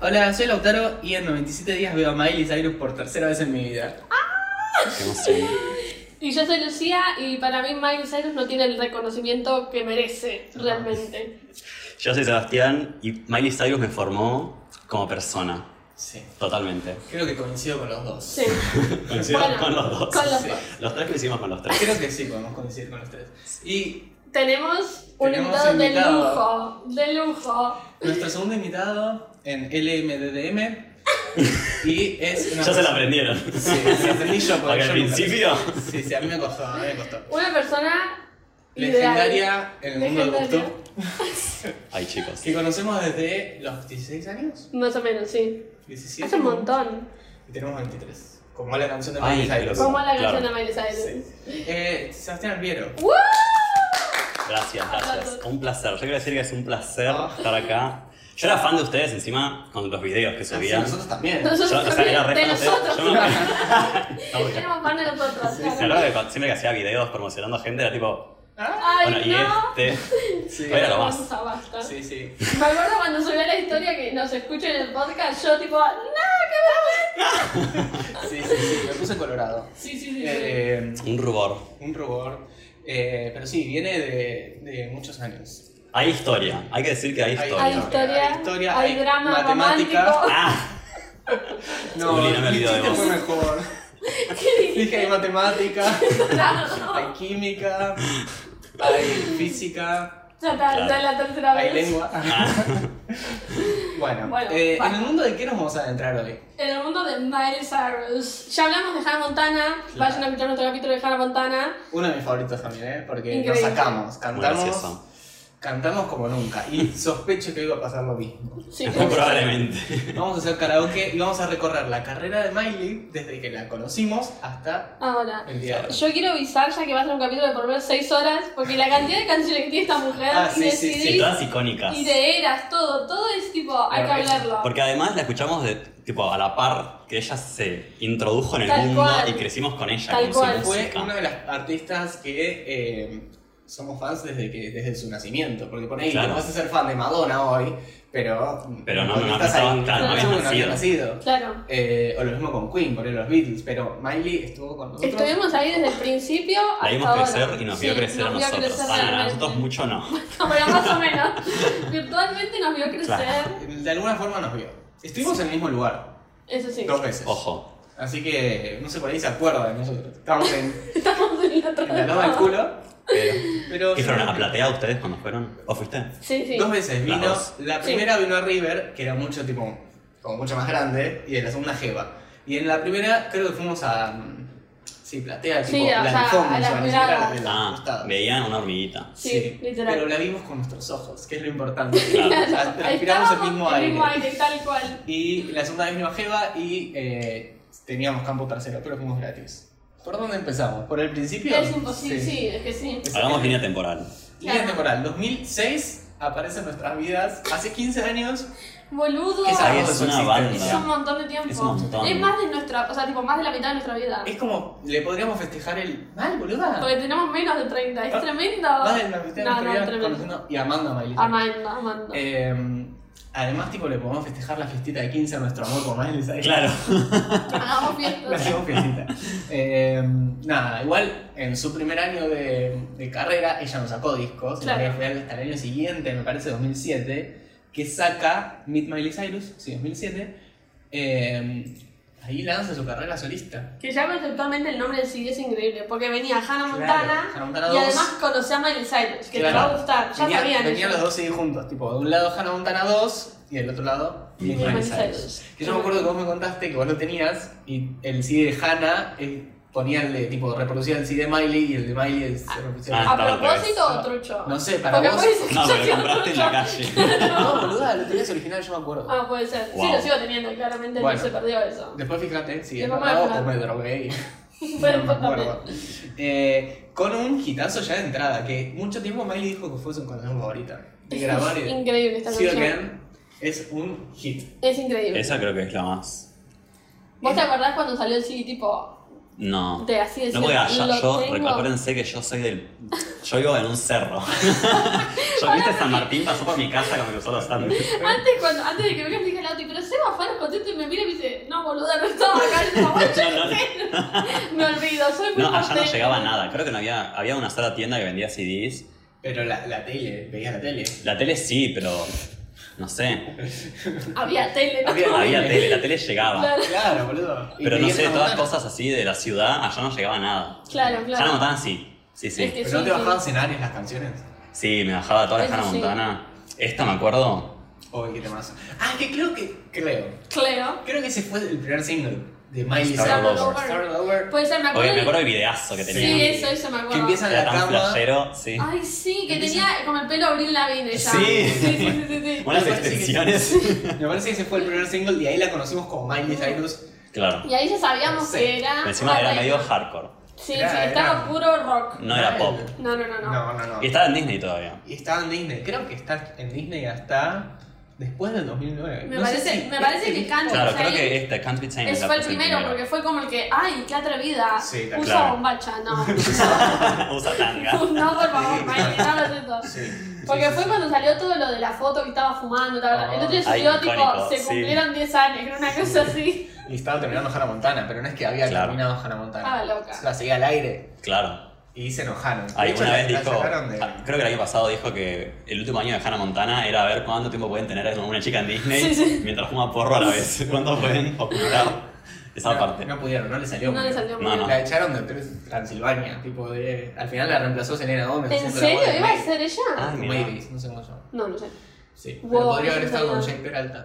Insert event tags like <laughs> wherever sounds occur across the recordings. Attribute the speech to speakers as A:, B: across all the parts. A: Hola, soy Lautaro y en 97 días veo a Miley Cyrus por tercera vez en mi vida.
B: Qué emoción.
C: Y yo soy Lucía y para mí Miley Cyrus no tiene el reconocimiento que merece realmente.
B: Yo soy Sebastián y Miley Cyrus me formó como persona,
A: Sí,
B: totalmente.
A: creo que coincido con los dos.
C: Sí.
B: Coincido
C: Bueno,
B: con los dos.
C: con los
A: Sí.
C: dos.
B: Los tres lo hicimos con los tres.
A: Creo que sí, podemos coincidir con los tres. Y
C: Tenemos un
A: Tenemos
C: invitado de
A: invitado.
C: lujo, de lujo.
A: nuestro segundo invitado en LMDDM. Y es una
B: Ya se la
A: persona-
B: aprendieron.
A: Sí, sí, aprendí yo porque
B: Porque al
A: yo nunca la-
B: principio.
A: Sí, sí, a mí me costó, a mí me costó.
C: Una persona ideal.
A: Legendaria en el mundo del
C: Legendaria.
A: gusto.
B: Ay, chicos.
A: Que conocemos desde los 16 años.
C: Más o menos, sí.
A: 17.
C: Hace un montón.
A: Y tenemos 23. Como la canción de
B: Ay,
A: Miley Cyrus.
B: pero-
C: Como la
B: Claro.
C: canción de Miley Cyrus.
A: Sí. Eh, Sebastián Alviero.
C: ¡Woo!
B: Gracias, gracias. Un placer. Yo quiero decir que es un placer
A: Ah.
B: estar acá. Yo era fan de ustedes encima con los videos que
A: Sí,
B: subían.
A: nosotros también.
C: Ah, Nosotros
B: Yo, o sea, era re
C: de
B: fan de ustedes.
C: nosotros.
B: Yo me
C: <laughs>
B: acuerdo- Obvio.
C: Éramos fan de nosotros. claro.
B: Me acuerdo que siempre que hacía videos promocionando gente era tipo,
A: Ah,
C: Ay,
B: bueno, y
C: no.
B: este.
A: sí.
B: Era lo más.
C: Vamos a basta.
A: Sí, sí.
C: Me acuerdo cuando subió la historia que nos escucha en el podcast, yo tipo, ¡No, qué vergüenza!
A: Sí, sí, sí. Me puse colorado.
C: Sí, sí, sí.
A: Eh,
B: Un rubor.
A: un rubor. Eh, pero sí, viene de, de muchos años.
B: Hay historia. Hay que decir que hay
A: Hay-
C: hay
B: historia.
C: historia,
A: hay
C: hay,
A: historia, hay
C: drama
A: matemática. <laughs>
C: romántico.
B: Ah, Juli, no me
A: el
B: olvido de
A: chiste
B: vos.
A: fue
C: <laughs>
A: mejor. Dije hay matemática,
C: Claro.
A: hay química, hay física,
C: Ya está, ya es la tercera
A: hay
C: vez.
A: lengua.
B: Ah.
A: <laughs> Bueno,
C: Bueno,
A: eh,
C: va.
A: ¿en el mundo de qué nos vamos a adentrar hoy?
C: En el mundo de Miley Cyrus. Ya hablamos de Hannah Montana. Vayan a escuchar nuestro capítulo de Hannah Montana.
A: Uno de mis favoritos también, ¿eh? Porque
C: Increíble.
A: nos sacamos,
B: muy
A: cantamos,
B: gracioso.
A: cantamos como nunca. Y sospecho que iba a pasar lo mismo.
C: Sí,
B: Muy probablemente.
A: Vamos a hacer karaoke y vamos a recorrer la carrera de Miley desde que la conocimos hasta
C: Ahora.
A: el día de hoy.
C: Yo quiero avisar ya que va a ser un capítulo de por lo menos 6 horas, porque la cantidad de canciones que tiene esta mujer
A: Ah,
C: y
A: sí,
C: de
A: sí, sí,
B: Sí,
C: CDs
B: todas icónicas.
C: y de eras, todo, todo es tipo, hay que
A: Bueno, eso,
C: hablarlo.
B: Porque además la escuchamos de, tipo, a la par que ella se introdujo en el
C: Tal
B: mundo
C: cual.
B: y crecimos con ella.
C: Tal
B: con su
C: cual.
A: Fue
B: música.
A: una de las artistas que eh, somos fans desde, que, desde su nacimiento. Porque por ahí
B: Claro.
A: no vas a ser fan de Madonna hoy, pero.
B: Pero no,
A: porque
B: no, no,
A: estás
B: no,
A: ahí,
B: claro,
C: no habías
A: no habías
B: nacido.
A: nacido.
C: Claro.
A: Eh, o lo mismo con Queen, por ahí los Beatles, pero Miley estuvo con nosotros.
C: Estuvimos ahí desde el principio
B: La
C: hasta
B: vimos
C: ahora.
B: crecer y nos vio
C: Sí,
B: crecer a
C: nos vio
B: nosotros.
C: crecer
B: Ah, a
C: realmente.
B: nosotros mucho
C: <laughs>
B: no.
C: Bueno, más o menos. Virtualmente nos vio crecer.
B: Claro.
A: De alguna forma nos vio. Estuvimos en el mismo lugar,
C: Eso sí.
A: dos veces.
B: Ojo.
A: Así que no sé por ahí se acuerda de nosotros. Estábamos en,
C: Estamos en la otra
A: en la lava del culo,
B: Pero,
A: pero.
B: ¿Qué fueron a platear ustedes cuando fueron? ¿O fuiste?
C: Sí, sí.
A: Dos veces
B: Las
A: vino.
B: dos.
A: La
C: Sí.
A: primera vino a River, que era mucho tipo, como mucho más grande, y en la segunda Jeva. Y en la primera creo que fuimos a. mm, Sí, platea,
C: Sí,
A: tipo,
C: o
A: las
C: sea,
A: de fondo,
C: a
A: o sea,
C: las
A: ni siquiera
C: gradas.
A: las de las
B: Ah,
A: costadas.
B: veían una hormiguita.
C: Sí, literal.
A: Pero la vimos con nuestros ojos, que es lo
C: <laughs>
A: importante.
B: Claro.
A: Ah, Respiramos el mismo
C: Estábamos en
A: aire.
C: el mismo aire, tal cual.
A: Y la segunda vez vino a Jeva y eh, teníamos campo tercero, pero fuimos gratis. ¿Por dónde empezamos? ¿Por el principio?
C: Es imposible, sí. es que sí.
A: Es-
B: Hagamos línea temporal.
A: Línea
C: Claro.
A: temporal, 2006 aparece en nuestras vidas, hace 15 años.
C: Boludo.
A: que
B: Ay,
A: sabemos de
B: es
A: su
B: una
A: existencia.
C: Es un montón de tiempo.
B: Es un montón.
C: Es más de nuestra, o sea, tipo, más de la mitad de nuestra vida.
A: Es como, le podríamos festejar el mal, boluda.
C: Porque tenemos menos de 30, es tremendo.
A: Ah, Más de la mitad de
C: No,
A: nuestra
C: no,
A: vida
C: tremendo.
A: conociendo y amando a Miley.
C: Amando, amando.
A: Eh, además, tipo, le podemos festejar la fiestita de 15 a nuestro amor por Miley Cyrus.
B: Claro.
C: Hagamos
A: Le
C: fiestas.
A: hacemos fiestita. Eh, nada, igual en su primer año de, de carrera ella no sacó discos, sino
C: Claro.
A: que fue hasta el año siguiente, me parece 2007, que saca Meet Miley Cyrus, sí, 2007. eh, ahí lanza su carrera solista.
C: Que ya conceptualmente el nombre del CD es increíble, porque venía
A: Claro,
C: Hannah Montana
A: Hannah Montana
C: y
A: dos.
C: además conocí a Miley Cyrus, que te
A: Claro.
C: va a gustar, ya
A: Venía-
C: sabían.
A: Venían
C: ellos.
A: los dos sí juntos, tipo, de un lado Hannah Montana 2 y del otro lado Meet
C: Miley
A: Miley
C: Cyrus.
A: Cyrus. Que yo me acuerdo que vos me contaste que vos lo tenías y el CD de Hannah eh, ponía el de, tipo, reproducía el CD de Miley y el de Miley el- se reproducía.
B: Ah,
C: ¿A
B: estaba al
C: propósito
A: revés.
C: o trucho?
A: No sé, para
C: Porque
A: vos.
C: puede ser
B: <laughs>
C: que
B: No,
C: yo
B: pero lo
C: sea
B: compraste en
C: trucho.
B: la calle.
A: No, boluda, lo tenías original, yo me acuerdo.
C: <laughs> Ah, puede ser. Sí,
B: Wow.
C: lo sigo teniendo, claramente
A: Bueno.
C: no se perdió <laughs> eso.
A: Después fíjate si
C: Te
A: es
C: vamos
A: verdad
C: a
A: o me
C: dejar. <laughs>
A: drogué. y-
C: Bueno,
A: no me acuerdo. Eh, con un hitazo ya de entrada, que mucho tiempo Miley dijo que fue su canción favorita. De
C: <laughs>
A: grabar y
C: Es
A: de.
C: increíble esta
A: See You
C: canción.
A: Again es un hit.
C: Es increíble.
B: Esa creo que es la más.
C: ¿Vos te acordás cuando salió el CD tipo
B: No.
C: de así de
B: No voy allá.
C: lo
B: Yo,
C: tengo?
B: rec- acuérdense que yo soy del. Yo vivo en un
C: <laughs>
B: cerro. <laughs> yo viste San Martín pasó por mi casa cuando cruzó los Andes.
C: Antes, cuando, antes de que vengas dije al auto, pero Seba entonces me mira y me dice, no, boluda, no estaba acá, yo
B: <laughs>
C: estaba
B: No,
C: <laughs> Me olvido, soy muy
B: No, allá no
C: porteña.
B: llegaba nada. Creo que no había, había una sola tienda que vendía CDs.
A: Pero la, la tele, veías la tele.
B: La tele sí, pero no sé.
C: Había tele, ¿no?
A: Había-
B: Había tele, la tele llegaba.
C: Claro.
A: Claro, boludo. Y
B: Pero no
A: veías
B: sé,
A: la
B: todas
A: ventana.
B: cosas así de la ciudad, allá no llegaba nada.
C: Claro,
B: Ya la
C: claro.
B: Montana sí. Sí, sí.
C: Es que
A: Pero
C: sí,
A: no te
C: sí.
A: bajaban escenarios las canciones.
B: Sí, me bajaba toda la
C: Eso
B: Hannah
C: sí.
B: Montana. Esta me acuerdo.
A: Oye, qué temazo. Ah, que creo que. Creo.
C: <laughs> Claro.
A: Creo que ese fue el primer single de Miley
B: Star
A: Cyrus.
B: Lover.
A: Star Lover.
C: Puede ser,
B: Oye,
C: me acuerdo.
B: me
C: de-
B: acuerdo del videazo que
C: Ah, Sí, Ah.
B: tenía.
C: eso, eso me
A: Que
C: acuerdo.
A: empiezan
B: Era
A: la
B: tan
A: cama.
B: flashero, sí.
C: Ay, sí, que
A: Empieza-
C: tenía como el pelo abril Lavigne ella.
B: Sí.
C: sí, sí, sí, sí, sí.
B: Unas
A: Me parece que- <laughs>
B: extensiones.
A: Me parece que ese fue el primer single y ahí la conocimos como Miley Cyrus.
B: <laughs> Claro.
C: Y ahí ya sabíamos
A: Sí.
C: que era.
B: Encima era
C: una
B: medio
C: reina.
B: hardcore.
C: Sí,
A: Era-
C: sí,
A: era-
C: estaba puro rock.
B: No era pop.
C: No, no, no, no.
A: No, no, no.
B: Y estaba en Disney todavía.
A: Y estaba en Disney. Creo que está en Disney hasta después del 2009.
C: Me
A: No sé
C: parece-
A: si
C: me parece
A: este
C: que
A: disco-
C: canta.
B: Claro,
C: Sí.
B: creo que este, Can't Be Tamed.
C: Ese
B: la
C: fue el
B: puso
C: primero, porque fue como el que, ay, qué atrevida.
A: Sí,
C: Usa
B: claro.
C: bombacha,
B: <laughs>
C: no.
B: Usa tanga.
C: no, por favor, Miley, no lo haces todo.
A: Sí, sí,
C: Porque
A: sí,
C: fue
A: sí.
C: cuando salió todo lo de la foto que estaba fumando, la verdad.
A: Ah.
C: Entonces
B: Ay,
C: subió tipo,
B: icónico,
C: se
B: sí.
C: cumplieron 10 años, era una cosa así.
A: Y estaba terminando Hannah Montana, pero no es que había
B: Claro.
A: terminado Hannah Montana.
C: Estaba Ah, loca.
A: La seguía al aire
B: Claro.
A: y se enojaron. De
B: Ay,
A: hecho,
B: una
A: la-
B: vez
A: la
B: dijo,
A: sacaron de-
B: ah, creo que el año pasado dijo que el último año de Hannah Montana era ver cuánto tiempo pueden tener con una chica en Disney
C: Sí, sí.
B: mientras fuma porro a la
C: <laughs>
B: vez. ¿Cuánto pueden ocultar esa
A: no,
B: parte? Ah,
A: No pudieron, no le salió.
C: No le salió muy
B: No,
C: bien.
B: no.
A: La echaron de Trans- Transilvania, tipo de. Al final la reemplazó Selena Gómez.
C: ¿En
A: haciendo la voz
C: serio?
A: de
C: ¿Iba a
A: May-
C: ser ella?
B: Ay, mira.
A: Mayris, no sé cómo se llama.
C: No, no sé.
A: Sí.
C: Wow,
A: pero podría haber
C: no
A: estado con
C: sabía.
A: Jake Peralta.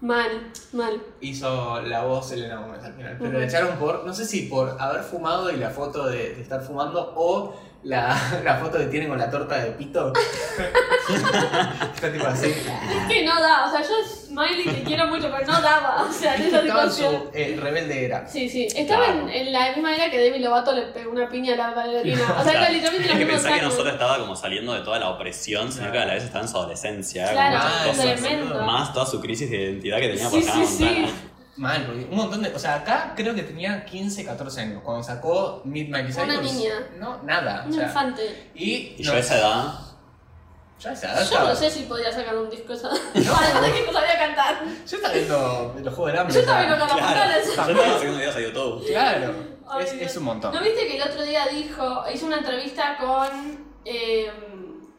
C: Mal, mal.
A: Hizo la voz Selena Gómez al final. Pero
C: Ujú.
A: la echaron por, no sé si por haber fumado y la foto de, de estar fumando o la, <laughs> la foto que tiene con la torta de
C: <laughs>
A: pito. Está tipo así.
C: Es que no da, o sea, yo Miley te quiero mucho, pero no daba, o sea, en <laughs> esa
B: <laughs>
A: Estaba en
C: situación.
A: su eh, rebelde era.
C: Sí, sí, estaba
B: Claro.
C: en, en la misma era que Demi Lovato le pegó una piña a la bailarina. O sea, era
B: Claro.
C: literalmente
B: Es
C: los
B: que
C: mismos
B: pensá que no
C: actos.
B: solo estaba como saliendo de toda la opresión, sino que a la vez estaba en su adolescencia, con
C: Claro,
B: muchas
A: Ah,
B: cosas.
C: tremendo.
B: Más toda su crisis de identidad que tenía por
C: Sí, sí,
B: Hannah
C: sí.
B: Montana.
A: Mal, porque un montón de. O sea, acá creo que tenía 15, 14 años. Cuando sacó Midnight Cyrus.
C: Una niña.
A: No, nada. o
C: Un
A: sea,
C: infante.
A: y.
B: Y
A: no,
B: yo a esa edad,
A: Yo a esa edad
C: Yo
A: estaba-
C: no sé si podía sacar un disco <laughs> esa. Además de que no sabía cantar.
A: Yo estaba viendo los juegos del hambre.
C: Yo también lo
A: ¿sabes?
C: cantaba.
B: claro,
C: Montana.
B: yo estaba haciendo videos a YouTube.
A: Claro.
C: Ay,
A: Es,
C: Dios.
A: es un montón.
C: ¿No viste que el otro día dijo, hizo una entrevista con eh,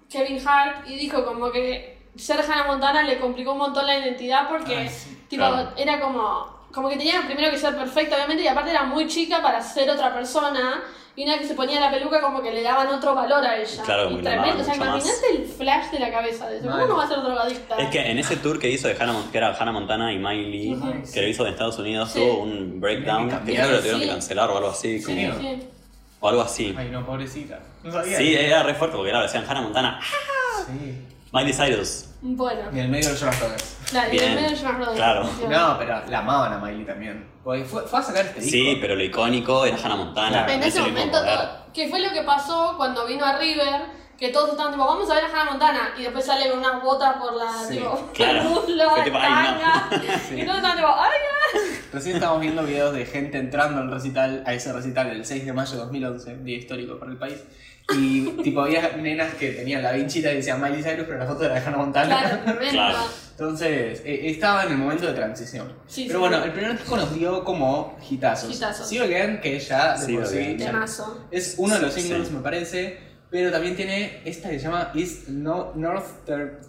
C: Kevin Hart y dijo como que ser Hannah Montana le complicó un montón la identidad porque
A: Ay, sí.
C: tipo
B: Claro.
C: era como como que tenía primero que ser perfecta obviamente y aparte era muy chica para ser otra persona y una que se ponía la peluca como que le daban otro valor a ella.
B: Claro, como
C: y
B: que la
C: tremendo, o sea,
B: amaban mucho
C: imagínate el flash de la cabeza de eso. ¿Cómo
A: Mal.
C: no va a ser drogadicta?
B: Es que en ese tour que hizo de Hannah, Mon- que era Hannah Montana y Miley,
A: Ujú. Ay,
B: que lo hizo en Estados Unidos,
C: Sí.
B: tuvo un breakdown
A: Tienen que
B: que creo que lo
C: cambiar.
B: tuvieron que
C: Sí.
B: cancelar o algo así.
C: Sí,
B: como-
A: Miedo.
C: sí.
B: O algo así.
A: Ay, no, pobrecita. No sabía.
B: Sí, eh. era re fuerte porque claro, decían Hannah Montana, ¡ah!
A: Sí.
B: Miley Cyrus.
C: Bueno,
A: Y en el medio de Jonas Brothers.
C: dale,
B: Bien.
C: en medio de Jonas Brothers.
B: Claro.
C: Sí.
A: No, pero la amaban a Miley también. Porque fue, fue a sacar este disco.
B: Sí, pero lo icónico era Hannah Montana.
A: Claro.
C: En
B: no
C: ese
B: se lo iba a
C: momento,
B: poder.
C: todo- que fue lo que pasó cuando vino a River, que todos estaban tipo, vamos a ver a Hannah Montana, y después sale con unas botas por la,
A: Sí,
C: tipo, <laughs>
B: claro.
C: muslo,
B: Fue tipo, "Ay, no".
C: tanga,
B: <laughs>
A: Sí.
C: y todos estaban tipo, ay,
A: Recién estamos viendo videos de gente entrando al recital, a ese recital el 6 de mayo de 2011, día histórico para el país. Y tipo había nenas que tenían la vinchita y decían Miley Cyrus, pero la foto era de Hannah Montana.
B: <laughs>
C: claro, tremendo.
B: Claro.
A: Entonces, eh, estaba en el momento de transición.
C: Sí,
A: pero
C: sí,
A: bueno,
C: sí.
A: el primer disco nos dio como hitazos.
C: Hitazos.
A: Sí, again, que ya de
B: Sí,
A: por sí,
B: Again.
A: ya-
C: Temazo.
A: es uno de los
B: Sí.
A: singles, me parece. Pero también tiene esta que se llama East No- Northern,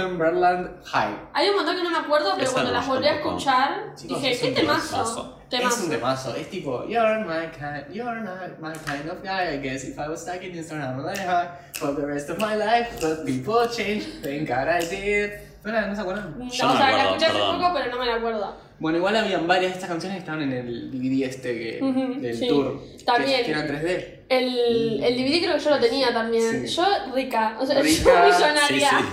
A: Northumberland High.
C: Hay un montón que no me acuerdo, pero
B: Esa
C: cuando
B: no,
C: las
B: yo
C: volví a
B: tampoco.
C: escuchar,
A: Chicos,
C: dije,
A: es
C: qué
A: un
C: temazo,
B: temazo.
A: Es
C: temazo.
A: un temazo, es tipo, you're my kind, you're not my kind of guy, I guess if I was stuck in this around my heart for the rest of my life, but people change, thank God I did. Bueno, no se acuerdan.
C: No,
B: Yo
C: o
B: no me
C: sea, la
B: acuerdo,
C: escuché hace
B: perdón.
C: poco, pero no me la acuerdo.
A: Bueno, igual habían varias de estas canciones que estaban en el DVD este que-
C: Ujú,
A: del
C: sí.
A: tour.
C: También.
A: Que, que era en 3D.
C: El,
B: Mm.
C: el DVD creo que yo lo tenía también.
A: Sí.
C: Yo rica, o sea, <laughs>
A: Rica,
C: yo
B: Sí,
C: millonaria.
B: sí.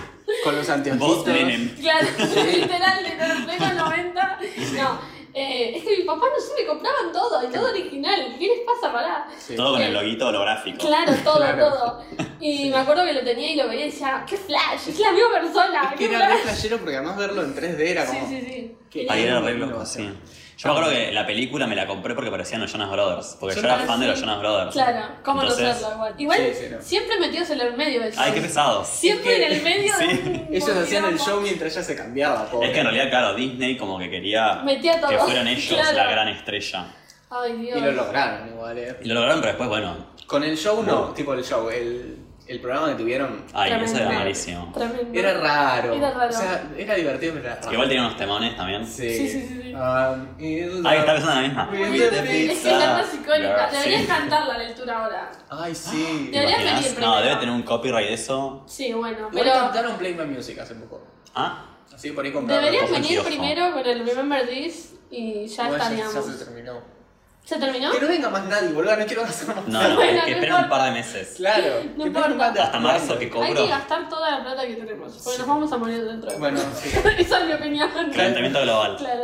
A: Con los anteojitos.
B: Vos, Menem.
A: <laughs>
C: Claro, literal, de los pleno 90. No, eh, es que mi papá no sé, me compraban todo, y todo original. ¿Qué les pasa para?
A: Sí.
B: Todo con el
C: Sí.
B: loguito holográfico.
C: Claro, todo,
A: Claro. <laughs>
C: todo. Y me acuerdo que lo tenía y lo veía y decía, ¡qué flash! ¡Es la misma persona!
A: Es que
C: ¡Qué
A: era re
C: flash!
A: flashero porque además verlo en 3D era
C: Sí,
A: como...
C: sí, sí.
A: ¿Qué?
C: Era-
B: Ahí era re
A: Lindo,
B: loco,
A: o sea.
B: sí. Yo me acuerdo que la película me la compré porque parecían los Jonas Brothers. Porque
A: Yo
B: yo, era
A: también
B: fan de
C: sí.
B: los Jonas Brothers.
C: Claro, ¿cómo no
B: Entonces-
C: serlo igual? Igual,
A: Sí, sí, no.
C: siempre metidos en el medio del show.
B: Ay, qué pesados.
C: Siempre
A: Es que-
C: en el medio
B: Sí.
C: de un
A: <laughs> Ellos hacían el
C: programa.
A: show mientras ella se cambiaba, pobre.
B: Es que en realidad, claro, Disney como que quería
C: Metía todo.
B: que fueran ellos
C: Claro.
B: la gran estrella.
C: Ay, Dios.
A: Y lo lograron igual, eh.
B: Y lo lograron, pero después, bueno,
A: Con el show no,
B: No.
A: tipo el show, el, el programa que tuvieron
B: ay, eso era
C: Tremendo.
B: malísimo.
C: Tremendo.
A: era raro.
C: Era raro.
A: O sea, era divertido, pero era raro.
B: Igual tenía unos temones también.
A: Sí.
C: Sí, sí, sí, sí.
A: Ah, y-
B: Ay, está pensando en la misma.
C: Es que es la más icónica.
B: Sí.
C: Deberías cantarla a la altura ahora.
A: Ay, sí.
B: ¿Te
C: Debería
B: imaginas?
C: venir
B: No,
C: primero.
B: debe tener un copyright eso.
C: Sí, bueno,
A: Igual
C: pero
A: cantaron Play My Music hace poco.
B: Ah,
A: Así que por ahí compraron.
C: deberías
B: Ojo,
C: venir
B: kiosco.
C: primero con el Remember This y ya
A: Igual
C: estaríamos.
A: ya se terminó.
C: ¿Se terminó?
A: Que no venga más nadie, boludo, no quiero hacer más.
B: no, no,
C: Bueno,
B: es que
C: no
B: espera un
C: importa.
B: par de meses.
A: Claro.
C: <laughs> No
A: que
C: importa.
A: pongan-
B: Hasta marzo que
C: Hay que
B: cobro.
C: gastar toda la plata que tenemos, porque
A: Sí.
C: nos vamos a morir dentro de
A: Bueno, sí.
C: <laughs> Esa es mi opinión.
B: Calentamiento global.
C: Claro.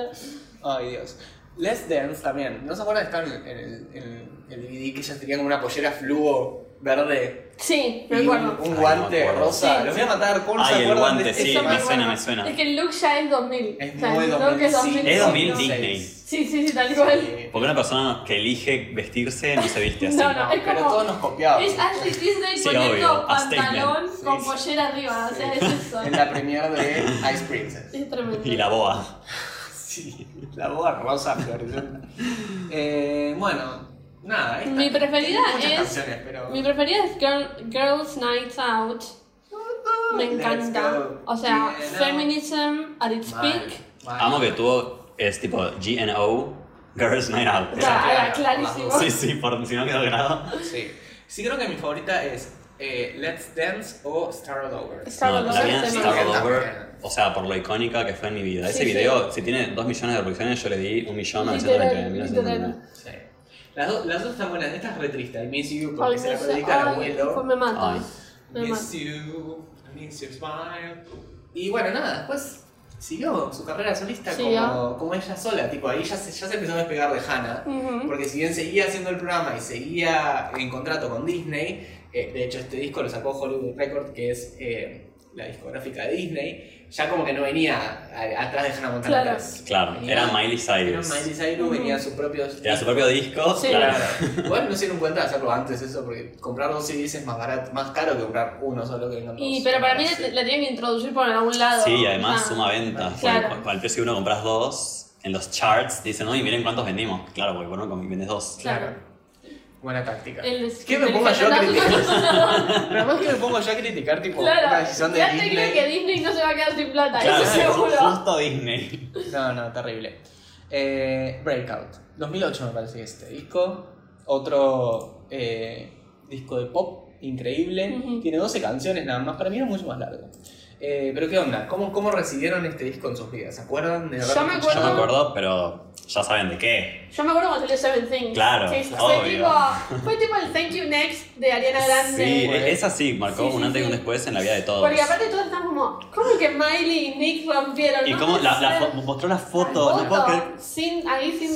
A: Ay, Dios. Let's Dance también. ¿No se acuerdan de estar en el, en el DVD que ellas tenían como una pollera fluo verde?
C: Sí, me
A: Y un,
C: acuerdo.
A: un
B: Ay,
A: guante
B: me acuerdo.
A: rosa.
C: Sí,
A: Los
C: sí.
A: voy a matar, ¿cómo no se
B: Ay, el
A: acuerdan de
B: guante,
A: este?
B: sí,
C: Eso
B: me
A: Ay,
B: suena,
C: acuerdo.
B: me suena.
C: Es que el look ya es 2000.
A: Es
C: O sea,
A: muy
C: el look es
A: 2005.
C: 2000.
B: Es 2000
A: 2006.
B: Disney.
C: Sí, sí, sí, tal cual.
A: Sí.
B: Porque una persona que elige vestirse no se viste así.
C: No, no, es
A: Pero
C: como-
A: todos nos copiaban.
C: Es Ashley Disney
B: Sí,
C: poniendo
B: obvio, a
C: pantalón
B: statement.
C: con
A: Sí, sí.
C: pollera arriba. O sea, es
A: <laughs>
C: eso.
A: En la premiere de Ice Princess.
C: Es tremendo.
B: Y la boa.
A: Sí, la boda rosa floreciendo. Eh, bueno, nada. esta-
C: Mi preferida
A: tengo muchas
C: es-
A: canciones, pero...
C: Mi preferida es Girl- Girls Nights Out. Me
A: Let's
C: encanta.
A: go.
C: O sea,
A: Yeah, no.
C: feminism at its
A: Mal,
C: peak.
A: mal.
B: Amo que tuvo, es tipo GNO, Girls Night Out.
C: Ya,
A: claro,
C: era clarísimo.
B: Sí, sí, por si no quedó grabado.
A: Sí. Sí, creo que mi favorita es eh, Let's Dance o Star All Over.
C: Estaba
B: No, la
C: loca,
B: vi en
C: se me-
A: estaba-
B: Star Over, o sea, por lo icónica que fue en mi vida. Ese
C: este Sí, sí.
B: video, si tiene 2 millones de reproducciones, yo le di 1 millón
C: Literal,
B: 999.
C: literal.
A: Sí. Las, dos- las dos están buenas. Esta es re triste. I miss you porque
C: Ay,
A: se la
C: no sé,
A: dedica al
C: ay, fue-
A: abuelo.
C: me mata.
B: Ay.
C: Me
A: Miss
C: mata.
A: you, I miss your smile. Y bueno, nada, después siguió su carrera solista
C: Siguió.
A: como, como ella sola. Tipo, ahí ya se, ya se empezó a despegar de Hannah.
C: Ujú.
A: Porque si bien seguía haciendo el programa y seguía en contrato con Disney, eh, de hecho este disco lo sacó Hollywood Record, que es eh, la discográfica de Disney, ya como que no venía a- atrás de Hannah Montana.
C: Claro.
A: atrás.
B: Claro,
A: Venía-
B: era Miley
A: Era
B: Cyrus.
A: Miley Cyrus, venía su propio...
B: Era su propio disco.
C: Sí.
B: Claro.
A: Claro. Igual no se dieron cuenta de hacerlo antes eso, porque comprar dos CDs es más barato, más caro que comprar uno solo que vengan
C: Y,
A: dos.
C: pero para mí
A: Sí.
C: la, la tienen que introducir por algún lado.
B: Sí, y además
C: Ah.
B: suma ventas.
C: Claro.
B: Con, con el precio que uno compras dos, en los charts dicen, oye, miren cuántos vendimos. Claro, porque por uno com- vendes dos.
C: Claro.
A: Buena táctica.
C: El-
A: ¿Qué me
C: el-
A: pongo yo a
C: el-
A: criticar?
C: <laughs>
A: Nada más que me pongo yo a criticar, tipo, una decisión
C: Claro,
A: de
C: ya te creo que
A: Disney.
C: Disney no se va a quedar sin plata,
B: Claro,
C: eso seguro.
B: justo Disney.
A: No, no, terrible. Eh, Breakout. 2008 me parece que es este disco. Otro eh, disco de pop increíble.
C: Ujú.
A: Tiene 12 canciones nada más. Para mí era mucho más largo. Eh, pero ¿qué onda? ¿Cómo, ¿Cómo recibieron este disco en sus vidas? ¿Se acuerdan? De haberlo
C: Yo me
A: escuchado?
B: Yo me acuerdo, pero ya saben de qué.
C: Yo me acuerdo cuando salió Seven Things.
B: Claro,
C: que fue
B: obvio.
C: tipo, fue tipo el Thank You Next de Ariana Grande.
B: Sí,
A: Bueno.
B: esa sí, marcó
C: Sí, sí,
B: un antes y un
C: sí.
B: después en la vida de todos.
C: Porque aparte todos estamos como, ¿cómo que Miley y Nick rompieron?
B: Y
C: No
B: cómo
C: puede
B: la, la
C: ser.
B: fo- mostró la
C: La
B: foto, no puedo creer.
C: Sin, ahí sin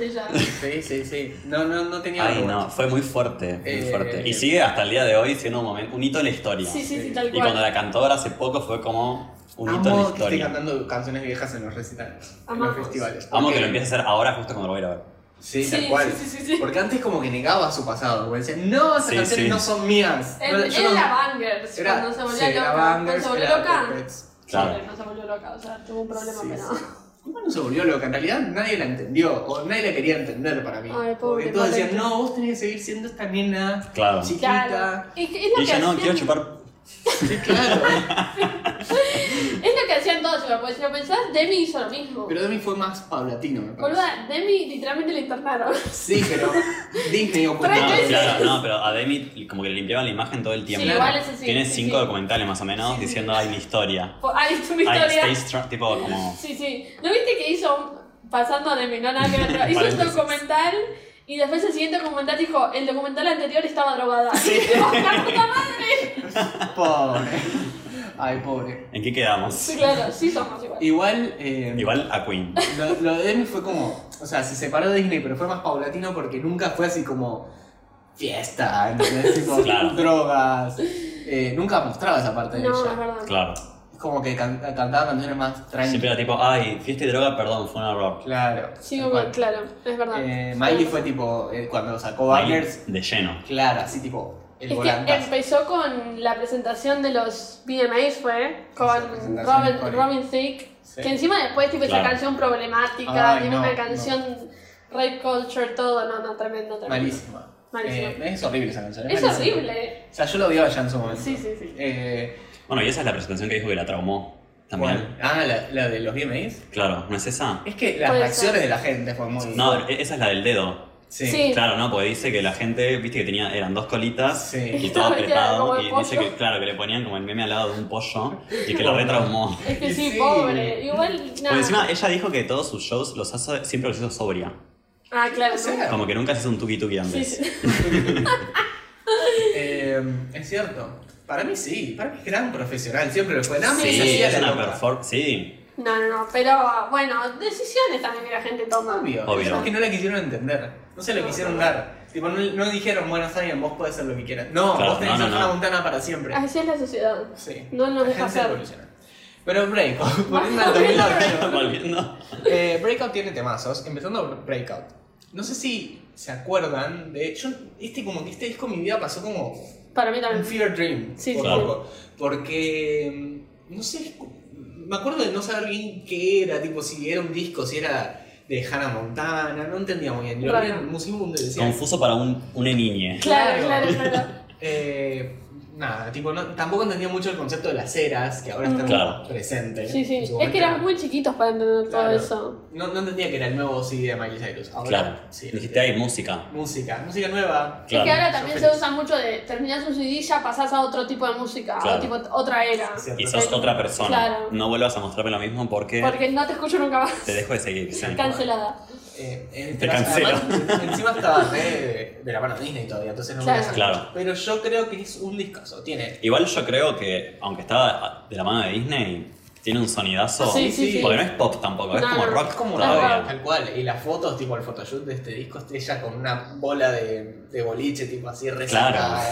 B: <laughs>
C: ella.
A: Sí, sí, sí. No, no, no tenía
B: Ay,
A: argumento.
B: no, fue muy fuerte, muy
A: Eh,
B: fuerte. Y sigue hasta el día de hoy siendo un, momento, un hito en la historia.
C: Sí, sí, sí,
A: Sí.
C: tal
B: Y cuando
C: cual.
B: la cantó ahora hace poco fue como un hito en la
A: Amo que esté
B: historia.
A: cantando canciones viejas en los recitales,
C: Amamos.
A: en los festivales.
B: Amo que
A: Porque-
B: lo empiece a hacer ahora justo cuando lo voy a ir a ver.
A: Sí,
C: Sí,
A: tal cual.
C: sí, sí, sí, sí.
A: Porque antes como que negaba su pasado, como decía, no, esas
B: Sí,
A: canciones
B: sí.
A: no son mías. No,
C: Él
A: yo
C: él
A: no-
C: era Bangers
A: Era-
C: cuando se volvió
A: sí, era
C: loca.
A: Bangers,
C: cuando se
A: era
C: volvió loca.
A: Pets.
B: Claro.
C: Pobre, No se volvió loca, o sea, tuvo un problema,
A: Sí,
C: pero.
A: sí. Bueno, se volvió loca, en realidad nadie la entendió, o nadie la quería entender para mí.
C: Ay, pobre,
A: Porque todos
C: pobre.
A: decían, no, vos tenés que seguir siendo esta nena
B: Claro.
A: chiquita.
C: Claro. Es, que es lo
B: Y
C: que
B: ella no,
C: hacían-
B: quiero chupar.
A: Sí,
C: <laughs>
A: claro.
C: Es lo que hacían todos, igual, porque si lo pensás, Demi hizo lo mismo.
A: Pero Demi fue más paulatino, me parece.
C: Boluda, Demi literalmente la internaron. <laughs>
A: Sí, pero Disney o
C: Tres
B: No,
C: veces.
B: claro, no, pero a Demi como que le limpiaban la imagen todo el tiempo.
C: Sí, igual eso sí,
B: Tiene
C: sí,
B: cinco
C: sí.
B: documentales más o menos
C: Sí, sí.
B: diciendo, ay, mi historia.
C: Por- Ay, es tu
B: Ay, stay
C: historia.
B: strong. Tipo como.
C: Sí, sí. ¿No viste que hizo un- pasando a Demi? No, nada que ver, pero Hizo un
B: Paréntesis.
C: documental y después el siguiente documental dijo: el documental anterior estaba drogada. <laughs> ¡Oh, ¡La puta madre!
A: Pobre. Ay, pobre.
B: ¿En qué quedamos?
C: Sí, claro, sí somos igual.
A: Igual, eh,
B: Igual a Queen.
A: Lo, lo de Demi fue como. O sea, se separó de Disney, pero fue más paulatino porque nunca fue así como. Fiesta, ¿entendés? Tipo,
B: <laughs> Claro.
A: drogas. eh, nunca mostraba esa parte de
C: No, es
A: ella.
C: verdad.
B: Claro.
A: Es como que can- cantaba canciones más
B: Siempre
A: tranquilas.
B: era tipo, ay, fiesta y droga, perdón, fue un error.
A: Claro.
C: Sigo
A: tal
C: con,
A: cual.
C: claro, es verdad.
A: Eh, Miley fue tipo, eh, cuando sacó
B: Miley,
A: Bangers,
B: de lleno.
A: claro, así tipo, el
C: es que
A: volantazo.
C: empezó con la presentación de los BMAs, fue,
A: Esa
C: con
A: presentación
C: Robin,
A: icónica.
C: Robin Thicke,
A: Sí.
C: que encima después tipo esa
B: Claro.
C: canción problemática,
A: Ay,
C: tipo
A: no,
C: una
A: no.
C: canción rape culture, todo, no, no, tremendo, tremendo.
A: Malísima.
C: Malísima.
A: Eh, es horrible esa canción.
C: Es
A: malísima.
C: horrible.
A: O sea, yo lo odiaba ya en su momento.
C: Sí, sí, sí.
A: Eh,
B: Bueno, y esa es la presentación que dijo que la traumó también.
A: bueno, ah, la, la de los BMAs.
B: Claro, ¿no es esa?
A: Es que las
C: Puede
A: reacciones
C: ser.
A: de la gente fue muy.
B: No, e- esa es la del dedo.
A: sí.
C: Sí.
B: Claro, no, porque dice que la gente, viste que tenía, eran dos colitas
A: Sí.
C: <laughs>
B: y todo
C: Estaba metida como
B: apretado.
C: de
B: Y dice
C: pollo.
B: que, claro, que le ponían como el meme al lado de un pollo <laughs> y que la retraumó.
C: Es que
A: Y
C: sí,
A: sí.
C: pobre. Igual,
B: Por
C: nada.
B: encima, ella dijo que todos sus shows los hace, siempre los hizo sobria.
C: ah, claro.
A: Sí.
C: nunca.
B: Como que nunca se hizo un tuki tuki
C: Sí,
B: antes.
C: sí.
A: Eh, es cierto. Para mí sí, para mí es gran profesional, siempre lo fue. Nada más
B: Sí,
A: se hacía
B: es
A: la
B: una
A: loca.
B: performance. Sí,
C: No, no, no. Pero bueno, decisiones también que la gente toma.
A: Obvio,
B: Obvio.
A: es que no la quisieron entender, no se lo
C: No,
A: quisieron
C: no.
A: dar. Tipo, no, no dijeron, bueno, está bien, vos podés hacer lo que quieras. No,
B: Claro,
A: vos tenés
B: no, no,
A: una
B: no.
A: montana para siempre.
C: Así es la sociedad.
A: Sí.
C: No nos
A: La
C: deja
A: gente
C: hacer.
A: evoluciona. Pero Breakout, volviendo al
C: volviendo a
A: 2008,
B: <laughs> volviendo.
A: eh, Breakout tiene temazos, empezando por Breakout. No sé si se acuerdan de. Yo, este, como, que este disco en mi vida pasó como
C: Para mí
A: un
C: también.
A: Fever Dream.
C: Sí,
A: por
B: sí.
A: poco. Porque. mm, No sé. Me acuerdo de no saber bien qué era, tipo, si era un disco, si era de Hannah Montana, no entendía muy bien. Lo
C: Raro.
A: vi en Musimundo y decía.
B: Confuso para un, una niñe.
C: Claro, claro,
A: Claro. <laughs>
C: claro.
A: eh, nada, tipo, no- tampoco entendía mucho el concepto de las eras, que ahora
C: Mm.
A: están
B: Claro.
A: presentes.
C: Sí, sí.
A: en su
C: Es que
A: momento.
C: éramos muy chiquitos para entender todo
A: Claro.
C: eso.
A: No, no entendía que era el nuevo CD de Miley Cyrus. Ahora,
B: Claro.
A: sí.
B: Dijiste, hay música.
A: Música, música nueva.
C: Es que
B: Claro.
C: ahora también
A: Yo
C: se
A: feliz.
C: usa mucho de terminar un CD y ya pasás a otro tipo de música,
B: Claro.
C: o tipo otra era.
A: Sí,
B: Y sos otra persona.
C: Claro.
B: No vuelvas a mostrarme lo mismo porque,
C: Porque no te escucho nunca más.
B: te dejo de seguir. sí.
C: Cancelada.
A: Eh, en este
B: Te
A: caso,
B: cancelo.
A: además, encima estaba re de, de la mano Disney todavía, entonces no
C: Claro.
A: voy a
B: Claro.
A: mucho. Pero yo creo que es un discazo. Tiene.
B: Igual yo creo que, aunque está de la mano de Disney, tiene un sonidazo.
C: Ah, Sí, sí,
A: sí.
B: Porque no es pop tampoco, es
C: No,
B: como
C: no,
B: rock
A: Es como una
B: todavía.
A: bola, tal cual. Y las fotos, tipo el photoshoot de este disco, es ella con una bola de, de boliche, tipo así resaltada.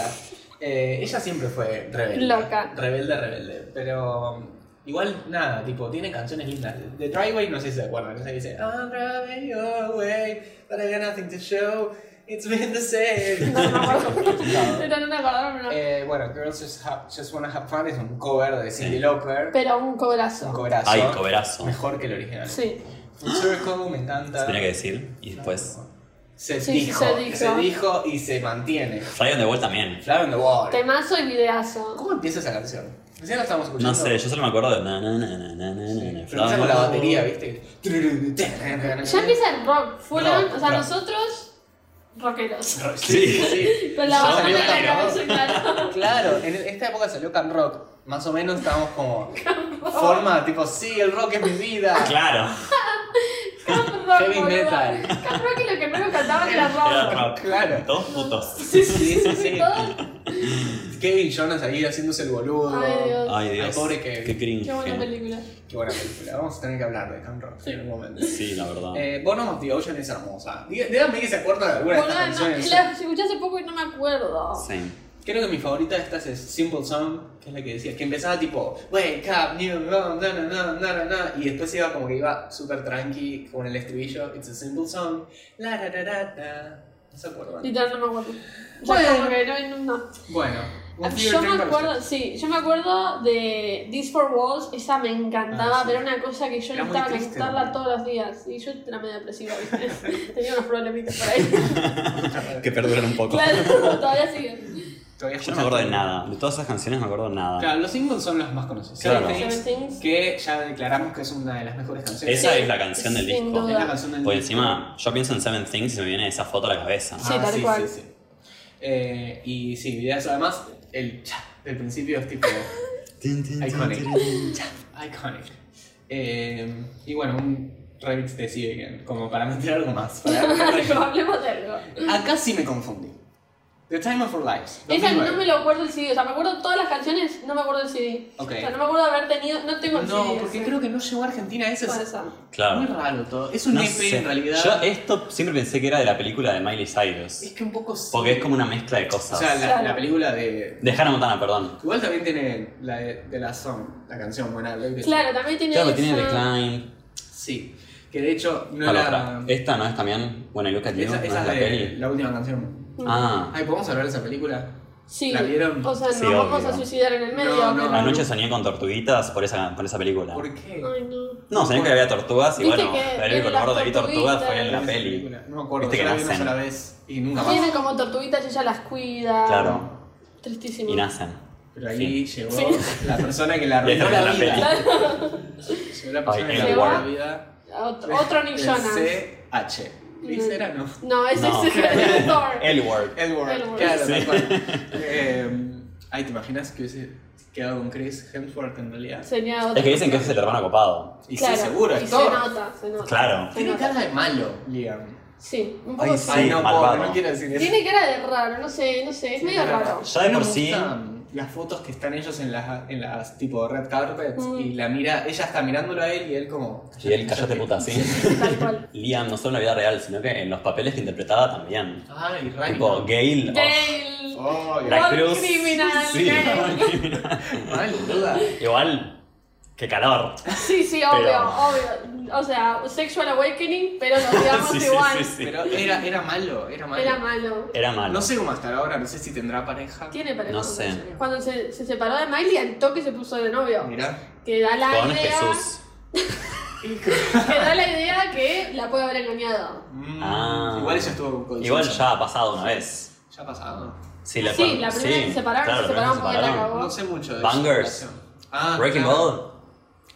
A: Eh, ella siempre fue rebelde.
C: Loca.
A: Rebelde, rebelde. Pero. um, Igual, nada, tipo, tiene canciones lindas. De Driveway, no sé si se acuerdan, esa que dice I'm driving your way, but I got nothing to show, it's been the same.
C: No, no me
A: <laughs>
C: acuerdo. No, no me acuerdo, no.
A: Eh, bueno, Girls Just, Have- Just Wanna Have Fun es un cover de Cindy
B: Sí.
A: Lauper.
C: Pero un
A: Un
C: cobrazo.
A: coverazo.
B: Ay, coverazo.
A: Mejor que el original.
C: Sí.
A: Full Circle me
B: Se
A: encanta.
B: tenía que decir. pues. Y después.
A: Se,
C: Sí, sí,
A: dijo,
C: se
A: se
C: dijo.
A: dijo, y se mantiene.
B: Fly on the Wall también.
A: Fly on the wall.
C: Temazo y videazo.
A: ¿Cómo empieza esa canción? Recién la estamos escuchando.
B: No sé, yo solo me acuerdo de. na, na, na, na, na, na,
A: Sí,
B: na,
A: Pero empieza
B: Fly on
A: con
B: the
A: la
B: Wall.
A: batería, ¿viste?
C: Ya empieza el rock full
A: Rock,
C: on, o sea,
A: rock.
C: nosotros, rockeros.
A: Sí, sí.
C: Con la
A: Ya
C: base
A: salió
C: de la
A: Camp Rock.
C: cabeza, claro.
A: <laughs> Claro, en esta época salió Camp Rock. Más o menos estábamos como. Forma, tipo, sí, el rock es mi vida.
B: Claro,
C: Camp rock,
A: Heavy
C: boludo.
A: metal.
C: Camp rock es lo que menos cantaban era
B: era
C: rock.
B: rock.
A: Claro.
B: Todos putos.
A: Sí, sí, sí. sí.
C: Todo-
A: <laughs> Kevin Jonas ahí haciéndose el boludo.
C: Ay, Dios.
B: Ay, Dios.
A: pobre Kevin.
B: Qué cringe.
C: Qué buena película.
A: Qué buena película. Vamos a tener que hablar de Camp Rock en un momento.
B: Sí, la verdad.
A: Eh, Bonum of the Ocean es hermosa. Dí- Díganme que se acuerdan de alguna de estas
C: Boludo, no,
A: canciones.
C: la escuché hace poco y no me acuerdo.
B: Sí.
A: Creo que mi favorita de estas es Simple Song, que es la que decía, que empezaba tipo, wake up, new, no, na, na, na, na, na, na", y después iba como que iba súper tranqui con el estribillo, it's a simple song, la, ra, ra, ra, ra. No se acuerdan.
C: Literal, no me acuerdo. Ya
A: Bueno.
C: como que no, no, no.
A: Bueno, un
C: Ah, Yo
A: Fever Dream
C: me
A: para
C: acuerdo,
A: ustedes.
C: sí, yo me acuerdo de This Four Walls, esa me encantaba,
A: Ah, sí.
C: pero era una cosa que yo
A: Era muy
C: necesitaba
A: triste,
C: cantarla
A: ¿no?
C: todos los días. Y yo era medio depresiva, ¿viste? <laughs> Tenía unos problemitas por ahí. <laughs>
B: Que perduran un poco.
C: claro, todavía siguen.
A: Todavía
B: Yo no me acuerdo de
A: escuchas-
B: nada. De todas esas canciones no me acuerdo de nada.
A: Claro, los singles son los más conocidos.
B: Ah. Claro.
A: Seven Things,
C: Seven Things.
A: Que ya declaramos que es una de las mejores canciones.
B: Esa
C: Sí,
B: es la canción del
C: sin
B: disco.
A: es la canción del
B: Por
A: disco. Ah,
B: encima, yo pienso en Seven Things y me viene esa foto a la cabeza.
C: Sí, tal cual.
A: sí, sí. Eh, y sí, videos, además, el cha del principio es
C: <laughs>
A: tipo Iconic. iconic. Eh, y bueno, un remix de See
C: <laughs>
A: Again, como para meter algo más. para-
C: Tipo, hablemos de algo.
A: Acá sí me confundí. The Time of Our Lives.
C: Esa
A: 2009.
C: no me lo acuerdo el CD, o sea, me acuerdo todas las canciones, no me acuerdo el CD.
A: Ok.
C: O sea, no me acuerdo haber tenido, no tengo el CD.
A: No, porque creo que no llegó a Argentina. Eso
C: Puede
A: es
C: ser.
A: muy
B: Claro.
A: raro todo. Es un <laughs>
B: No
A: EP
B: sé.
A: en realidad.
B: Yo eh, esto siempre pensé que era de la película de Miley
A: Es
B: Cyrus.
A: que un poco sí.
B: Porque es como una mezcla de
A: O
B: cosas.
A: sea, la,
C: Claro.
A: la película de.
B: De Hannah Montana, perdón.
A: Igual también tiene la de, de la song, la canción buena. la de-
C: Claro, también tiene.
B: Claro,
C: esa-
B: tiene The Climb.
A: Sí. Que de hecho no
B: ¿Cuál
A: era.
B: Ah, otra? Esta no es también. Bueno, y Look at You,
A: Esa,
B: no es
A: esa
B: la
A: es la, de,
B: peli.
A: la última canción.
B: Ah.
A: Ay, ¿podemos hablar de esa película?
C: Sí.
A: ¿La vieron?
C: O sea, nos
B: Sí,
C: vamos a
B: obvio.
C: suicidar en el medio.
A: No, no.
C: pero-
B: Anoche soñé con tortuguitas por esa, por esa película.
A: ¿Por qué?
C: Ay, no.
B: No, soñé que había tortugas y
C: Viste
B: bueno,
C: que
B: el
C: en
B: único
C: las
B: lugar donde vi tortugas
C: tortuguitas-
B: fue en la
A: Esa película,
B: peli.
A: No me acuerdo,
B: Viste
A: yo
B: que
A: la vi una
B: nacen.
A: sola vez y nunca más.
C: Tiene como tortuguitas y ella las cuida.
B: Claro.
C: Tristísimo.
B: Y nacen.
A: Pero ahí llegó
C: Sí.
A: la persona que la
B: Y ahí <laughs>
A: arruinó la
B: termina la
A: vida.
B: peli.
A: Llegó la persona
B: Ay,
A: que la
B: el
A: arruinó la
C: Word.
A: vida.
C: Otro, otro Nick Jonas.
A: CH. ¿Chris era? No.
C: No, ese
B: No.
C: es
B: <laughs>
C: el Thor.
B: El work.
A: Edward.
C: Edward.
A: Claro,
B: Sí.
A: tal cual. Eh, ay, ¿te imaginas que hubiese quedado con Chris Hemsworth en realidad?
C: Señala otra.
B: Es que dicen que es el hermano copado.
A: Y
C: Claro,
A: sí, seguro,
C: Y
A: es
C: se
A: Thor.
C: nota, se nota.
B: Claro.
A: Tiene
C: Se nota.
A: cara de malo, Liam.
C: Sí, un poco
B: Ay,
C: sí.
A: Ay, no,
B: malvado.
A: pobre, no quiero decir eso.
C: Tiene cara de raro, no sé, no sé, es medio raro.
B: Ya de
A: No
B: por
A: me
B: sí-
A: gustan Las fotos que están ellos en las, en las tipo red carpets
C: Mm.
A: y la mira, ella está mirándolo a él y él como.
B: Y él, cállate puta, sí.
C: Tal cual.
B: Liam, no solo en la vida real, sino que en los papeles que interpretaba también.
A: Ay, Ray.
B: Tipo, Gail. oh,
C: Gale.
A: Ay,
B: la
C: Gale
B: cruz.
C: criminal,
B: Sí,
C: Gale.
B: criminal.
A: mal, duda.
B: Igual, qué calor.
C: Sí, sí, obvio, obvio. O sea, Sexual Awakening, pero
B: <laughs>
C: nos digamos
B: Sí, sí,
C: igual.
B: sí, sí.
A: Pero era, era malo, era malo.
C: Era malo.
B: Era malo.
A: No sé cómo estará ahora, no sé si tendrá pareja.
C: Tiene pareja.
B: No
C: con
B: sé.
C: Sexual. Cuando se, se separó de Miley, al toque se puso de novio.
A: Mirá.
C: Que da la
B: Con
C: idea.
B: Jesús.
C: Que da la idea que la puede haber engañado.
A: Mm,
B: Ah.
A: Igual ella estuvo con
B: Igual ya ha pasado una vez.
A: Ya ha pasado.
B: Sí, la,
C: Sí,
B: cual-
C: la primera que se separaron,
B: claro,
C: se
B: la primera que
C: separaron porque la cagó.
A: No sé mucho de su
B: Bangers.
A: relación. Ah,
B: Breaking
A: claro.
B: Ball.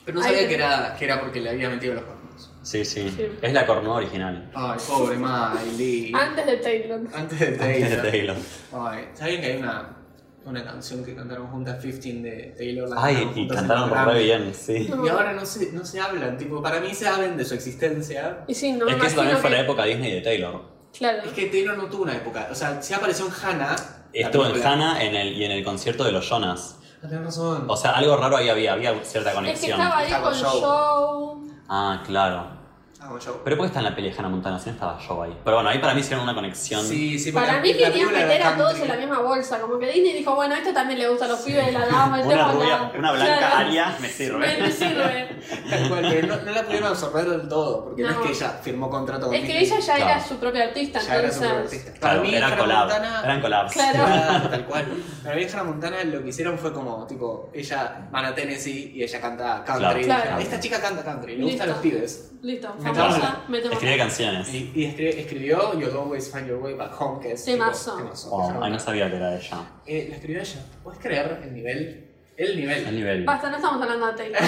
A: Pero no
C: Ay,
A: sabía
C: qué-
A: que era, que era porque le había metido los cuernos.
B: Sí, sí,
C: Sí.
B: Es la cornuda original.
A: Ay, pobre Miley.
C: Antes de Taylor.
A: Antes de
B: Antes de
A: Taylor.
B: Taylor.
A: Ay, ¿saben que hay una, una canción que cantaron juntas 15 de Taylor? La
B: Ay,
A: cantaron
B: y
A: juntas en
B: cantaron
A: los
B: re
A: Grammys.
B: bien, sí.
A: Y ahora no se, no se hablan, tipo, para mí se hablan de su existencia.
C: Y sí, no me
B: Es que eso también
C: imagino
B: fue
C: que-
B: la época Disney de Taylor.
C: Claro.
A: Es que Taylor no tuvo una época, o sea, se apareció en Hannah. la
B: Estuvo en
A: película.
B: Hannah en el, y en el concierto de los Jonas.
A: Ah, tenés razón.
B: O sea, algo raro ahí había, había cierta
C: Es que
B: conexión.
C: estaba ahí
A: Estaba
C: con
A: Joe.
C: Joe.
B: Ah, claro.
A: Ah, bueno, yo-
B: Pero ¿por qué está en la peli de Hannah Montana? Si no estaba yo ahí. Pero bueno, ahí para mí hicieron una conexión.
A: Sí, sí, porque
C: Para
A: la-
C: mí
A: la
C: querían
A: película era
C: meter a todos
A: country.
C: en la misma bolsa. Como que Disney dijo, bueno, esto también le gusta a los pibes de la dama.
B: Una rubia, una blanca
C: área
B: aria me <laughs>
C: Me,
B: sirve.
C: me sirve.
A: Tal cual, pero no, no la pudieron absorber del todo, porque no,
C: No.
A: es que ella firmó contrato con
C: Es que
A: Disney.
C: ella ya era
B: Claro.
C: su propia artista,
A: ya era
C: entonces.
A: superartista.
B: Claro, eran
A: Hannah
B: collabs.
A: Montana-
B: Eran collabs.
C: Claro.
A: <laughs> Claro, tal cual. Para mí Hannah Montana lo que hicieron fue como, tipo, ella van a Tennessee y ella canta country.
B: Claro,
A: Y
C: claro.
A: dijeron, Esta chica canta country, le gustan
C: Listo.
A: los pibes.
C: Listo,
A: Metamos-
C: famosa, metemos.
B: Escribe canciones.
A: Y, y escri- escribió You'll Always Find Your Way Back Home, que es tipo,
C: Temazo.
A: temazo,
B: Oh,
A: Hannah
B: ay, no
A: Montana.
B: sabía que era ella.
A: Eh, la escribió ella. ¿Puedes creer el nivel? El
B: El
A: nivel.
B: nivel.
C: Basta, no estamos hablando de Taylor.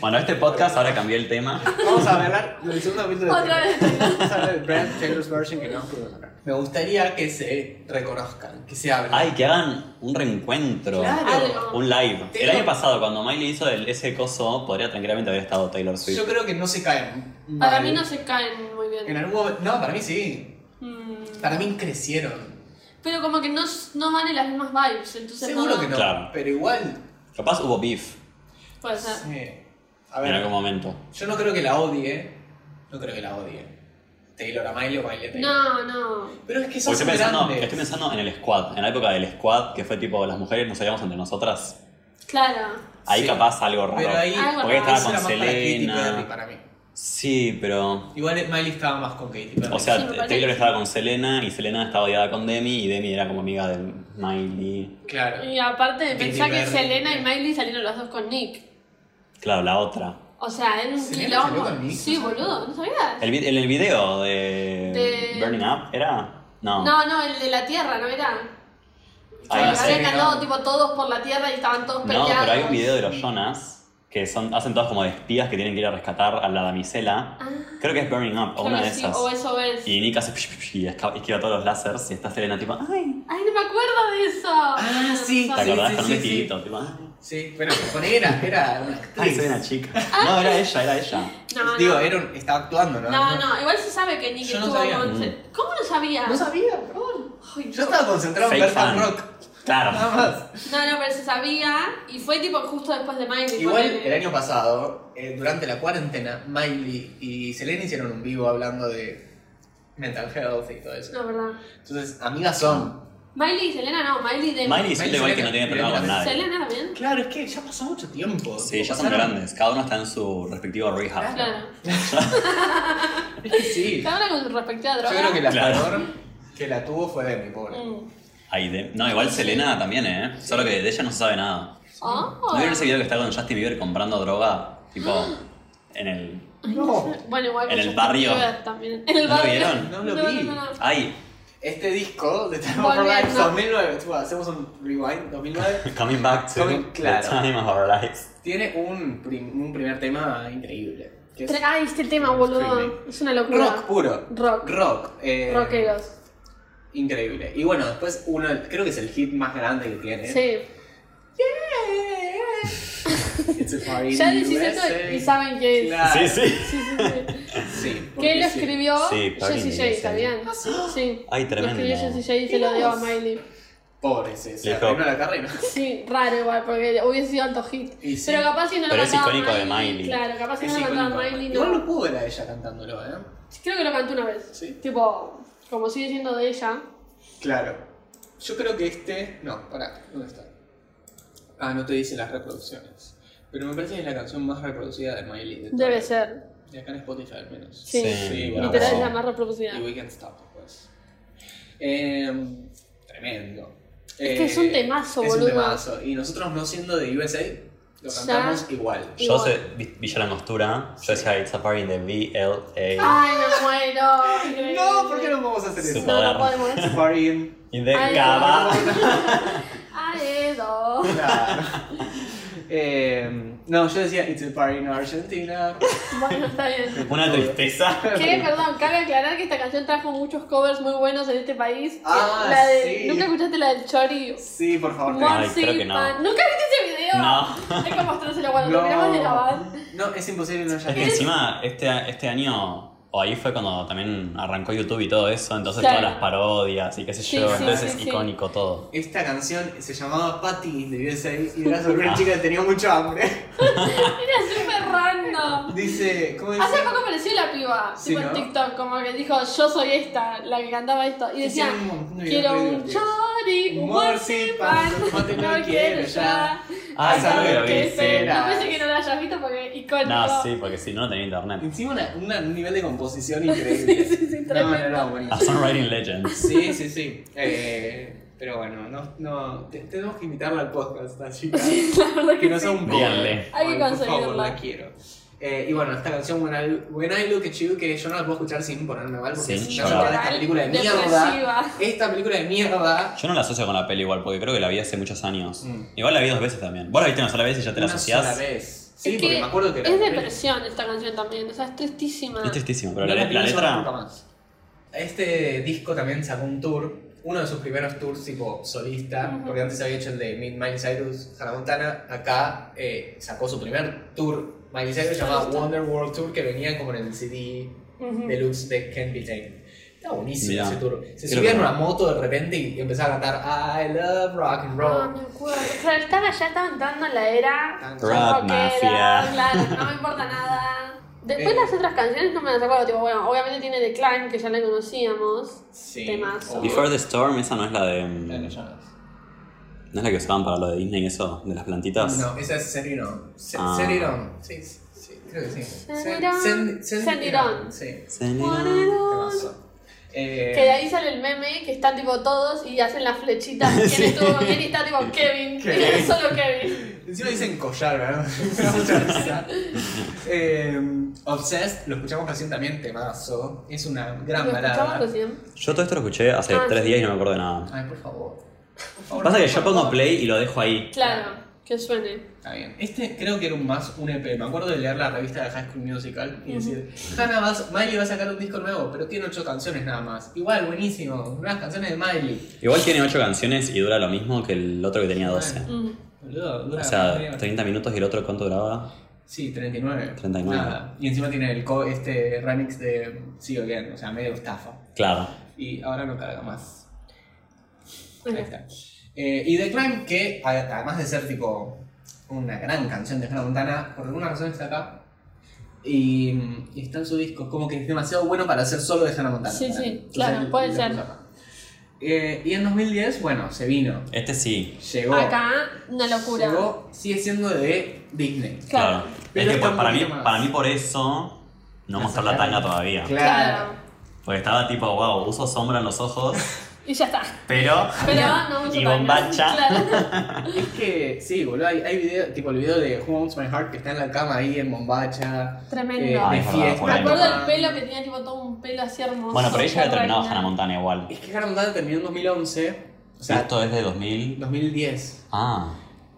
B: Bueno, este podcast ahora cambié el tema.
A: Vamos a hablar del segundo capítulo de
C: Otra
A: Taylor.
C: vez.
A: Vamos a hablar de Brad Taylor's version que no pudimos hablar. Me gustaría que se reconozcan, que se hablen.
B: Ay, que hagan un reencuentro.
A: Claro.
C: Algo.
B: Un live. El
A: Taylor-
B: año pasado, cuando Miley hizo el- ese coso, podría tranquilamente haber estado Taylor
A: Yo
B: Swift.
A: creo que no se caen.
C: Para
A: mal.
C: mí no se caen muy bien.
A: En algún momento. No, para mí sí.
C: Mm,
A: Para mí crecieron.
C: Pero como que no, no van en las mismas vibes, entonces
A: Seguro
C: no,
A: que no.
B: Claro.
A: Pero igual.
B: Capaz hubo beef
C: Puede ser.
A: eh, a
B: en
A: ver,
B: algún momento.
A: yo no creo que la odie. No creo que la odie. Taylor a Miley o Miley a Taylor.
C: No, no.
A: Pero es que son
B: Porque estoy pensando,
A: grandes.
B: estoy pensando en el squad, en la época del squad, que fue tipo las mujeres nos salíamos entre nosotras.
C: Claro.
B: Ahí
A: Sí.
B: capaz algo raro.
A: Pero ahí.
C: Algo
B: Porque
C: raro.
B: estaba
A: eso
B: con
A: era más para Katy Perry
B: Selena.
A: para mí.
B: Sí, pero.
A: Igual Miley estaba más con Katy Perry.
B: O sea,
C: Sí, me parece.
B: Taylor estaba con Selena y Selena estaba odiada con Demi y Demi era como amiga de Miley.
A: Claro.
C: Y aparte de
A: Katy
C: pensar que
A: Perry.
C: Selena y Miley salieron las dos con Nick.
B: Claro, la otra.
C: O sea, era un
A: ¿Selena salió
C: quilombo.
A: con Nick? Eh,
C: Sí, boludo, ¿no sabías?
B: El, vi- en el video de,
C: De-
B: Burning Up era. No.
C: No, no, el de la tierra, ¿no era?
B: Ay, no
C: Habían
B: sé.
A: no.
C: andado tipo todos por la tierra y estaban todos
B: No,
C: peleados.
B: pero hay un video de los Jonas que son, hacen todos como de espías que tienen que ir a rescatar a la damisela. Creo que es Burning Up o
C: Ah. Creo
B: una
C: que
B: de
C: sí,
B: esas.
C: O eso es.
B: Y Nick hace psh, psh, psh, y esca- esquiva todos los lásers y está Selena tipo, ¡ay!
C: Ay, no me acuerdo de eso.
A: Ah, sí,
B: ¿Te
A: sí,
B: acordás con un
A: sí,
B: vestidito? Tipo, "Ah, ¡ay!
A: Sí, pero con era, era una
B: ¡Ay,
A: actriz.
B: soy una chica! No, era ella, era ella.
C: No, no.
A: Digo, era un- estaba actuando, ¿no?
C: no, no, igual se sabe que Nick
A: Yo no
C: estuvo
A: sabía.
C: con.
B: Mm.
C: ¿Cómo no sabía?
A: No sabía, perdón.
C: Ay,
A: Yo
C: no.
A: estaba concentrado en
B: Fake
A: ver Hard
B: fan.
A: Rock. Nada
B: Claro.
A: más.
C: No, no, pero se sabía y fue tipo justo después de Miley.
A: Igual
C: ponele.
A: el año pasado, eh, durante la cuarentena, Miley y Selena hicieron un vivo hablando de mental health y todo eso.
C: No, verdad.
A: Entonces, amigas son.
C: Miley y Selena no, Miley de.
B: Miley eh. siempre igual que no tiene problema con nadie.
C: Selena también.
A: Claro, es que ya pasó mucho tiempo.
B: Sí, ya son
A: Pasaron-
B: grandes. Cada uno está en su respectivo rehab.
C: Claro.
A: Es que sí.
C: Cada una con su respectiva
A: Yo
C: droga.
A: creo que la
B: Claro.
A: peor que la tuvo fue Demi, pobre.
C: Mm.
B: Ahí de- No, igual Selena también, ¿eh? Solo que de ella no se sabe nada. ¿No
C: Oh.
B: vieron ese video que está con Justin Bieber comprando droga? Tipo,
A: Ah.
B: en el...
A: No.
C: Bueno, igual.
B: En
C: con
B: el
C: sus
B: barrio.
C: propiedades También. En
B: ¿No
C: el
B: lo
C: barrio.
B: vieron?
A: No lo vi.
C: No, no, no.
B: ¡Ay!
A: Este disco de Time for
C: Volviendo.
A: Life 2009, tipo, hacemos un rewind 2009,
B: <laughs> Coming back to
A: Coming- claro.
B: the time of our lives.
A: tiene un, prim- un primer tema increíble. que es
C: Tre- Ay, este tema, boludo.
A: Streaming.
C: Es una locura.
A: rock puro.
C: Rock.
A: Rock. eh,
C: Rockeros.
A: Increíble. Y bueno, después uno, creo que es el hit más grande que tiene.
C: Sí.
A: It's a party
C: <laughs> Ya
A: in
C: decís
A: USA.
C: eso y saben que es.
A: Claro.
B: Sí, sí.
C: Sí, sí, sí.
A: Sí,
C: Que
A: porque
C: él lo
A: sí.
C: escribió
B: Sí, Party
C: Jessie
B: in
C: J,
B: the
C: ¿sabían?
A: Ah,
C: Sí.
B: Ay,
C: Lo
B: tremendo.
C: escribió Jessie J y se lo dio a Miley.
A: Pobre, sí, se
B: Le
A: arruinó
B: dijo-
A: la carrera.
C: Sí, raro igual, porque hubiese sido alto hit.
A: Y sí.
C: Pero capaz si no
B: Pero
C: lo
B: es
C: mataba
B: icónico de Miley.
C: Claro, capaz si
A: Es
C: no lo mataba
A: icónico.
C: Miley,
A: Igual
C: no.
A: no pudo era ella cantándolo, ¿eh?
C: Creo que lo cantó una vez.
A: Sí.
C: Tipo, como sigue siendo de ella.
A: Claro. Yo creo que este. No, pará, ¿dónde está? Ah, no te dice las reproducciones. Pero me parece que es la canción más reproducida de Miley. de
C: Debe
A: todas.
C: ser.
A: De acá en Spotify al menos.
C: Sí.
A: Sí, bueno,
B: wow.
C: Literal es
A: sí.
C: la más reproducida.
A: Y We Can Stop, pues. Em, tremendo. Eh,
C: Es que es un temazo,
A: es
C: boludo.
A: un temazo. Y nosotros no siendo de USA, lo
C: Ya.
A: cantamos igual.
B: Yo
C: Igual.
B: sé Vi- Villa La Angostura, yo decía It's a party de VLA.
A: Ah.
C: Ay, me muero. Increíble.
A: <laughs> No, ¿por qué no vamos a hacer eso?
B: Super.
C: No, no podemos.
A: Party in-
B: Y de
C: Ay,
B: Cava.
C: Ay, no.
A: Claro. Em, no, yo decía It's a party in Argentina.
C: <laughs> Bueno, está bien.
B: Una tristeza.
C: Que, perdón, cabe aclarar que esta canción trajo muchos covers muy buenos en este país.
A: Ah,
C: la de,
A: sí.
C: ¿Nunca escuchaste la del Chori?
A: Sí, por favor. te-
B: Ay,
C: Morsi,
B: creo que no.
C: Pan- ¿Nunca viste ese video?
B: No.
C: Hay que mostrárselo cuando terminamos de
A: <laughs>
C: grabar.
A: no, es imposible no
B: Es que
C: <laughs>
A: hallar.
B: encima este, este año, o ahí fue cuando también arrancó YouTube y todo eso, entonces
C: Claro.
B: todas las parodias y qué sé
C: Sí,
B: yo,
C: sí,
B: entonces
C: sí,
B: es
C: sí.
B: icónico todo.
A: Esta canción se llamaba Patty de USA y era sobre una chica que tenía mucho hambre.
C: Era súper random.
A: Dice, ¿cómo dice?
C: Hace poco apareció la piba,
A: Sí,
C: tipo en
A: ¿no?
C: TikTok, como que dijo, yo soy esta, la que cantaba esto. Y decía,
A: Hicieron un montón de videos
C: quiero
A: re
C: un
A: divertidos.
C: chori, un
A: Marzipan,
C: marzipan,
A: tomate
C: no
A: no
C: quiero
A: quiero
C: ya.
B: Ah,
A: esa
B: no
A: no
B: lo
A: es
B: vi,
A: que
B: sí.
A: será.
C: No pensé que no la hayas visto porque icónico.
B: No, sí, porque si no, no tenía internet.
A: Encima una- una- un nivel de composición increíble.
C: <laughs> Sí, sí, sí,
A: no, no,
C: tremendo.
A: no, buenísimo.
B: A Songwriting Ah, Legends.
A: Sí, sí, sí. Eh, pero bueno, no, no, te- tenemos que invitarla al podcast, la chica.
C: La verdad
A: Que
C: que
A: no
C: <laughs> sí.
A: sea un
B: Díganle.
A: cover. Ay,
C: Hay que
A: Por favor,
C: conseguirla.
A: la quiero. Eh, y bueno, esta canción When I, When I Look at You, que yo no la puedo escuchar sin ponerme mal, porque
B: Sin
A: es una
B: llorar.
A: de esta película de mierda.
C: Depresiva.
A: Esta película de mierda.
B: Yo no la asocio con la peli igual, porque creo que la vi hace muchos años.
A: Mm.
B: Igual la vi dos veces también. Vos la viste una sola vez y ya te la
A: una sola
B: asociás.
A: vez.
C: Es
A: Sí, porque
C: que
A: me acuerdo que
C: Es
A: la-
C: depresión esta canción también, o sea, es tristísima.
B: Es tristísimo, pero
A: No
B: la,
A: la
B: la
A: pienso nunca
B: letra.
A: más. Este disco también sacó un tour, uno de sus primeros tours tipo solista,
C: Ujú.
A: porque antes había hecho el de Meet Miley Cyrus, Hannah Montana. Acá eh, sacó su primer tour, Miley Cyrus, llamado
C: Solista.
A: Wonder World Tour, que venía como en el CD
C: Ujú.
A: deluxe de Can't Be Tamed. Está buenísimo
B: Mirá.
A: ese tour. Se
B: Creo
A: subía
B: que
A: en
B: no.
A: una moto de repente y empezaba a cantar I love rock and
C: Ah,
A: roll.
C: me acuerdo. Pero estaba ya estaba entrando en la era
B: Rock
C: rockera,
B: mafia.
C: claro,
B: <laughs>
C: no me importa nada. Después
A: Eh.
C: las otras cancionnes no me las acuerdo, tipo, bueno, obviamente tiene The Clan, que ya la conocíamos.
A: Sí.
C: Temazo.
A: obvio.
B: Before the Storm, esa no es la de.
A: No, no,
B: mm,
A: ya no es.
B: ¿No es la que usaban para lo de Disney y eso? ¿De las plantitas?
A: No, esa es Send It On. Se-
B: Ah.
A: Send It On. Sí, sí, sí, creo que sí.
C: Send
A: Send-
C: It On.
A: Send-
C: Send It On.
A: Sí.
B: Selena.
A: Temazo. Eh,
C: Que de ahí sale el meme que están tipo todos y hacen las flechitas.
B: <laughs>
C: ¿Quién
B: Sí.
C: estuvo con quién?
A: <laughs>
C: Y está tipo Kevin. <laughs>
A: Kevin.
C: Solo Kevin.
A: Encima dicen collar, ¿verdad? <laughs> Me da mucha risa. Eh, Obsessed, lo escuchamos recién también, temazo. Es una gran
C: ¿Lo escuchamos
A: balada.
C: recién?
B: Yo todo esto lo escuché hace
C: Ah,
B: tres
C: sí.
B: días y no me acuerdo de nada.
A: Ay, por favor. Por favor,
B: Pasa que
A: por
B: yo pongo
A: favor.
B: play y lo dejo ahí.
C: Claro, que suene.
A: Está bien. Este creo que era un más, un EP. Me acuerdo de leer la revista de High School Musical y decir, Hannah vas, Miley va a sacar un disco nuevo, pero tiene ocho canciones nada más. Igual, buenísimo. Unas canciones de Miley.
B: Igual tiene 8 canciones y dura lo mismo que el otro que tenía 12.
C: Mm.
A: Boludo, dura media
B: O sea,
A: hora.
B: 30 minutos y el otro cuánto duraba.
A: Sí, 39.
B: 39.
A: Nada. Y encima tiene el co este remix de See You Again, o sea, medio estafa.
B: Claro.
A: Y ahora no carga más. Ahí está. Eh, y The Climb, que a- además de ser tipo una gran canción de Hannah Montana, por alguna razón está acá. Y, y está en su disco, como que es demasiado bueno para ser solo de Hannah Montana.
C: Sí,
A: para
C: sí,
A: mí. Entonces,
C: claro,
A: lo-
C: puede
A: lo
C: ser.
A: puso acá. Eh, y en 2010, bueno, se vino,
B: Este sí,
A: llegó.
C: Acá, una locura.
A: Llegó, sigue siendo de Disney.
C: Claro.
B: claro.
A: Pero
B: es que
A: está
B: por- para,
A: un
B: mí,
A: poquito más.
B: para mí por eso no
A: La
B: mostró la
A: sacaron.
B: tanga todavía.
C: Claro.
B: Porque estaba tipo, wow, uso sombra en los ojos,
A: <laughs>
C: Y ya está.
B: pero...
C: Pero no mucho
B: Y
C: más, ¿no?
B: bombacha.
C: Claro.
A: Es que, sí, boludo, hay, hay video, tipo el video de Who Owns My Heart que está en la cama ahí en Bombacha.
C: Tremendo.
A: eh,
B: Ay,
A: de
B: es verdad,
A: fiesta.
C: Me
B: bueno.
C: acuerdo el pelo que tenía tipo todo un pelo así hermoso.
B: Bueno, pero ella había terminado
C: reina.
B: Hannah Montana igual.
A: Es que Hannah Montana terminó en 2011, o sea,
B: Esto es de 2000...
A: 2010.
B: Ah,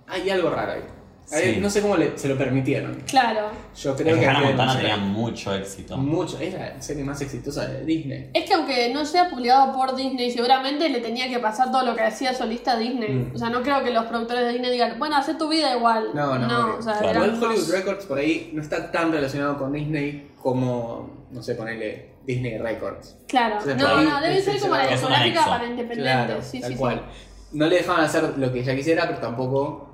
A: Hay algo raro ahí. Hay-
B: Sí.
A: No sé cómo le- se lo permitieron.
C: Claro.
A: Yo creo
B: es que
A: que
B: Hannah
A: fue
B: Montana tenía
A: demasiado-
B: mucho éxito.
A: mucho. Es la serie más exitosa de Disney.
C: Es que aunque no sea publicado por Disney, seguramente le tenía que pasar todo lo que hacía solista a Disney.
A: Mm.
C: O sea, no creo que los productores de Disney digan, bueno, haz tu vida igual.
A: No, no.
C: No,
A: obvio.
C: o sea,
B: Claro.
C: eran
A: Igual Hollywood
C: unos-
A: Records por ahí no está tan relacionado con Disney como, no sé, ponele Disney Records.
C: Claro.
A: Sí,
C: No,
A: ahí
C: no, debe
A: es-
C: ser
A: es
C: como la
A: un
C: discográfica
B: anexo.
C: para independientes.
A: Claro,
C: sí,
A: tal
C: sí,
A: cual. No le dejaban hacer lo que ella quisiera, pero tampoco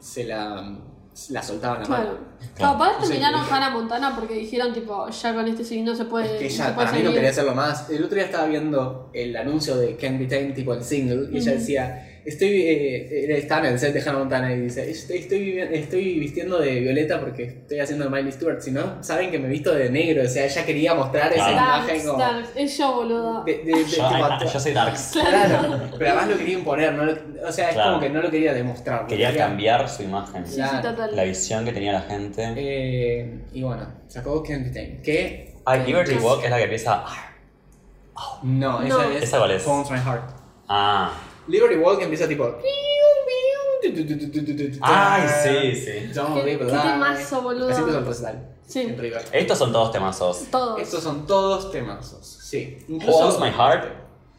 A: se la, se la soltaban
C: sí.
A: la
C: Claro.
A: mano.
B: Claro.
C: Capaz
A: Sí,
C: terminaron
A: sí.
C: Hannah Montana porque dijeron, tipo, ya con este signo se puede.
A: Es que
C: se
A: ella,
C: puede
A: para mí no
C: seguir.
A: quería hacerlo más. El otro día estaba viendo el anuncio de Can't Be Tamed, tipo el single, y ella
C: Ujú.
A: decía, estoy, eh, era- estaba en el set de Hannah Montana y dice, estoy, estoy, vivi- estoy vistiendo de violeta porque estoy haciendo de Miley Stewart, si no, saben que me visto de negro, o sea, ella quería mostrar esa
B: Claro.
A: imagen
C: Darks,
A: como...
C: Darks, es yo, boludo.
A: de- de- de-
B: Yo,
A: tipo
B: ay,
A: actua-
B: yo soy Darks.
A: Claro, pero además lo quería imponer, no lo- o sea, es
B: Claro.
A: como que no lo quería demostrar. lo
B: Quería cambiar su imagen.
C: Sí, sí,
A: Claro.
C: total.
B: La visión que tenía la gente.
A: Eh, y bueno, sacó Can't Be Tamed, que
B: Ay, Liberty Walk es la que empieza...
A: no, esa
C: No.
A: es...
B: ¿Esa cuál es?
A: Phones My Heart.
B: Ah.
A: Liberty Walk empieza tipo.
B: Ay, sí, sí.
A: Don't
C: Qué-
A: live a
C: qué
A: lie.
C: temazo, boludo.
A: Así empezó el recital.
C: Sí.
A: En River.
B: Estos son todos temazos.
C: Todos.
A: Estos son todos temazos. Sí.
B: Who Owns My Heart,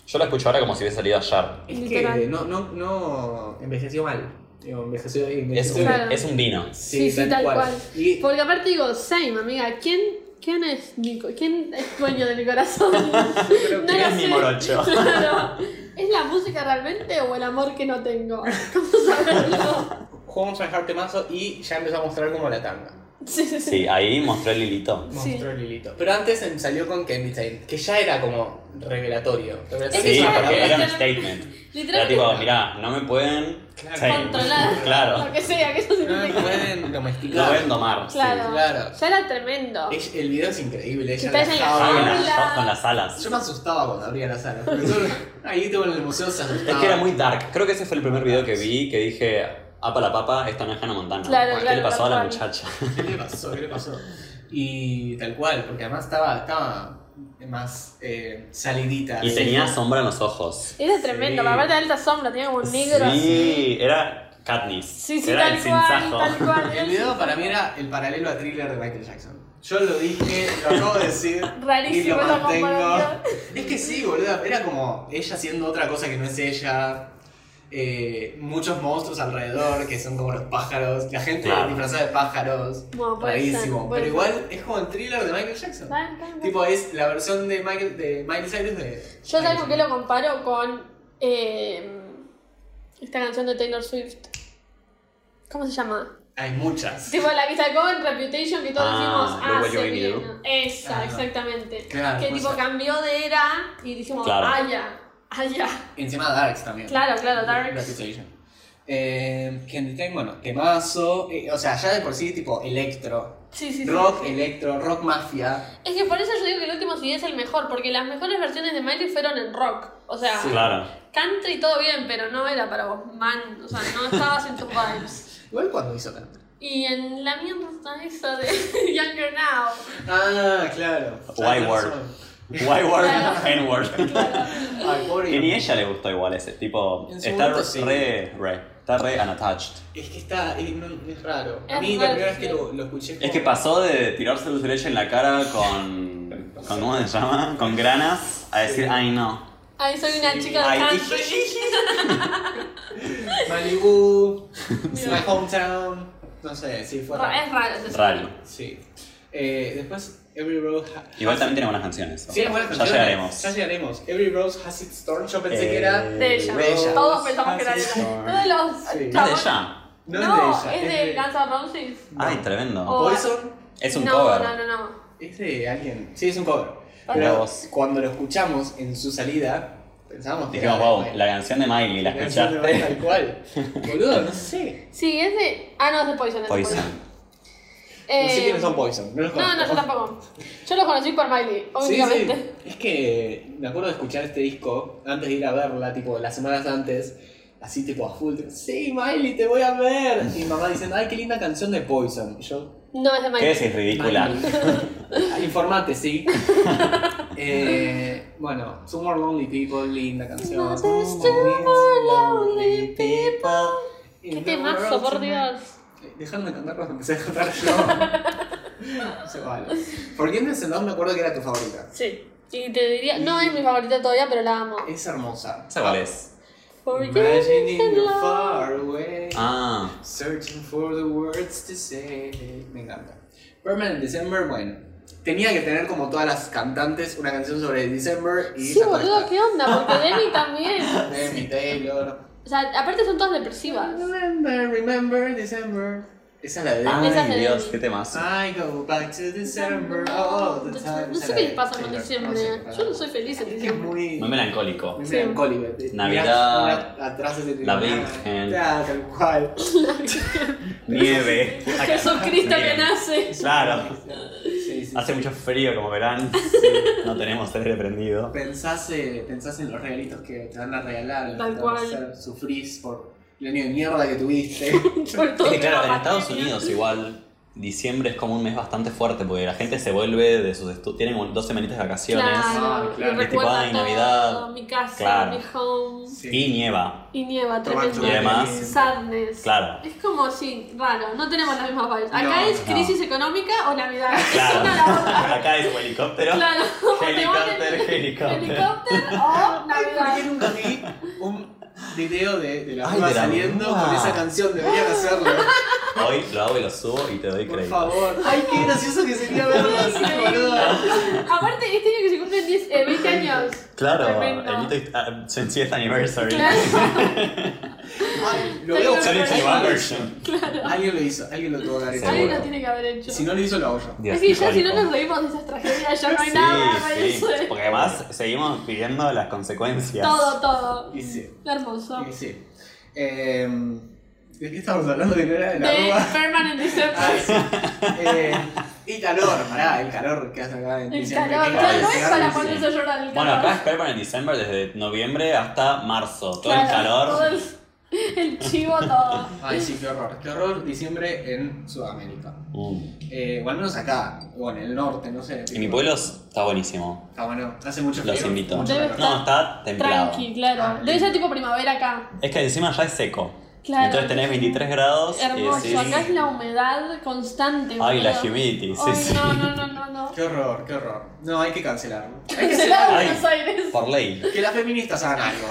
B: yo la escucho ahora como si hubiese salido ayer.
A: Es que
C: Literal.
A: no, no, no envejeció mal. Digo, envejeció
B: Es un,
A: envejeció
C: Claro.
B: es un vino.
C: Sí, sí, tal cual.
A: Y
C: Porque aparte digo, same, amiga, ¿quién, quién, es, mi, co- ¿quién es dueño de mi
A: <laughs>
C: corazón?
A: creo
C: No
A: que.
B: ¿Quién
C: lo
B: es mi
C: sé.
B: morocho?
C: <laughs> Claro. ¿Es la música realmente o el amor que
A: <laughs>
C: no tengo? ¿Cómo saberlo?
A: Who Owns My Heart temazo y ya empezó a mostrar como la tanga.
C: Sí, sí, sí.
B: Sí, ahí mostró el hilito.
A: Mostró el hilito. Pero antes em- salió con Candy Time, que ya era como revelatorio. Revelatorio
C: que
B: Sí,
C: ya-
B: porque era un
C: ya-
B: statement. Era
C: Literalmente
B: tipo, mirá, no me pueden
A: Claro.
B: sí,
C: controlar. Lo
B: Claro,
C: que sea, que eso
A: No me
C: significa.
A: pueden
B: no
A: domesticar.
B: pueden domar. sí.
C: Claro.
A: Claro.
C: Ya era tremendo.
A: Es- El video es increíble.
C: Que
A: Ella
C: está ella en la
A: jalaba.
B: Ah, con,
C: Hola.
B: las, con las alas.
A: Yo me asustaba cuando abría la sala. porque yo- <laughs> ahí todo en el museo se asustaba.
B: Es que era muy dark. Creo que ese fue el primer video que vi que dije, apa la papa, esta no es Hannah Montana.
C: Claro,
B: ¿Qué
C: claro,
B: le pasó a
C: tal
B: la
C: cual.
B: muchacha?
A: ¿Qué le pasó? ¿Qué le pasó? Y tal cual, porque además estaba, estaba más eh, salidita.
B: Y tenía sombra en los ojos.
C: Era tremendo.
A: Sí.
C: Pero aparte de alta sombra, tenía como un negro así.
B: Sí, era Katniss.
C: Sí, sí,
B: era
C: tal
B: el
C: cual,
B: cinzajo.
C: tal cual.
A: El video para mí era el paralelo a thriller de Michael Jackson. Yo lo dije, lo acabo de decir.
C: Rarísimo
A: y lo
C: esa
A: mantengo.
C: comparación.
A: Es que sí, boludo. Era como ella haciendo otra cosa que no es ella. eh, muchos monstruos alrededor que son como los pájaros. La gente
B: Claro.
A: disfrazada de pájaros.
C: Bueno, puede ser,
A: Rarísimo.
C: puede
A: Pero
C: ser.
A: igual es como el thriller de Michael Jackson.
C: Tal, tal, tal.
A: Tipo, es la versión de Michael, de Miley Cyrus de.
C: Yo
A: Michael
C: sabes por qué lo comparo con eh, esta canción de Taylor Swift. ¿Cómo se llama?
A: Hay muchas.
C: Tipo la que sacó en Reputation que todos
B: Ah,
C: decimos,
B: Look
C: ah,
B: What You
C: se
B: Made Me
C: viene.
B: Do.
C: Esa,
A: Ah.
C: exactamente.
A: Claro,
C: que
A: puede
C: tipo
A: ser.
C: cambió de era y dijimos,
B: Claro.
C: ah, ya, ah, ya.
A: Y encima Darks también.
C: Claro, claro, Darks.
A: Reputation. Eh, Candy Time, bueno, temazo. eh, o sea, ya de por sí, tipo, electro.
C: Sí, sí, sí.
A: Rock, electro, rock mafia.
C: Es que por eso yo digo que el último CD es el mejor, porque las mejores versiones de Miley fueron en rock. O sea,
B: Claro.
C: country todo bien, pero no era para vos, man. O sea, no estabas en tus vibes.
A: Igual cuando hizo canto.
C: Y en la mierda esa de <laughs> Younger Now.
A: Ah, claro.
B: Why word. Why
C: Claro.
B: word? N
A: <laughs>
B: word.
A: Ay, pobre.
B: Que ni ella le gustó igual ese, tipo,
A: En su
B: está
A: momento
B: re,
A: sí.
B: re- está re unattached.
A: Es que está, es, no- es raro. A
C: Es
A: mí la
C: raro,
A: primera vez
C: sí.
A: que lo, lo escuché fue-
B: Es que pasó de tirarse dulce de leche en la cara con, con ¿cómo se llama? Con granas, a decir, ay no.
C: Ay, soy una chica de
B: Ay,
C: country. <laughs>
A: Malibu, It's
C: Mira.
A: My Hometown. No sé, sí, fue
C: Ra-
A: raro.
C: Es raro. ese
B: Raro.
C: sonido.
A: Sí. Eh, después, Every Road ha- has
B: Igual también tiene buenas canciones.
A: Sí, buenas
B: Ya
A: canciones.
B: llegaremos.
A: Ya llegaremos. Every Rose has its storm. Yo pensé que era.
B: Eh,
C: De ella.
A: de ella.
C: Todos pensamos que era de
A: Así es.
C: ella. Uno de los
A: Sí.
B: Ah, No es de
C: chabones-
B: ella.
A: No,
C: No,
A: es de ella.
C: es de Guns N' Roses.
A: No.
B: Ay, tremendo.
C: Oh.
A: Poison
B: Es un
C: no,
B: cover.
C: No, no, no.
A: es de alguien. Sí, es un cover.
C: Para-
A: Pero
B: vos.
A: cuando lo escuchamos en su salida, pensamos que
B: Dijimos,
A: era
B: wow,
A: de-
B: la canción de Miley, la
A: canción de Bad
B: escuchaste.
A: Tal cual.
B: <laughs>
A: Boludo, no sé.
C: Sí, es de. Ah, no, es de Poison. Es de
B: Poison.
C: Eh,
A: No sé quiénes son Poison. No los
C: No,
A: conozco.
C: no, yo tampoco. Yo los conocí por Miley,
A: Sí,
C: obviamente.
A: sí. Es que me acuerdo de escuchar este disco antes de ir a verla, tipo las semanas antes, así tipo a full. tipo, Sí, Miley, te voy a ver. Y mi mamá diciendo, ay, qué linda canción de Poison. Y yo,
C: No es de
B: ¿Qué
C: Miley.
B: decís, ridícula?
A: Miley. Informante, sí. Eh, bueno, Some More Lonely People, linda canción.
C: Not the
A: Some more lonely people.
C: Qué temazo, por Dios.
A: Dejaron de Eh, cantar cuando empecé a cantar yo. No sé, vale. ¿Por qué no me acuerdo que era tu favorita?
C: Sí. Y te diría. No es mi favorita todavía, pero la amo.
A: Es hermosa.
B: ¿Esa cuál es?
A: Imagining
C: Forgetting
A: you're
C: love.
A: far away,
B: Ah,
A: searching for the words to say. Me encanta. Permanent December, bueno, tenía que tener como todas las cantantes una canción sobre December y
C: Sí,
A: sacó
C: boludo,
A: esta.
C: ¿qué onda? Porque Demi también.
A: Demi Taylor.
C: O sea, aparte son todas depresivas.
A: Remember, remember December. Esa es la de Demi.
C: Esa es
B: ay
C: de Ah.
B: Dios,
C: Demi.
B: qué temazo.
A: I go back to December all the time.
C: No sé
A: Esa
C: qué
A: es
C: les
A: la de
C: pasa con
A: Taylor.
C: diciembre. ¿eh?
A: No sé,
C: Yo no soy feliz
A: Es
C: en
A: que es
C: diciembre.
A: muy.
B: Muy melancólico.
A: muy
C: Sí.
A: melancólico.
B: Navidad.
A: Mirá atrás de
B: La Virgen.
A: Ya, tal cual.
B: Nieve.
C: Jesucristo <laughs> que
B: Bien.
C: nace.
B: Claro.
A: Sí, sí,
B: Hace mucho frío, como verán. No tenemos aire prendido.
A: Pensás, eh, pensás en los regalitos que te van a regalar, en
C: Tal
A: lo que te van a
C: cual.
A: hacer, sufrís por el año de mierda que
C: <laughs>
A: tuviste.
C: Por todo
B: Es que claro,
C: la
B: en Estados
C: pandemia.
B: Unidos igual diciembre es como un mes bastante fuerte porque la gente se vuelve de sus estudios, tienen como dos semanitas de vacaciones
A: Ah,
C: Claro,
A: claro.
C: y
A: Tipo,
C: recuerda
B: ay,
C: todo,
B: Navidad.
C: mi casa,
B: Claro.
C: mi home.
B: y nieva.
C: Y nieva,
A: Tomás
C: tremendo.
B: Y además-
A: Chupete.
C: Sadness.
B: Em, Claro.
C: Es como, sí, raro, no tenemos las mismas vibes. Acá
A: No,
C: es
B: no.
C: crisis económica o Navidad. <laughs> Es una la
B: <laughs>
C: otra.
B: Claro. Acá es un <laughs> helicóptero.
C: Claro, o te van
B: Helicóptero,
C: en
B: helicóptero.
C: helicóptero o
A: <laughs> Ay, ¿por qué
C: Navidad.
A: nunca vi un video de, de la
B: Ay,
A: Ay,
B: de la
A: saliendo
B: Bruna.
A: con esa canción? Deberían hacerlo.
B: Hoy lo hago y lo subo y te doy
A: Por
B: crédito.
A: favor. Ay, qué gracioso que sería verlo así, boludo.
C: Aparte, este año que se cumplen 10, eh, 20 años.
B: Claro,
C: Tremendo.
B: el hito ah, 20th anniversary. <laughs>
C: Claro.
A: Ay, lo veo.
C: Sale
B: Challenge
C: Claro.
B: One version.
A: Alguien lo hizo, alguien lo tuvo que haber
C: Alguien
B: Seguro.
A: hecho.
C: lo tiene que haber hecho.
A: Si no lo hizo, lo hago yo.
B: Dios,
C: es que ya si no
B: icónico.
C: nos reímos de esas tragedias, ya no hay
B: Sí,
C: nada para
B: sí.
C: eso.
B: Porque además seguimos pidiendo las consecuencias.
C: Todo, todo.
A: Y sí.
C: Hermoso.
A: Y sí. Em, ¿De qué estamos hablando? ¿De, la- de la
C: De
A: Bruna?
C: Permanent
A: Ah,
C: Deception.
A: sí. Eh, y calor, pará, el calor que hace acá en
C: El
A: diciembre.
C: calor.
A: que
C: Claro, no
A: hace
C: es para
A: calor, sí.
C: ponerse a llorar el
B: Bueno,
C: calor.
B: acá es Permanent December desde noviembre hasta marzo. Todo el
C: Claro, todo
B: calor.
C: el- <laughs> El chivo todo.
B: <laughs>
A: Ay, sí, qué horror. Qué horror diciembre en Sudamérica.
B: Mm.
A: Eh, o al menos acá, o en el norte, no sé.
B: En mi pueblo está buenísimo.
A: Está bueno, hace mucho frío.
B: Los invito.
A: mucho
C: Debe
A: calor.
C: estar-
B: No, está templado.
C: Tranqui,
B: Ah,
C: claro. Debe ser tipo primavera acá.
B: Es que encima ya es seco.
C: Claro.
B: Entonces tenés 23 grados
C: Hermoso.
B: y
C: Acá es
B: decís...
C: la humedad constante.
B: Ay, la
C: boludo.
B: humidity, sí,
C: Ay,
B: sí.
C: No, no, no,
B: <laughs>
C: no, no.
A: Qué horror, qué horror. No, hay que cancelarlo. Hay que
C: Cancelado
A: hacer-
B: Ay.
C: Buenos Aires. <laughs>
B: Por ley.
A: Que las feministas hagan algo.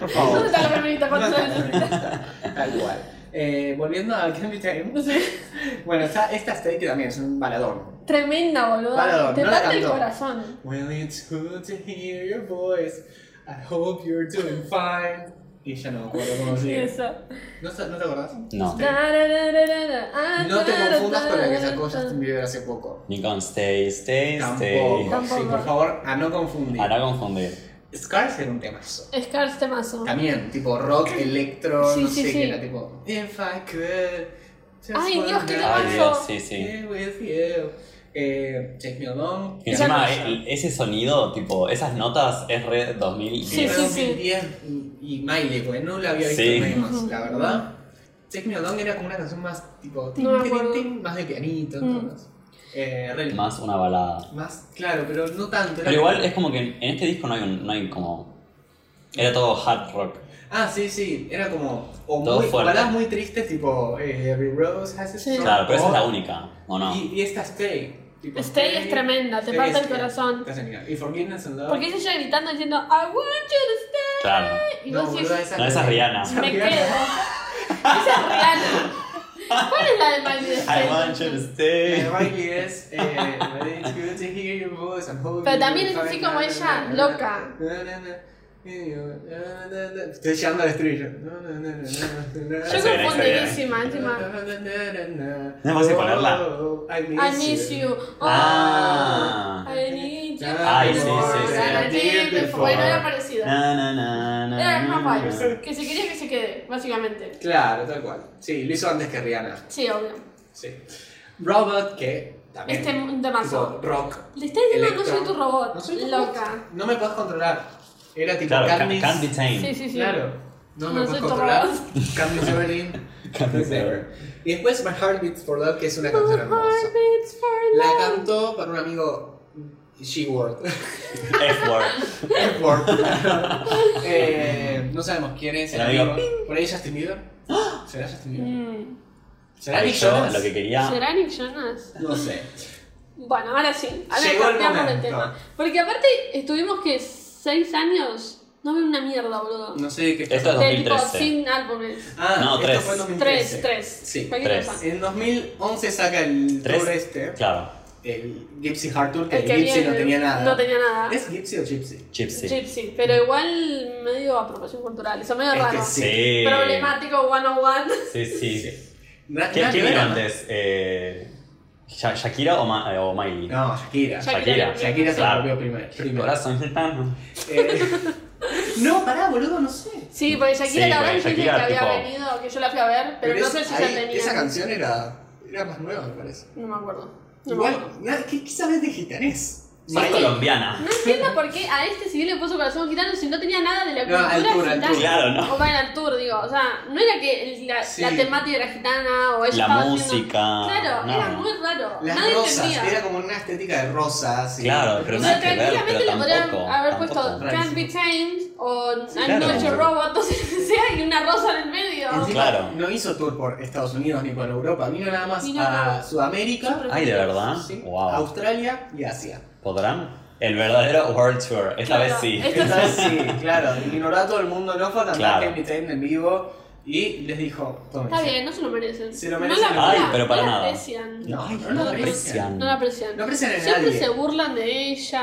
A: Por
C: ¿Dónde
A: favor.
C: está la primerita
A: No
C: cuando
A: está
C: se necesita?
A: feminista. Tal cual. Eh, volviendo a Candy Time.
C: No sé.
A: Bueno, está esta Stay que también es un baladón.
C: Tremenda, boludo.
A: Parador,
C: Te
A: no la
C: parte el
A: cantó.
C: corazón.
A: Well, it's good to hear your voice. I hope you're doing fine. Y ya no me acuerdo cómo sigue.
C: Eso.
A: ¿No, sa- no te acordás?
B: No.
A: No
C: No
A: te confundas con la que sacó Justin Bieber hace poco.
B: Ni con stay, stay, stay.
A: Tampoco. Sí,
C: Tampoco.
A: por favor, a no confundir.
B: Hará confundir.
A: Scars era un temazo.
C: Scars temazo.
A: También, tipo rock, electro,
C: Sí,
A: no
C: sí,
A: sé
C: sí.
A: qué era, tipo... If I could... just
C: Ay,
A: one
C: Dios, qué
A: night
C: temazo.
B: Ay, Dios, sí, sí.
A: be with you. Eh, Take me along.
B: Y encima eh,
C: Ya
B: el- ese sonido, tipo, esas notas es re 2010.
C: Sí, sí, sí.
A: 2010 y Miley, porque no la había visto
B: Sí.
A: en nadie más,
C: Ujú.
A: la verdad. Take Me Along era como una canción más tipo tin,
C: No me
A: tin,
C: acuerdo.
A: tin, más de pianito,
C: Mm.
A: todo más. Eh, re-
B: Más una balada.
A: más, claro, pero no tanto. era
B: Pero igual
A: como-
B: es como que en este disco no hay, un- no hay como... Era todo hard rock.
A: Ah, sí, sí, era como o
B: Todo
A: muy,
B: fuerte.
A: baladas muy tristes tipo eh, Every Rose Has Its
C: Sí.
A: Thorn,
B: Claro, pero esa es la
A: o-
B: única, ¿o no?
A: Y, y esta Stay. tipo,
C: Stay es tremenda, te
A: Stay
C: parte
A: es-
C: el corazón.
A: te hace mirar. Y Forgiveness and Love.
C: Porque ella ya gritando diciendo I want you
B: Claro.
C: to stay. Y
A: no,
C: vos
A: boluda,
C: decís,
A: esa
B: No, esa es Rihanna.
C: me quedo. Esa es real. ¿Cuál es la de
B: I
C: Miley
B: want you to
C: Cyrus?
B: stay.
A: La de Miley es. eh, Ready to take your voice and hold
C: Pero
A: you
C: también es
A: tight,
C: así como
A: na, na,
C: ella,
A: na, na,
C: loca.
A: na, na, na, na, na, na. Estoy llegando al estribillo. Na, na, na, na, na, na,
C: Yo
B: Sí,
A: na.
B: confundo
C: confundidísima, encima.
A: No
B: No me vas a ponerla.
A: Oh, I miss,
C: I miss you. Oh,
B: Ah.
C: I need you.
B: Ay, sí, sí, sí.
C: I need you. Bueno, era parecida.
B: Na, na, na, na,
C: Era la misma
B: na, na.
C: vibes. Que se quería que se quede, básicamente.
A: Claro, tal cual. Sí, lo hizo antes que Rihanna.
C: Sí, obvio.
A: Sí. Robot, que también.
C: Este es un
A: tipo,
C: temazo.
A: rock.
C: Le está diciendo
A: Electro.
C: que soy tu robot.
A: No soy tu
C: Loca.
A: No me podés controlar. Era tipo
B: Claro,
A: Candice.
B: can't, can't be tamed.
C: Sí, sí, sí.
A: Claro. No me
C: No
A: podés
C: soy tu
A: controlar.
C: robot.
A: Candice
B: <laughs>
A: Everlyn.
B: Candice Everlyn.
A: Y después My Heart Beats for Love, que es una canción hermosa.
C: Heartbeats for
A: La
C: love.
A: cantó para un amigo <laughs> She-Word.
B: F-word.
C: <laughs>
A: F-Word. Eh, no sabemos quién es el
B: El amigo.
A: amigo. ¿Por ahí Justin Bieber?
C: ¡Ah!
A: ¿Será Justin Bieber?
C: Mm.
A: ¿Será Nick
B: Yo,
A: Jonas?
B: Lo que quería.
C: ¿Será Nick Jonas?
A: No sé.
C: Bueno, ahora sí. Ahora
A: Llegó el
C: cambiamos el
A: momento.
C: tema. Porque aparte estuvimos que seis años no vi una mierda, boludo.
A: No sé de qué
B: Esto es
C: De tipo
B: 2013.
C: sin álbumes.
A: Ah,
B: No,
A: esto
B: tres.
A: fue en 2013.
C: Tres, tres.
A: Sí.
C: Cualquier
B: tres.
C: cosa.
A: En 2011 saca el
B: Tres.
A: tour este,
B: Claro.
A: el Gypsy Hard Tour, que
C: El
A: el
C: que
A: Gypsy
C: viene-
A: no tenía nada.
C: No tenía nada.
A: ¿Es Gypsy o Gypsy?
B: Gypsy.
C: Gypsy, pero igual medio apropiación cultural, eso medio
A: Es que
C: raro.
A: sí.
B: Sí.
C: Problemático one on one.
B: Sí, sí.
A: Na-
B: ¿Qué,
A: nada
B: ¿Qué
A: que ver,
B: vino
A: ¿no?
B: antes? Eh, Sha- ¿Shakira o, Ma- eh, o Miley?
A: No, Ah, Shakira.
B: Shakira.
A: Shakira se
B: Claro.
A: volvió primero. primero.
B: <laughs> Corazón gitano.
A: Eh, no, pará, boludo, no sé.
C: Sí, porque Shakira
B: Sí,
C: la verdad
B: porque
C: que dije que
B: Shakira,
C: había
B: tipo-
C: venido, que yo la fui a ver, pero, no
A: es-
C: sé si
A: ahí-
C: ya tenía.
A: Esa canción era, era más nueva, me parece.
C: No me acuerdo. No me acuerdo.
A: Igual, na- ¿qué, ¿qué sabes de gitanés?
B: Más
A: Miley.
B: colombiana.
C: No entiendo por qué a este si bien le puso corazón gitano si no tenía nada de la
A: No,
C: cultura
A: altura,
C: gitana.
A: altura.
B: Claro, ¿no?
C: O va en Altur, digo, o sea, no era que el- la,
A: Sí.
C: la temática era gitana o ella
B: La
C: estaba
B: música.
C: haciendo... Claro,
B: no.
C: era muy raro.
A: Las
C: Nadie
A: rosas,
C: entendía.
A: era como una estética de rosas. y-
B: Claro, pero
C: O
B: nada
C: sea,
B: que ver,
C: tranquilamente
B: pero
C: le podrían
B: tampoco.
C: haber
B: tampoco.
C: puesto Can't Be Tamed o I'm
B: claro.
C: Not Your Robot, o sea, y una rosa en el medio.
A: Encima,
B: Claro.
A: No hizo tour por Estados Unidos ni por Europa, vino nada más
C: Vino
A: a
C: acá.
A: Sudamérica,
B: Ay, de verdad.
A: sí,
B: Ah, Wow.
A: Australia y Asia.
B: ¿Podrán? El verdadero World Tour. Esta
C: Claro.
B: vez sí.
C: Esta-
A: Esta vez sí, claro, ignoró a todo el mundo, no fue a cantar
B: Claro.
A: Can't Be Tamed en vivo y les dijo, tomen.
C: Está bien, no se lo merecen.
A: Se lo merecen.
C: No la,
B: Ay,
C: no la-
B: pero para
C: no la
B: nada.
C: aprecian.
A: No,
B: Ay,
A: no, lo aprecian.
C: No la aprecian.
A: No aprecian a
C: Siempre
A: nadie.
C: se burlan de ella.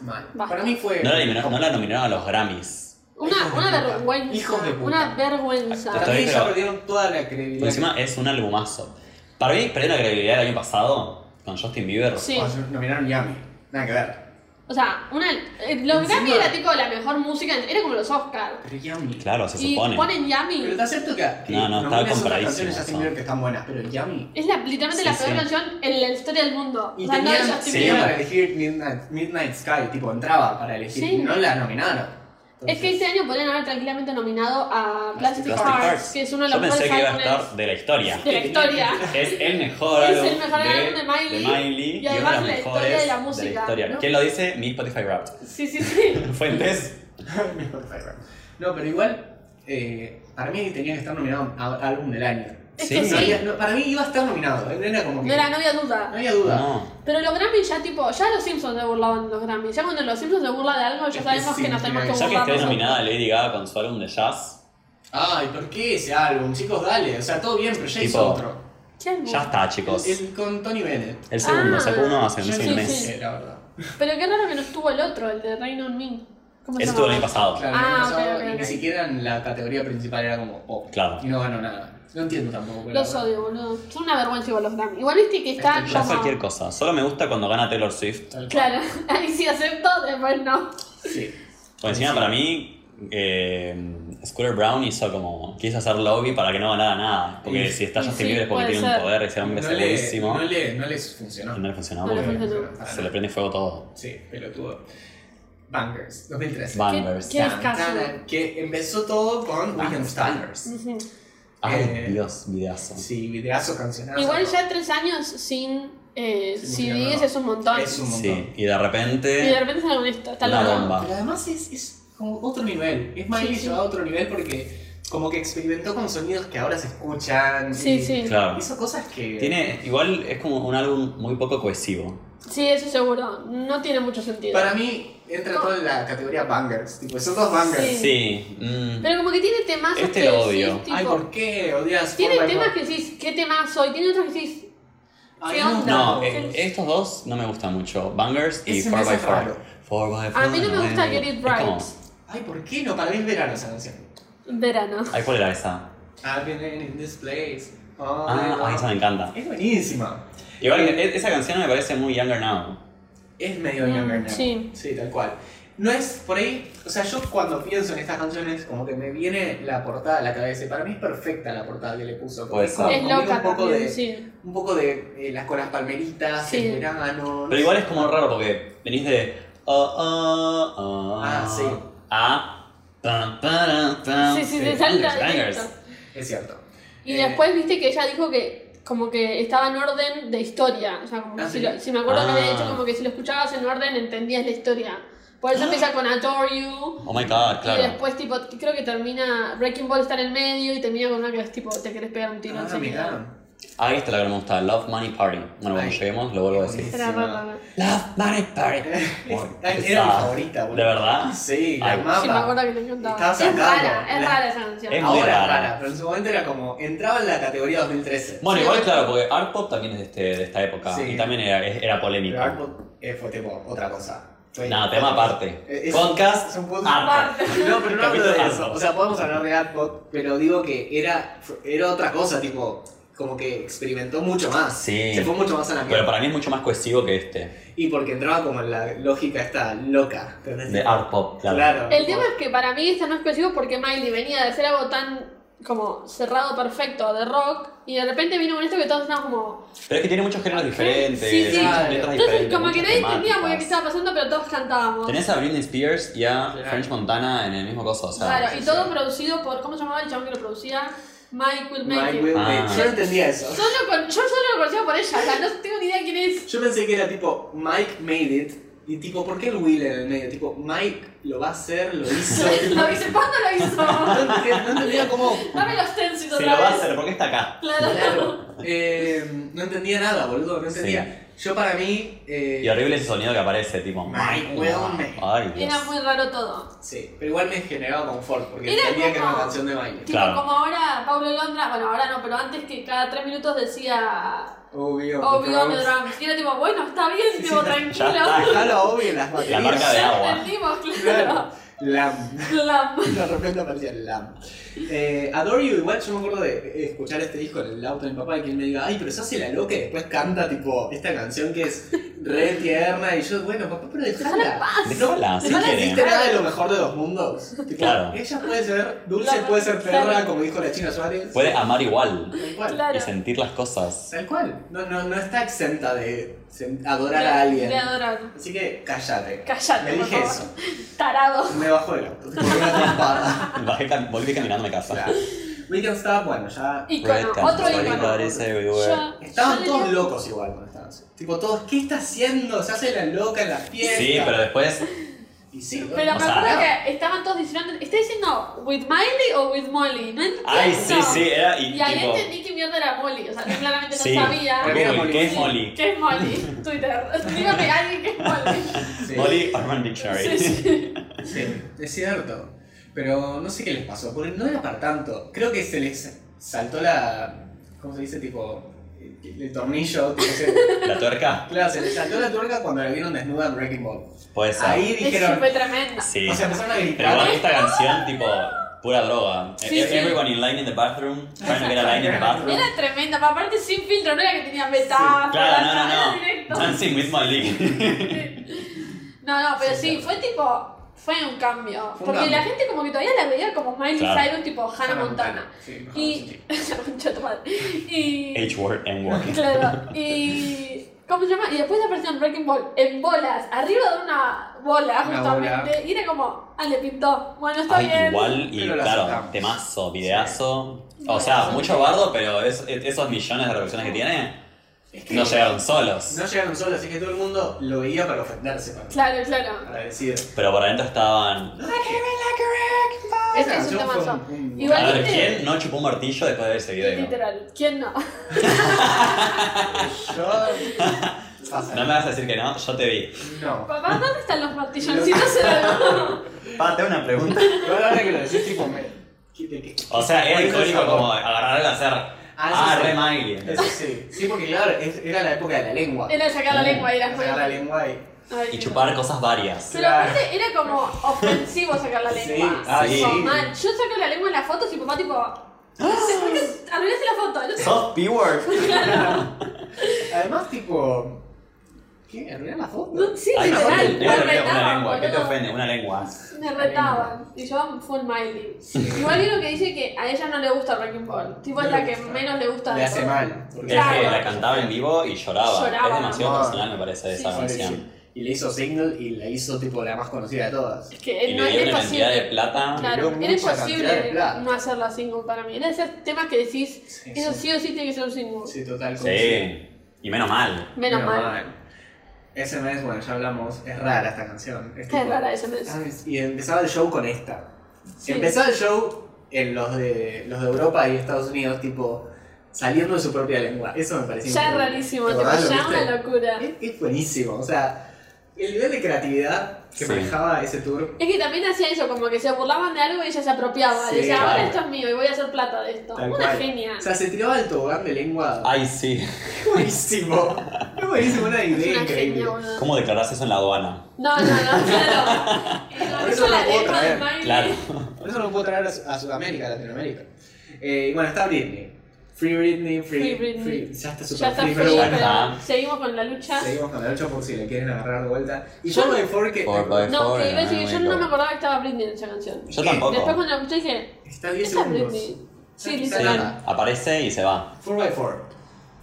A: Mal.
C: Basta.
A: Para mí fue.
B: No la, nominaron, no la nominaron a los Grammys.
A: Hijos
C: Una,
A: de
C: una
A: puta.
C: vergüenza.
A: Hijos de puta.
C: Una vergüenza.
A: Para
B: Estoy-
A: mí ya
B: pero-
A: perdieron toda la
B: Por
A: credibilidad.
B: encima es un albumazo. Para mí, perdí la credibilidad el año pasado con Justin Bieber.
C: Sí.
A: Cuando nominaron Yami. Nada que ver.
C: O sea, una, eh, los
A: Encima-
C: Grammy era tipo la mejor música, era como los Oscars.
A: Pero Yami.
B: Claro, se
C: Y
B: supone.
C: ponen
A: Pero
C: Yami.
A: te acepto que. que
B: No, no,
A: nominas
B: estaba
A: otras
B: compradísimo
A: canciones de Justin
B: eso.
A: Bieber que están buenas, pero Yami.
C: Es la, literalmente
B: Sí,
C: la peor
B: sí.
C: canción en la historia del mundo.
A: Y
C: o sea, no de
A: tenían,
C: Justin
B: sí.
A: tenían
C: Bieber.
A: para elegir Midnight, Midnight Sky, tipo, entraba para elegir.
C: Sí.
A: No la nominaron.
C: Es que este año podrían haber tranquilamente nominado a Plastic,
B: Plastic
C: Hearts,
B: Hearts.
C: que es uno de
B: Yo
C: los
B: pensé
C: mejores
B: que iba a
C: álbumes
B: estar de la historia.
C: de la historia.
B: Es el mejor
C: Es
B: álbum
C: el mejor álbum de Miley,
B: Miley,
C: y
B: uno de
C: además
B: los
C: la historia
B: mejores
C: de la música,
B: historia.
C: ¿no?
B: ¿Quién lo dice? Mi Spotify Wrapped.
C: Sí, sí, sí.
B: <laughs> Fuentes.
A: <laughs> no, pero igual, eh, para mí tenía que estar nominado a a álbum del año.
C: Es
B: Sí.
C: que
A: No
C: sí.
A: había- no, para mí iba a estar nominado. eh, Era como que.
C: No era, no había
A: no
C: duda.
A: había duda.
B: No.
C: Pero los Grammy ya tipo, ya los Simpsons se burlaban de los Grammy. Ya cuando los Simpsons se burlan de algo,
A: Es
C: ya
A: que
C: sabemos
A: sí,
C: que, nos tenemos que
A: mira,
B: Ya que
C: burlar.
B: esté
C: nosotros.
B: nominada Lady Gaga con su álbum de jazz,
A: Ay, ¿por qué ese álbum? Chicos, dale. O sea, todo bien, pero ya
B: Tipo,
A: hizo otro.
C: Qué hermoso.
B: ya está, chicos.
A: Es con Tony Bennett.
B: El segundo,
C: Ah.
B: sacó uno hace no
A: Yo
B: sé,
A: no
B: un
C: sí,
B: mes.
C: sí.
A: sé, la verdad.
C: Pero qué raro que no estuvo el otro, el de Rain on Me. ¿Cómo
B: Ese estuvo el año
C: llamaba?
B: pasado.
A: Claro,
C: Ah,
A: no pasaba,
C: ok, ok,
A: y
C: ok.
A: ni siquiera en la categoría principal era como pop.
B: Claro.
A: Y no ganó nada. No entiendo tampoco. la
C: Los
A: verdad.
C: odio, boludo. Son una vergüenza igual los Grammy. Igual viste que está
A: Este,
B: Ya
A: Ajá.
B: es cualquier cosa. Solo me gusta cuando gana Taylor Swift.
A: Tal cual.
C: Claro, <laughs> ahí sí acepto, después no.
A: Sí.
B: Por Pues encima, para mí, eh, Scooter Brown hizo como. Quiso hacer lobby para que no ganara nada. Porque
A: Y-
B: si está
C: y
B: Justin
C: sí,
B: Bieber es porque
C: puede
B: tiene un
C: ser.
B: poder, ese hombre
A: No
B: es
A: le,
B: buenísimo.
A: no, le, no les funcionó.
B: Y no le funcionó
C: No le
B: porque
C: funcionó.
B: se le prende fuego todo.
A: Sí, pelotudo. Bangers, 2013.
B: Va. Bangers.
C: ¿Qué, qué
A: Tan,
C: escaso.
A: tan, que empezó todo con Weekend Standards.
C: Ujú.
B: Ay,
A: Eh,
B: Dios, videazo.
A: Sí, videazo, cancionazo.
C: Igual ya tres años sin eh,
A: Sin música
C: CDs
A: nueva.
C: es un montón.
A: Es un
B: Sí,
A: montón.
B: y de
C: Y de
B: repente.
C: repente sale con esto, está
B: Una
C: loco.
B: bomba.
A: Pero además es, es como otro nivel. Es Miley
C: Sí, sí.
A: llevado a otro nivel porque Como que experimentó con sonidos que ahora se escuchan. y
C: Sí, sí.
B: Claro.
A: Hizo cosas que.
B: Tiene, igual es como un álbum muy poco cohesivo.
C: Sí, eso seguro. No tiene mucho sentido.
A: Para mí, entra todo en la categoría bangers. Tipo, son dos bangers.
C: Sí.
B: Sí. mm.
C: Pero como que tiene temas
B: Este
C: que
B: lo
C: decís,
B: odio.
C: tipo,
A: Ay, ¿por qué odias
C: Tiene
A: Fortnite?
C: temas que decís, ¿qué tema soy? Tiene otros que decís,
A: Ay,
C: ¿qué
A: no.
C: onda?
B: No,
C: Sí.
B: eh, estos dos no me gustan mucho. Bangers y
A: Ese me hace
B: 4x4.
A: raro.
B: 4x4.
C: a mí no me gusta
B: eh,
C: Get It
B: es como-
C: Right.
A: Ay, ¿por qué no? Para mí es verano esa canción.
C: Verano.
B: Ay, ¿cuál era esa?
A: I've been in this place. all day
B: Ah,
A: long.
B: ay, esa me encanta.
A: Es buenísima.
B: Igual que e- esa canción me parece muy Younger Now.
A: Es medio
C: Mm,
A: younger now.
C: sí.
A: tal cual. No es por ahí, o sea, yo cuando pienso en estas canciones, como que me viene la portada a la cabeza. y Para mí es perfecta la portada que le puso. como
B: Puede
A: Ah, como-
B: ser.
C: es
A: combina
C: loca
A: un poco
C: también,
A: de,
C: sí.
A: Un poco de eh, las con las palmeritas,
C: Sí.
A: el verano.
B: Pero igual es como raro porque venís de. ah, ah, ah,
A: Ah, sí.
B: A. pam, para,
A: Ah,
B: pam,
C: Sí, sí,
B: sí,
C: te salta
B: bangers, bangers.
C: directo.
A: Es cierto.
C: Y
A: Eh,
C: después viste que ella dijo que como que estaba en orden de historia. O sea, como que
A: Ah,
C: si,
A: sí.
C: lo- si me acuerdo que había dicho
B: Ah.
C: como que si lo escuchabas en orden entendías la historia. Por
A: Ah.
C: eso empieza con Adore You.
B: Oh my god,
C: Y
B: claro.
C: después tipo, creo que termina, Wrecking Ball está en el medio y termina con una que es tipo, te querés pegar un tiro
A: ah,
C: enseguida.
A: mirá.
B: Ahí está Ah, la que me gusta, Love Money Party. Bueno, cuando
A: Ay.
B: lleguemos lo vuelvo a
A: <laughs>
B: decir.
C: Era rara.
B: Love Money Party.
A: Ay,
B: Esa-
A: ah, <laughs> Era mi favorita,
B: ¿De
A: boludo.
B: verdad?
A: Sí, la
B: Ay.
A: amaba.
C: Sí, me acuerdo que le encantaba.
A: Ah, Estaba
C: Es
A: sacando.
C: rara, es
A: La-
C: rara esa canción.
B: Es muy
A: Ahora es
B: rara.
A: rara, pero en su momento era como. Entraba en la categoría 2013.
B: Bueno,
C: Sí.
B: igual claro, porque Art Pop también es de, este, de esta época
A: Sí.
B: y también era, es- era polémico.
A: Pero Arco eh, fue tipo otra cosa. Fue-
B: Nada, tema aparte.
A: Eh, es-
B: Podcast.
A: es un podcast.
B: Art Pop.
A: <laughs> No, pero no hablo de
B: Capítulo
A: eso.
B: Arco.
A: O sea, podemos hablar de Arco, pero digo que era, era otra cosa, tipo, como que experimentó mucho más.
B: Sí.
A: Se fue mucho más a la
B: Pero
A: mierda.
B: para mí es mucho más cohesivo que este,
A: Y porque entraba como en la lógica esta loca. ¿entendés?
B: de Art Pop, claro.
A: Claro.
C: El tema es que para mí este no es cohesivo porque Miley venía de ser algo tan como cerrado perfecto de rock y de repente vino con esto que todos estábamos como...
B: Pero es que tiene muchos géneros diferentes,
C: Sí, sí.
B: muchas letras
C: Entonces
B: diferentes.
C: como que
B: muchas
C: nadie entendía por qué
B: temáticas.
C: estaba pasando pero todos cantábamos.
B: Tenés a Britney Spears y a
A: Claro.
B: French Montana en el mismo coso, o sea.
C: Claro, y
A: sí,
C: todo
A: sí.
C: producido por, ¿cómo se llamaba el chabón que lo producía? Mike Will Make
A: Mike
C: It.
A: Will-
B: Ah.
A: Yo no entendía eso.
C: Solo con- yo solo lo conocía por ella, o sea, no tengo ni idea quién es.
A: Yo pensé que era tipo Mike made it. Y tipo, ¿por qué el Will en el medio? Tipo, Mike lo va a hacer, lo
C: <laughs>
A: hizo.
C: lo hice, ¿cuándo
A: No
C: lo hizo?
A: entendía, no entendía cómo.
C: Dame los tensis
B: Se lo
C: otra
B: va a
C: vez.
B: hacer porque está acá.
C: Claro.
A: Claro. Eh, no entendía nada, boludo. No entendía. Yo para mí. eh,
B: Y horrible ese sonido que aparece, tipo.
A: Ay, weón.
B: Ay, Dios.
C: Era muy raro todo.
A: Sí, pero igual me generaba confort porque
C: Era
A: entendía que era una
C: como-
A: canción de baile.
C: Tipo,
B: Claro.
C: como ahora Pablo Londra, bueno, ahora no, pero antes que cada tres minutos decía "Oh,
A: Obvio.
C: Obvio
A: pero-
C: on the drums. Y era tipo, bueno, está bien,
A: Sí,
C: tipo,
A: sí,
C: tranquilo.
B: ya está.
A: Dejalo obvio en las
B: La
A: baterías.
B: marca de
C: Ya
B: agua.
C: entendimos, <laughs>
A: Claro.
C: claro.
A: Lam. <laughs>
C: Glam.
A: De repente aparecía el Lam. Eh, Adore You, igual yo me acuerdo de eh, escuchar este disco en el auto de mi papá y que él me diga, ay, pero se hace la loca y después canta tipo esta canción que es re tierna. Y yo, bueno, papá, pero dejala.
B: Dejala, si
A: no
B: quiere.
A: hiciste nada de lo mejor de los mundos. Tipo,
B: Claro.
A: Ella puede ser dulce,
C: Claro,
A: puede ser
C: claro.
A: perra, como dijo la China Suárez.
B: Puede amar igual
A: Tal cual.
C: Claro.
B: y sentir las cosas.
A: Tal cual. No, no, no está exenta de sen- adorar a alguien.
C: Le adoraron.
A: Así que cállate.
C: Cállate,
A: Me
C: por
A: dije
C: favor.
A: eso.
C: Tarado.
A: Me bajó el auto. <laughs> Tipo, una trompada.
B: Bajé cam- Volví caminando a mi casa.
A: Claro. We can stop, bueno, ya.
C: Icono,
B: Red Cam-
C: otro
A: Sorry,
C: icono.
A: Barbie.
B: Everybody's everywhere.
A: Estaban
C: yo
A: todos
C: diría-
A: locos igual cuando estaban así. Tipo, todos, ¿qué está haciendo? Se hace la loca en la fiesta.
B: Sí, pero después
A: Y sí,
C: Pero
B: O
C: me
B: sea,
C: acuerdo que estaban todos diciendo, ¿está diciendo with Miley o with Molly? No entiendo.
B: Ay, sí, sí, era y,
C: Y ahí
B: tipo.
C: entendí que mierda era Molly, o sea, yo claramente no
B: sí,
C: sabía.
A: Porque
B: Google, ¿qué es
A: Sí.
B: Molly?
C: ¿Qué es Molly? Twitter. Dígame a alguien que
B: <laughs>
C: es Molly.
A: sí,
B: Molly Urban Dictionary.
C: Sí, sí.
A: sí, es cierto. Pero no sé qué les pasó, porque no era para tanto. Creo que se les saltó la. ¿Cómo se dice? Tipo. El el tornillo. tipo,
C: <laughs>
A: se-
B: La tuerca,
A: claro, se les saltó la tuerca cuando la vieron desnuda en Breaking Ball.
B: puede ser.
A: Ahí
C: Es
A: dijeron.
C: súper tremenda.
B: Sí.
A: O sea, empezaron a
B: Pero igual
A: gritar.
B: esta canción, tipo, pura droga.
C: Sí,
B: E-
C: sí.
B: Everyone in line in the bathroom, trying to get a line in the bathroom.
C: Era tremenda, pero aparte sin filtro, no era que tenía metáfora,
B: Claro, no,
C: era
B: no, no. <laughs>
C: directo.
B: Dancing with Molly.
C: No, no, pero sí,
A: Sí,
C: fue tipo. Fue un cambio.
A: Fue un
C: porque
A: cambio.
C: la gente como que todavía la veía como Miley
B: Claro.
C: Cyrus, tipo Hannah Montana.
A: Sí, mejor
C: Y.
A: Ah,
C: Chato madre. <laughs> Y.
B: H-word, N-word.
C: Claro. Y. ¿Cómo se llama? Y después apareció en Breaking Ball, en bolas, arriba de una bola,
A: Una
C: justamente.
A: bola.
C: Y era como, ah, le pintó. Bueno, está
B: Ay,
C: bien.
B: igual, y
A: Pero la
B: claro,
A: aceptamos.
B: temazo, videazo. O sea, mucho bardo, pero es- es- esos millones de reproducciones que tiene
A: Es que
B: no llegaron solos.
A: No llegaron solos, así que todo el mundo lo veía para ofenderse, para,
C: Claro, claro.
A: para decir.
B: Pero por adentro estaban.
C: Este es un
A: yo fue
C: temazo.
A: un- un-
C: Igual
B: A ver,
C: viste-
B: ¿quién no chupó un martillo después de ese video?
C: Literal. ¿Quién no?
A: Ah, Yo.
B: No me vas a decir que no, yo te vi.
A: No.
C: Papá, ¿dónde están los <laughs> martilloncitos en algo?
B: Pa, tengo una pregunta.
A: Igual ahora que lo decís, tipo, me. ¿qué- de qué?
B: O sea, era
A: Bueno,
B: icónico
A: eso-
B: como agarrar al hacer. Ah,
A: eso sí.
B: re Miley.
A: Eso sí. Sí, porque claro, es- era la época de la lengua.
C: Era sacar la lengua y era
A: Sacar la lengua y. <laughs>
C: Ay,
B: Y chupar cosas varias.
C: Pero aparte era como ofensivo sacar la
A: Sí,
C: lengua.
A: ah,
C: Tipo,
A: sí. Ah.
C: mal. Yo saco la lengua en las fotos y papá tipo. No sé por qué arruinaste la foto. No sé.
B: Soft P-word.
A: Además, tipo. ¿Qué? ¿Arruinar la foto?
C: No, sí,
B: Ay, no,
C: literal.
B: ¿qué te
C: me
B: ofende una
C: retaban,
B: lengua? ¿Qué te
C: boludo.
B: ofende? Una lengua.
C: Me retaban. Y yo full Miley. Igual vieron que dice que a ella no le gusta rock and roll. Tipo es
A: No
C: la
A: le
C: que
A: gusta.
C: menos le gusta
A: Le
C: de
A: hace
C: todo.
A: mal.
B: Es
A: porque-
B: que
C: Claro.
B: eh, la cantaba en vivo y lloraba.
C: Lloraba.
B: Es demasiado
A: Ah.
B: personal, me parece, de
C: Sí,
B: esa
C: sí,
B: canción.
A: Y le hizo single y la hizo tipo la más conocida de todas.
C: Es que
B: Y
C: no
B: le
C: es
B: dieron una cantidad de
C: imposible.
A: Tiró
B: plata.
C: Claro,
A: mucha
C: era
A: cantidad de
C: imposible
A: plata.
C: no hacerla single para mí. Era esos temas que decís,
A: Sí,
C: eso
A: sí.
C: sí o sí tiene que ser un single.
A: Sí, total. coincido.
B: Sí. Y menos mal.
C: Menos
A: Pero
C: mal.
A: Ese mes, bueno, ya hablamos, es rara esta canción. Es,
C: Es
A: tipo-
C: rara esa mes.
A: Ah, es- Y empezaba el show con esta.
C: Sí.
A: Empezaba el show en los de, los de Europa y Estados Unidos, tipo, saliendo de su propia lengua. Eso me parecía
C: Ya es
A: increíble.
C: rarísimo,
A: ¿Te
C: tipo,
A: acordás? ¿Lo
C: ya
A: viste?
C: una locura.
A: Es, es buenísimo, o sea, el nivel de creatividad que
B: Sí.
A: manejaba ese tour.
C: Es que también hacía eso, como que se burlaban de algo y ella se apropiaba.
A: Sí,
C: decía, ahora
B: claro.
C: esto es mío y voy a hacer plata de esto.
A: tal
C: Una
A: cual.
C: genia.
A: O sea, se tiraba el tobogán de lengua.
B: Ay, sí.
A: Es <laughs> buenísimo. Es buenísimo, una
C: Es
A: idea
C: una
A: increíble.
C: genia, boludo.
B: ¿Cómo declarás eso en la aduana?
C: No, no, no,
B: <laughs>
C: claro.
A: Por
C: Eso,
A: eso no
C: la
A: lo puedo
C: lengua de
A: traer.
C: Miley.
B: Claro.
A: Por eso no lo puedo traer a, Su- a Sudamérica, a Latinoamérica. Eh, bueno, está Britney. Free Britney, free,
C: Free Britney.
A: free- Ya está super
C: Ya está
A: free,
C: frío,
A: pero bueno.
C: pero
B: bueno.
C: seguimos con la lucha.
A: Seguimos con la lucha por si le quieren agarrar de vuelta. Y
C: Yo-
A: yo lo de Fork.
B: Four by
C: No,
B: four,
C: que iba a decir que yo no me
B: amigo.
C: acordaba que estaba Britney en esa canción.
B: Yo
A: ¿Qué?
C: Después
B: tampoco.
C: cuando la escuché dije,
A: Está 10
C: esa es
A: segundos.
C: Britney.
A: Sí,
C: Sí,
B: Sí,
C: literal.
B: Aparece y se va.
A: 4x4.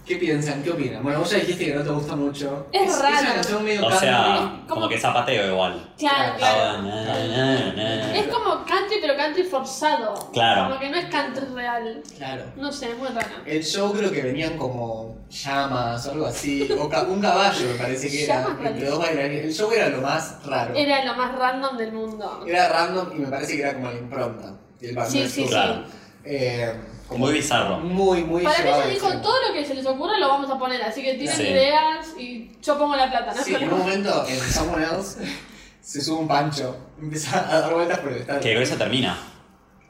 A: ¿Qué piensan? ¿Qué opinan? Bueno, vos ya dijiste que no te gusta mucho.
C: Es raro.
A: una canción medio
B: O
A: country.
B: sea,
C: como-
B: como que zapateo igual.
C: Claro, claro.
B: Ah, na, na, na.
C: Es como country, pero country forzado.
B: Claro.
C: Como que no es country real.
A: Claro.
C: No sé, es muy rara.
A: El show creo que venían como llamas o algo así. O ca- un caballo me parece que era.
C: Llamas,
A: Entre dos bailarines. El show era lo más raro.
C: Era lo más random del mundo.
A: Era random y me parece que era como la impronta. del bando
C: Sí,
A: del
C: sí,
A: sur.
B: Claro.
A: Eh, como
B: Muy bizarro.
A: muy, muy
C: Para mí
A: llevado
C: ella
A: al
C: dijo,
A: extremo.
C: todo lo que se les ocurra lo vamos a poner, así que tienen
B: Sí.
C: ideas y yo pongo la plata, ¿no?
A: Sí, en un momento en Someone Else se sube un pancho, empieza a dar vueltas por el estadio.
B: Que eso termina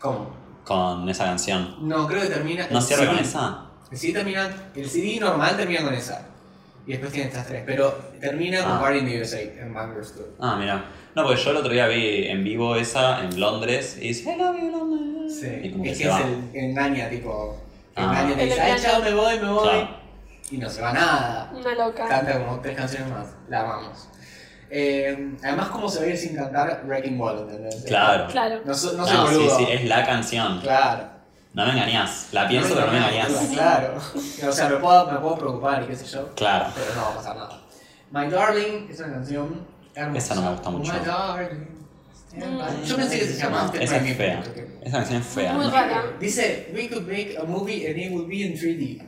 A: ¿Cómo?
B: con esa canción.
A: No, creo que termina.
B: ¿No
A: el
B: cierra
A: CD.
B: con esa?
A: El CD, termina, el CD normal termina con esa. Y después tiene estas tres. Pero termina con
B: Ah.
A: Party in the USA en Bangers Tour.
B: Ah, mira. No, porque yo el otro día vi en vivo esa en Londres y dice, Hello, you
C: Mm.
B: Londres.
A: Sí.
B: Y como que
A: Es
B: se
A: que es
B: va.
A: el que engaña, tipo. que
B: Ah.
A: Engaña, te
C: El
A: dice, ay,
C: engaño.
A: chao, me voy, me voy.
B: Claro.
A: Y no se va nada.
C: Una loca.
A: Canta como tres canciones más. La amamos. Eh, además, ¿cómo se va a ir sin cantar Wrecking Ball? ¿entendés?
B: Claro.
A: <laughs>
C: Claro.
A: No, so- no
B: No,
A: soy
B: sí,
A: boludo.
B: sí, es la canción.
A: Claro.
B: No me engañás. La pienso, pero no me engañás.
A: Claro. O sea, me puedo, me puedo preocupar y qué sé yo,
B: Claro.
A: pero no va a pasar nada. My Darling es una canción hermosa.
B: Esa no me gusta mucho.
A: My Darling. stand by.
C: Mm.
A: Yo pensé que se llamaba Stand
B: Esa
A: By
B: es
A: Me,
B: fea.
A: pero creo que-
B: Esa canción es fea.
C: Muy rara.
A: Dice, we could make a movie and it would be in 3D.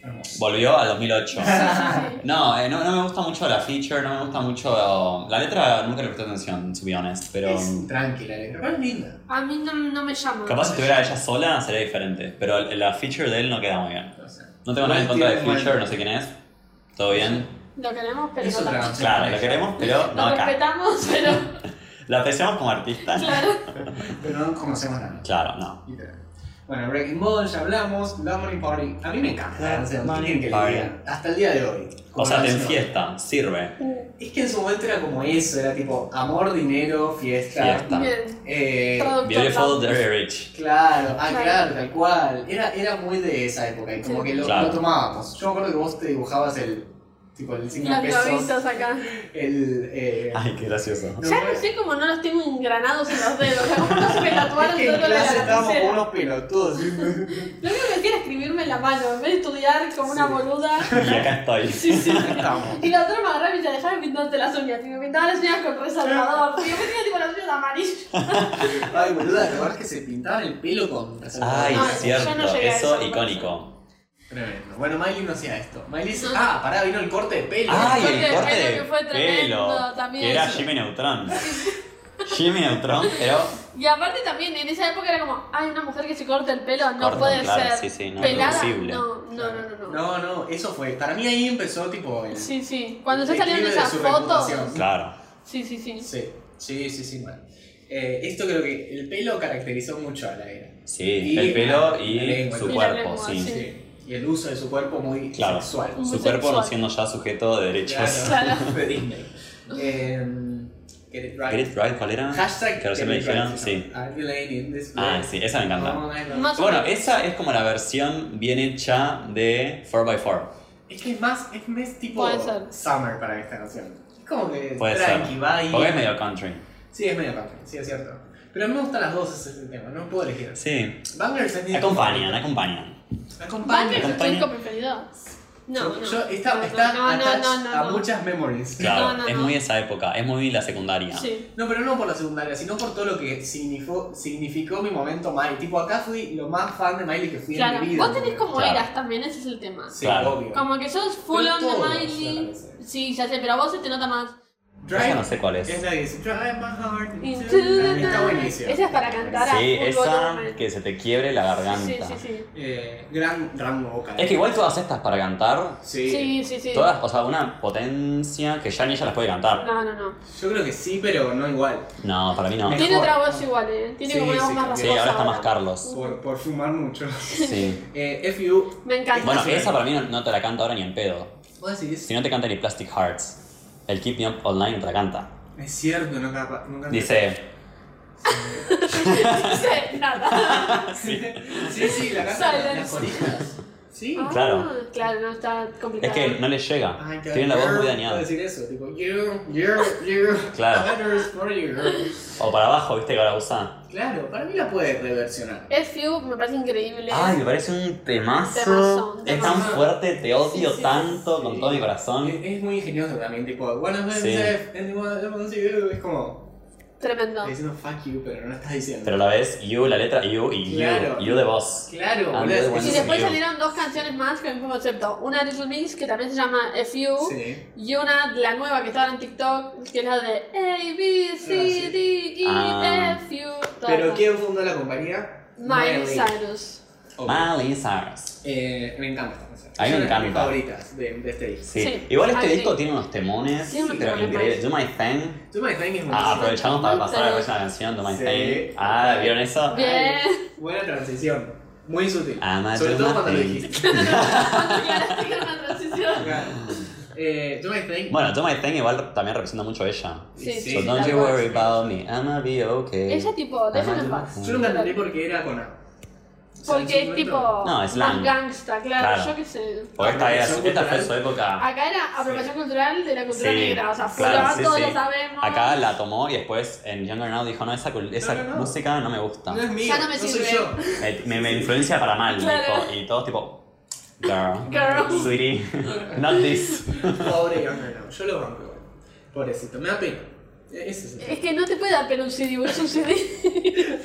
A: Hermoso.
B: Volvió al 2008.
C: Sí, sí, sí.
B: No, eh, no, no me gusta mucho la feature, no me gusta mucho... La letra nunca le presté atención, to be honest, pero... um,
A: Es tranquila, la letra, pero es linda.
C: A mí no, no me llama.
B: Capaz si estuviera ella sola sería diferente, pero la feature de él no queda muy bien.
A: No sé.
B: No tengo nada en
A: Igual
B: contra de
A: tiene un buen-
B: feature, no sé quién es. ¿Todo bien?
C: Lo queremos, pero
A: Es
C: no
A: otra
C: tanto.
A: canción.
B: Claro, lo queremos, pero no
C: Lo
B: acá.
C: respetamos,
B: <laughs>
C: pero <laughs>
B: La apreciamos como artista.
C: claro.
A: Pero no conocemos nada.
B: Claro, no.
A: Literal. Bueno, Wrecking Ball, ya hablamos. La Money Party. A mí me encanta la canción. ¿qué
B: Money
A: quieren que le
B: Party.
A: diga? Hasta el día de hoy.
B: O
A: como
B: sea, te
A: canción.
B: enfiesta, sirve.
A: Es que en su momento era como eso, era tipo amor, dinero, fiesta.
B: Fiesta.
C: Bien.
A: Eh,
C: Traductor.
B: Beautiful, very rich.
A: claro, ah,
C: Claro.
A: claro. tal cual. Era, era muy de esa época y como
C: Sí.
A: que lo,
B: Claro.
A: lo tomábamos. Yo me acuerdo que vos te dibujabas el tipo el signo
C: Los
A: pesos.
C: globitos acá.
A: El eh,
B: Ay, qué gracioso.
A: no,
C: Ya
A: no,
C: no sé cómo no los tengo engranados en los dedos. O sea, cómo
A: <laughs>
C: no se me
A: es
C: tatuaron
A: que en
C: todo la
A: clase estábamos
C: lapicera.
A: como unos pelotudos.
C: Lo único que hacía era escribirme en la mano, en vez de estudiar como una
A: Sí. <laughs>
C: boluda.
B: Y acá
C: <laughs>
B: estoy.
A: Sí, sí,
B: <laughs>
A: estábamos.
C: Y la otra me agarraba y me dejaba pintarte las uñas. Y me pintaba las uñas con resaltador. Y yo me tenía tipo las uñas amarillas.
A: Ay, boluda, ¿te acordás que se pintaban el pelo con
B: Ay,
C: No, yo no
B: cierto.
C: llegué a
B: Eso
C: eso.
B: icónico.
A: Tremendo. Bueno, Miley no hacía esto. Miley dice, ah, pará, vino el corte de pelo.
B: Ay,
C: corte de
B: el corte
C: pelo que fue
B: de
C: tremendo
B: pelo.
C: también.
B: Que era Jimmy Neutron. Jimmy Neutron, pero
C: Y aparte también, en esa época era como, ay, una mujer que se corta el pelo, no
B: Corta,
C: puede
B: claro,
C: ser
B: sí, sí, no,
C: pelada.
B: reducible.
C: No, no, no, no, no.
A: No, no, eso fue. Para mí ahí empezó tipo el.
C: Sí, sí. Cuando ya
A: El
C: salieron
A: declive de
C: esas
A: su
C: fotos.
A: reputación.
B: claro.
C: Sí, sí, sí.
A: Sí, sí, sí, sí, mal. Eh, esto creo que el pelo caracterizó mucho a la era.
B: Sí,
A: Y
B: el pelo
A: la
B: y
A: lengua.
B: su
A: Y la
B: cuerpo,
C: lengua,
B: sí.
C: sí.
A: Y el uso de su cuerpo muy
B: Claro.
A: sexual.
C: Muy
B: Su cuerpo no
C: sexual.
B: siendo ya sujeto de
A: <laughs>
B: derechos.
C: Claro.
A: De Disney. Em, get it right.
B: Get it right, ¿cuál era?
A: Hashtag
B: Que ahora se me
A: get it
B: dijeron,
A: right,
B: sí.
A: ¿no? Are you laying in this
B: Ah,
A: bed?
B: sí, esa me encanta.
A: Oh my God.
C: Más o
B: Bueno,
C: menos.
B: esa es como la versión bien hecha de 4x4.
A: Es que es más, es más tipo
C: Puede ser.
A: summer para esta canción. Es como que
B: Puede
A: tranqui,
B: ser.
A: va ahí.
B: Porque es medio country.
A: Sí, es medio country, sí, es cierto. Pero a mí me gustan las dos, ese es el tema, no puedo elegir.
B: Sí.
A: Bangers es mi-
B: Acompañan, ¿eh? acompañan.
A: Acompañan.
C: ¿Bangers es tu
B: acompaña.
C: disco preferido? No,
A: Yo-
C: no.
A: yo- está
C: No,
A: está
C: no, no,
A: attached
C: no, no,
A: a
C: no.
A: muchas memories.
B: Claro,
C: No, no,
B: es
C: no.
B: muy esa época, es muy la secundaria.
C: Sí.
A: No, pero no por la secundaria, sino por todo lo que significó, significó mi momento Miley. Tipo, acá fui lo más fan de Miley que fui en
C: Claro.
A: mi vida.
C: Vos tenés como
B: Claro.
C: eras también, ese es el tema.
A: Sí,
B: Claro.
A: obvio.
C: Como que sos full
A: Pero
C: on de
A: todos, me
C: Miley.
A: parece.
C: Sí, ya sé, pero a vos se te nota más.
B: Esa
A: Drive
B: no sé cuál es.
A: es la que dice Drive my heart into
C: Into the
A: the- Está
C: night.
A: buenísimo.
C: Esa es para cantar.
B: Sí,
C: Full
B: esa
C: volumen.
B: que se te quiebre la garganta.
C: Sí, sí, sí.
A: Eh, gran rango vocal.
B: Es que igual todas estas para cantar,
A: Sí.
C: Sí, sí, sí.
B: todas, o sea, una potencia que ya ni ella las puede cantar.
C: No, no, no.
A: Yo creo que sí, pero no igual.
B: No, para mí no.
A: Mejor.
C: Tiene otra voz igual, ¿eh? Tiene
A: Sí,
C: como una voz
A: sí,
C: más
A: sí,
B: Sí,
C: rasposa.
B: ahora está más Carlos.
A: Por, por fumar mucho.
B: Sí.
A: Eh, FU.
C: Me encanta. <laughs>
B: Bueno,
A: Sí.
B: esa para mí no, no te la canta ahora ni en pedo.
A: ¿Vos decís?
B: Si no te canta ni Plastic Hearts, el Keep Me Up Online te la canta.
A: Es cierto, no capa- nunca.
B: Dice,
C: No sé, nada.
A: <laughs> Sí, sí,
B: <laughs>
A: la casa de las
C: Silence.
A: orejas. Sí.
C: Ah,
B: Claro.
C: Claro, no está
B: es
C: complicado.
B: que no le llega.
A: Ay, que
B: Tiene la voz
A: girl,
B: muy
A: puedo
B: dañada.
A: decir eso, tipo, you, you, you.
B: Claro.
A: Letters for you.
B: O para abajo, viste que ahora usa.
A: Claro, para mí la puedes reversionar.
C: FU me parece increíble.
B: Ay, me parece un temazo.
C: Temazo, un
B: Es tan
A: temazo.
B: fuerte, te odio
C: Sí, sí,
B: tanto
A: sí.
B: con todo mi corazón.
A: Es, es muy ingenioso también, tipo, one of them
B: Sí.
A: left and one of them you. Es como,
C: Tremendo.
A: está diciendo fuck you, pero no estás diciendo.
B: Pero a la vez, you, la letra you y you,
A: Claro.
B: you de voz.
A: claro, boludo.
B: Ah, bueno,
C: Y
A: eso
B: sí.
C: después
B: mío.
C: salieron dos canciones más con el mismo concepto. Una Little Mix, que también se llama FU.
A: Sí.
C: Y una, la nueva que estaba en TikTok, que es la de A, B, C,
A: Ah, sí.
C: D, E,
B: Ah.
C: F, U. todas
A: Pero
C: esas.
A: ¿quién fundó la compañía?
C: Miley Cyrus.
A: Ok.
B: Miley Cyrus.
A: Eh, me encanta esta canción.
B: A mí
A: Es una
B: me
A: de mis
B: encanta.
A: favoritas de, de este disco.
B: Sí.
C: Sí.
B: Igual este
C: Ay, sí.
B: disco tiene unos temones,
C: Tiene unos
B: pero
C: temones.
B: increíbles. Do My Thing.
A: Tú me es
B: Ah,
A: buenísima.
B: aprovechamos para
C: Sí.
B: pasar a la próxima canción, Do My
A: Sí.
B: Thing. Ah, ¿vieron
A: <laughs>
B: eso?
C: Bien.
A: Buena transición. Muy sutil.
B: Ama
A: Sobre
B: Do
A: todo
B: My
A: cuando lo
B: Thing.
A: dijiste. <laughs>
C: Claro, sí que era una transición.
A: Claro. Eh, Do My Thing.
B: Bueno, Do My Thing igual también representa mucho a ella.
C: Sí,
A: Sí,
C: sí.
B: so don't
C: tal
B: you
C: cual.
B: worry about me, I'ma be okay.
C: Ella tipo, déjame en paz.
A: Yo nunca entendí por qué era con A. O sea, en su
C: Porque es
A: momento-
C: tipo
B: No, es slang.
C: más gangsta, claro,
B: Claro.
C: yo qué sé.
B: Porque esta, era su- esta fue
A: Apropiación
B: su época.
C: Acá era apropiación cultural de la cultura
B: Sí,
C: negra, o sea, full
B: claro,
C: on,
B: sí,
C: todos
B: sí.
C: lo sabemos.
B: Acá la tomó y después en Younger Now dijo, no, esa, cul- esa
A: no, no.
B: música no me
A: <laughs>
B: gusta.
A: No es mío,
C: Ya no me
A: soy
C: sirve.
A: yo.
B: Me, me- me influencia para mal,
C: Claro.
B: dijo. Y todos tipo, girl,
C: Girl.
B: sweetie, not this.
A: Pobre Younger Now, yo lo banco. igual. Pobrecito, me da pena. E- Ese es
C: <laughs>
A: el
C: Es que no te puede dar pena un CD, porque es un CD.
A: tema.